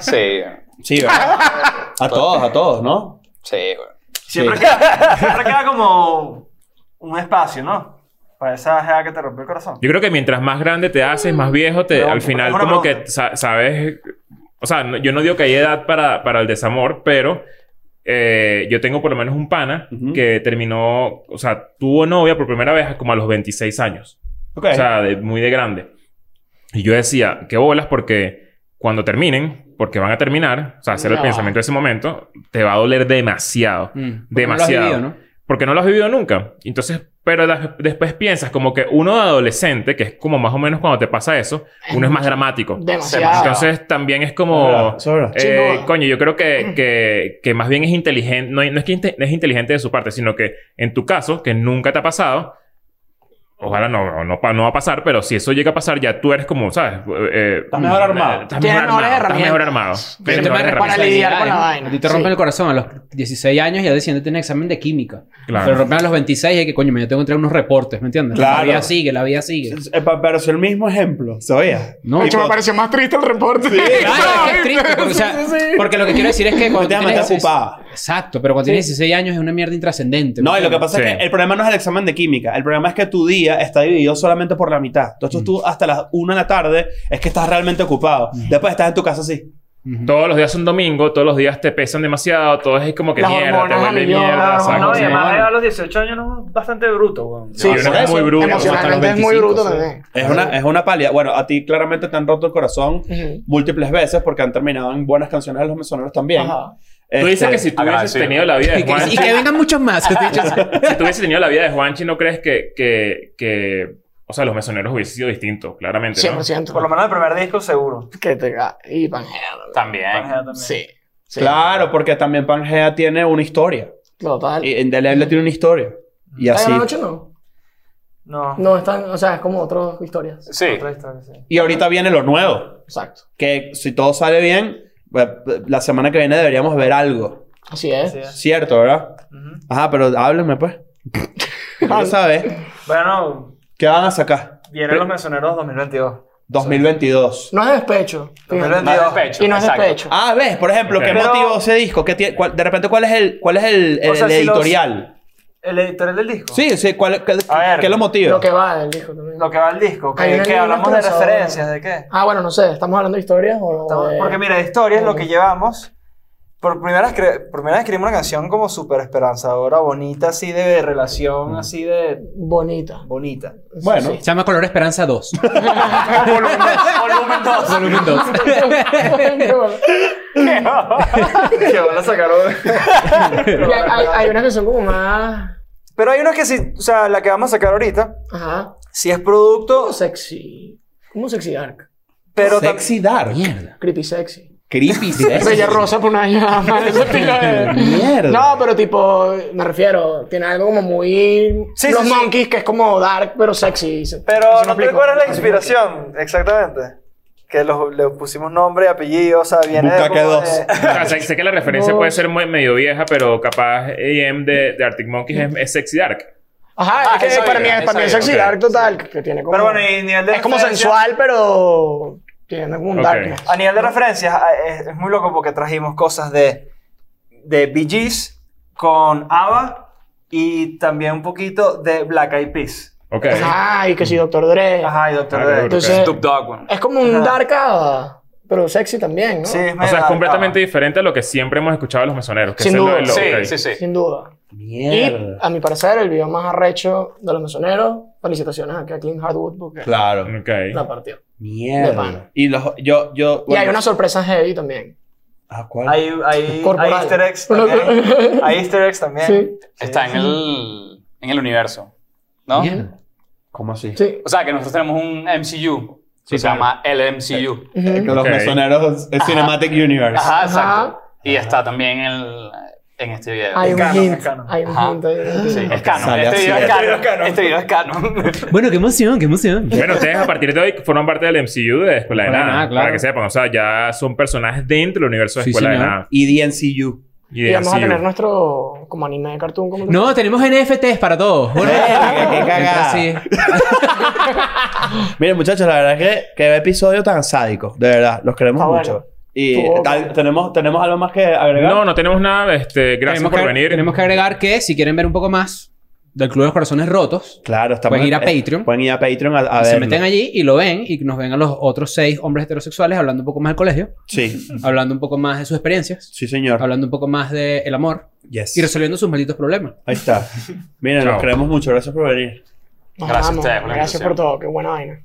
S7: Sí,
S3: Sí, ¿verdad? A todos, a todos, ¿no?
S7: sí, güey.
S6: Siempre,
S3: Sí.
S6: queda, siempre queda como un espacio, ¿no? Para esa jeva que te rompió el corazón.
S2: Yo creo que mientras más grande te haces, más viejo, te,
S6: Pero,
S2: al final
S6: una
S2: como
S6: pregunta.
S2: que sa- sabes... O sea, no- yo no digo que hay edad para, para el desamor, pero eh, yo tengo por lo menos un pana
S3: Ujú.
S2: que terminó... O sea, tuvo novia por primera vez como a los 26 años.
S3: Ok.
S2: O sea, de- muy de grande. Y yo decía, qué bolas, porque cuando terminen, porque van a terminar, o sea, hacer el
S5: No.
S2: pensamiento de ese momento, te va a doler demasiado.
S4: Mm,
S2: Demasiado.
S4: Demasiado. ¿no?
S2: Porque no lo has vivido nunca. Entonces, pero la- después piensas como que uno de adolescente, que es como más o menos cuando te pasa eso, uno es más dramático.
S5: Demasiado.
S2: Entonces, también es
S3: Sobra,
S2: como...
S3: sobra.
S5: Sí,
S2: Eh,
S5: no. Mm.
S2: coño, yo creo que, que, que más bien es inteligente, no, no es que inte- no es inteligente de su parte, sino que en tu caso, que nunca te ha pasado, ojalá no, no, no pa- no va a pasar, pero si eso llega a pasar, ya tú eres como, ¿sabes? Eh,
S3: Estás mejor
S2: eh,
S3: armado.
S2: Estás
S5: Tienes
S2: mejor armado.
S5: mejores
S2: Estás mejor armado. Tienes
S4: Tema de
S2: mejores
S5: para
S2: herramientas.
S5: lidiar con la
S4: ¿no?
S5: vaina.
S4: A ti te rompen
S5: Sí.
S4: el corazón a los 16 años y al día siguiente tienes examen de química. Te lo
S2: Claro.
S4: rompen a los 26 y hay que coño, me tengo que traer unos reportes, ¿me entiendes?
S3: Claro.
S4: La vida sigue, la vida sigue.
S3: Eh, pa- Pero es Este el mismo ejemplo, ¿sabías?
S4: No,
S5: De hecho,
S4: claro,
S5: me pareció más triste el reporte.
S4: es que es triste. Porque, o sea, porque lo que quiero decir es que cuando
S3: Te vas a matar
S4: tienes-
S3: ocupada.
S4: Exacto, pero cuando tienes 16 años es una mierda intrascendente.
S3: No,
S4: ¿me
S3: y lo que
S4: entiendes?
S3: pasa es
S2: Sí.
S3: que el problema no es el examen de química. El problema es que tu día está dividido solamente por la mitad. Entonces
S2: Mm.
S3: tú hasta las 1 de la tarde es que estás realmente ocupado. Después estás en tu casa así.
S2: Todos los días son domingo, todos los días te pesan demasiado, todo es como que
S5: Las
S2: mierda, te
S5: hormonas,
S2: vuelve
S5: amigo,
S2: mierda.
S5: las
S2: ¿sabes?
S6: no, Ah, y
S4: sí.
S6: además a los 18 años no es bastante bruto, weón.
S5: Sí,
S2: Y uno
S5: por
S2: es
S5: eso,
S2: muy bruto.
S5: Emocionalmente es muy
S4: 25,
S5: bruto
S4: sí.
S5: también.
S3: Es una, es una palia. Bueno, a ti claramente te han roto el corazón
S5: (laughs) Ujú.
S3: múltiples veces porque han terminado en buenas canciones de los mesoneros también.
S5: Ajá.
S2: Tú dices
S3: Este,
S2: que si tú hubieses
S7: agradecido.
S2: tenido la vida
S5: (laughs)
S2: de
S4: Y que, y
S2: Juanchi,
S4: que vengan muchos más. te he dicho.
S2: si tú hubieses tenido la vida de Juanchi, ¿no crees que, que, que o sea, los mesoneros hubiesen sido distintos? Claramente, ¿no?
S5: 100%.
S6: Por lo menos el primer disco seguro.
S5: que te ga- Y Pangea.
S7: También.
S6: Pangea también.
S5: Sí.
S3: (laughs)
S5: sí.
S3: Claro, porque también Pangea tiene una historia.
S5: Total.
S3: Y Indeleble tiene una historia. Y
S5: ¿Está
S3: así.
S5: en la noche no?
S6: No.
S5: No, están, o sea, es como otras historias.
S7: Sí.
S6: Otra historia, sí.
S3: Y ahorita viene lo nuevo.
S5: Exacto.
S3: que si todo sale bien, pues, la semana que viene deberíamos ver algo.
S5: Así es.
S6: Así es.
S3: Cierto, ¿verdad?
S6: Ujú.
S3: Ajá, pero háblenme
S6: (laughs)
S3: pues. Quiero saber
S6: Bueno,
S3: qué van a sacar.
S6: vienen los mesoneros 2022.
S3: 2022.
S5: No es despecho. fíjate.
S6: 2022.
S7: Despecho,
S5: Y no es
S7: exacto.
S5: despecho.
S3: Ah, ves, por ejemplo, ¿qué
S2: Pero-
S3: motivó ese disco? ¿Qué tiene- cuál- de repente, ¿cuál es el, cuál es el,
S6: O sea,
S3: el
S6: si los-
S3: editorial?
S6: El editorial del disco.
S3: Sí, sí, ¿cuál, qué,
S6: A ver,
S3: qué lo motiva?
S5: Lo que va del disco también.
S6: Lo que va al disco.
S5: Hay
S6: ¿Qué,
S5: una
S6: qué
S5: línea
S6: hablamos de
S5: cruzadora.
S6: referencias? ¿De qué?
S5: Ah, bueno, no sé. ¿Estamos hablando de historias o...?
S6: Estamos-
S5: de-
S6: Porque mira, historia es lo que llevamos. Por primera, vez cre- por primera vez escribimos una canción como súper esperanzadora, bonita, así de relación, así de
S5: Bonita.
S6: bonita.
S3: Bueno.
S5: Sí.
S4: Se llama Color Esperanza 2.
S6: Volumen 2. (laughs)
S4: Volumen 2.
S6: que van a sacar hoy.
S5: (laughs) Y hay, hay, hay unas que son como más...
S6: Pero hay una que sí, o sea, la que vamos a sacar ahorita,
S5: Ajá.
S6: sí es producto,
S5: Como sexy. Como sexy dark.
S6: pero también...
S3: Sexy Dark.
S5: Creepy sexy.
S6: (laughs)
S3: Creepy sexy.
S5: Bella rosa por una llamada (laughs)
S3: (laughs)
S5: más. Ese estilo de...
S3: Mierda.
S5: Eh, No, pero tipo, me refiero, tiene algo como muy...
S6: Sí,
S5: los
S6: sí, sí.
S5: monkeys, que es como dark, pero sexy. Se-
S6: Pero
S5: eso
S6: no te
S5: aplico.
S6: cuál es la inspiración, exactamente. Que los- le pusimos nombre, apellido, o sea, viene de...
S3: Bucaque
S6: como
S3: dos.
S6: de-
S2: O sea, sé, sé que la referencia puede ser muy medio vieja, pero capaz AM de, de Arctic Monkeys es, es sexy dark.
S5: Ajá,
S7: Ah,
S5: es que
S7: esa
S5: para mí,
S7: vida,
S5: es- para
S7: esa
S5: mí es
S7: vida,
S5: sexy
S2: ok.
S5: dark total. Que, que tiene como,
S6: Pero bueno, y nivel de
S5: es como
S6: referencia-
S5: sensual, pero tiene como un
S2: Ok.
S5: darkness.
S6: A nivel de referencias, a- es, es muy loco porque trajimos cosas de, de Bee Gees con ABBA y también un poquito de Black Eyed Peas.
S2: Ok.
S5: Ajá, y que si Doctor Dre.
S6: Ajá, y Doctor
S2: Ah,
S6: Dre.
S2: claro.
S5: Entonces,
S7: Snoop Dogg, güey.
S5: es como un
S6: Ajá.
S5: dark ABBA, pero sexy también, ¿no?
S6: Sí, es
S2: O sea, es
S6: medio
S2: completamente
S6: ABBA.
S2: diferente a lo que siempre hemos escuchado de los mesoneros. Que
S5: Sin
S2: eso es lo-
S5: duda.
S2: lo- ok.
S7: Sí, sí, sí.
S5: Sin duda. Y,
S3: Mierda.
S5: a mi parecer, el video más arrecho de los mesoneros. Felicitaciones aquí a Clean Hardwood porque
S3: Claro.
S2: Ok.
S5: la partió. De
S3: Mierda.
S5: pana.
S3: Y los, yo, yo.
S5: Y hay
S3: bueno,
S5: una sorpresa heavy también.
S3: Ah, ¿cuál?
S6: Hay, hay, hay
S5: Corporal.
S6: easter eggs
S5: (laughs)
S6: también. hay easter eggs también.
S5: Sí.
S7: Está en el, en el universo. ¿No?
S4: Mierda.
S3: ¿Cómo así?
S5: Sí.
S7: O sea, que nosotros tenemos un MCU. que
S2: Sí,
S7: se
S2: claro.
S7: llama el MCU.
S5: Ujú.
S3: Los
S2: Ok.
S3: mesoneros es Cinematic Universe.
S7: Ajá,
S5: Ajá.
S7: exacto. Y está también el- en este video.
S5: Hay un
S6: Canon,
S5: hint.
S6: canon.
S5: Hay un
S7: Ajá.
S5: hint. ahí.
S7: Sí, es canon.
S3: Sale
S7: Este
S3: así.
S7: video es
S6: Este video es
S7: canon.
S6: canon.
S7: Este video es canon.
S4: Bueno, qué emoción, qué emoción.
S2: Bueno, ustedes a partir de hoy forman parte del MCU de Escuela de
S4: Escuela de
S2: Nada.
S4: Nada, claro.
S2: Para que sepan, o sea, ya son personajes dentro del universo de
S4: Sí,
S2: Escuela de
S4: señor.
S2: Nada.
S3: Y DNCU.
S2: Y
S5: Y
S2: de
S5: vamos a
S2: MCU.
S5: tener nuestro como anime de cartoon. Como
S4: No, tenemos NFTs
S3: (laughs)
S4: para todos. Bueno,
S3: Verga, qué cagada.
S4: Entonces, sí.
S3: Miren, muchachos, la verdad es que, que episodio tan sádico. De verdad, los queremos
S5: Está
S3: mucho.
S5: bueno.
S3: Y
S5: Estuvo
S3: tal-
S5: bueno.
S3: ¿tenemos, ¿tenemos algo más que agregar?
S2: No, no tenemos nada. Este, gracias
S4: Tenemos
S2: por
S4: que-
S2: venir.
S4: Tenemos que agregar que si quieren ver un poco más del Club de los Corazones Rotos,
S3: Claro, estamos...
S4: Pueden ir a
S3: eh,
S4: Patreon.
S3: Pueden ir a Patreon a, a
S4: y se
S3: verlo.
S4: meten allí y lo ven y nos ven a los otros seis hombres heterosexuales hablando un poco más del colegio,
S3: Sí,
S4: hablando un poco más de sus experiencias,
S3: sí, señor.
S4: hablando un poco más del amor
S3: Yes.
S4: y resolviendo sus malditos problemas.
S3: Ahí está. Miren,
S2: Chao.
S3: los queremos mucho. Gracias por venir.
S5: Nos
S7: Gracias a
S5: amamos.
S7: ustedes por la
S5: Gracias
S7: invitación.
S5: por todo. Qué buena vaina.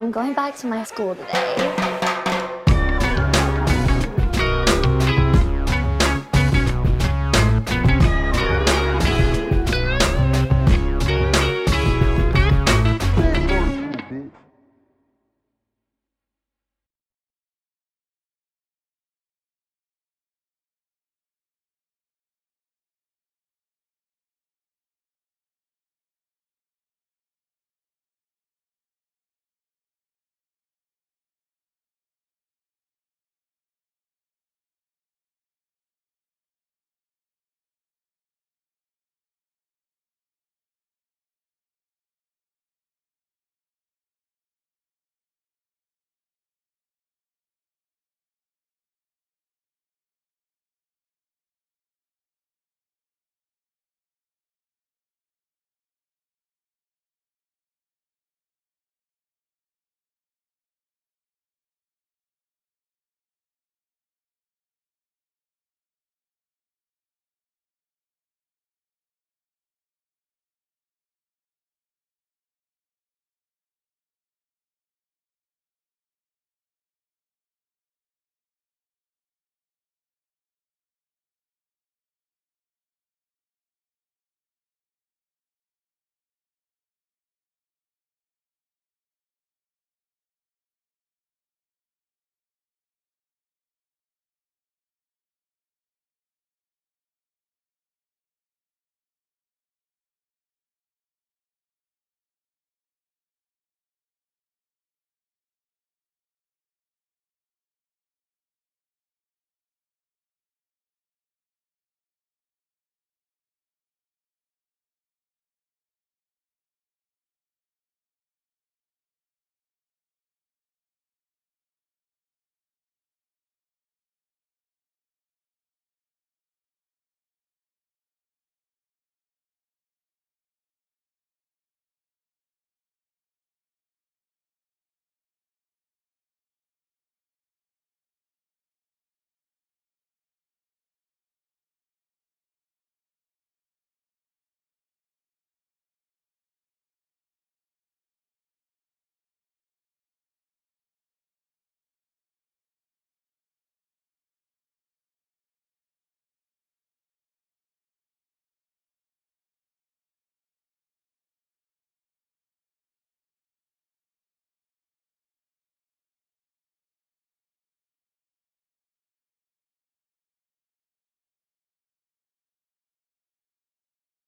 S1: I'm going back to my school today.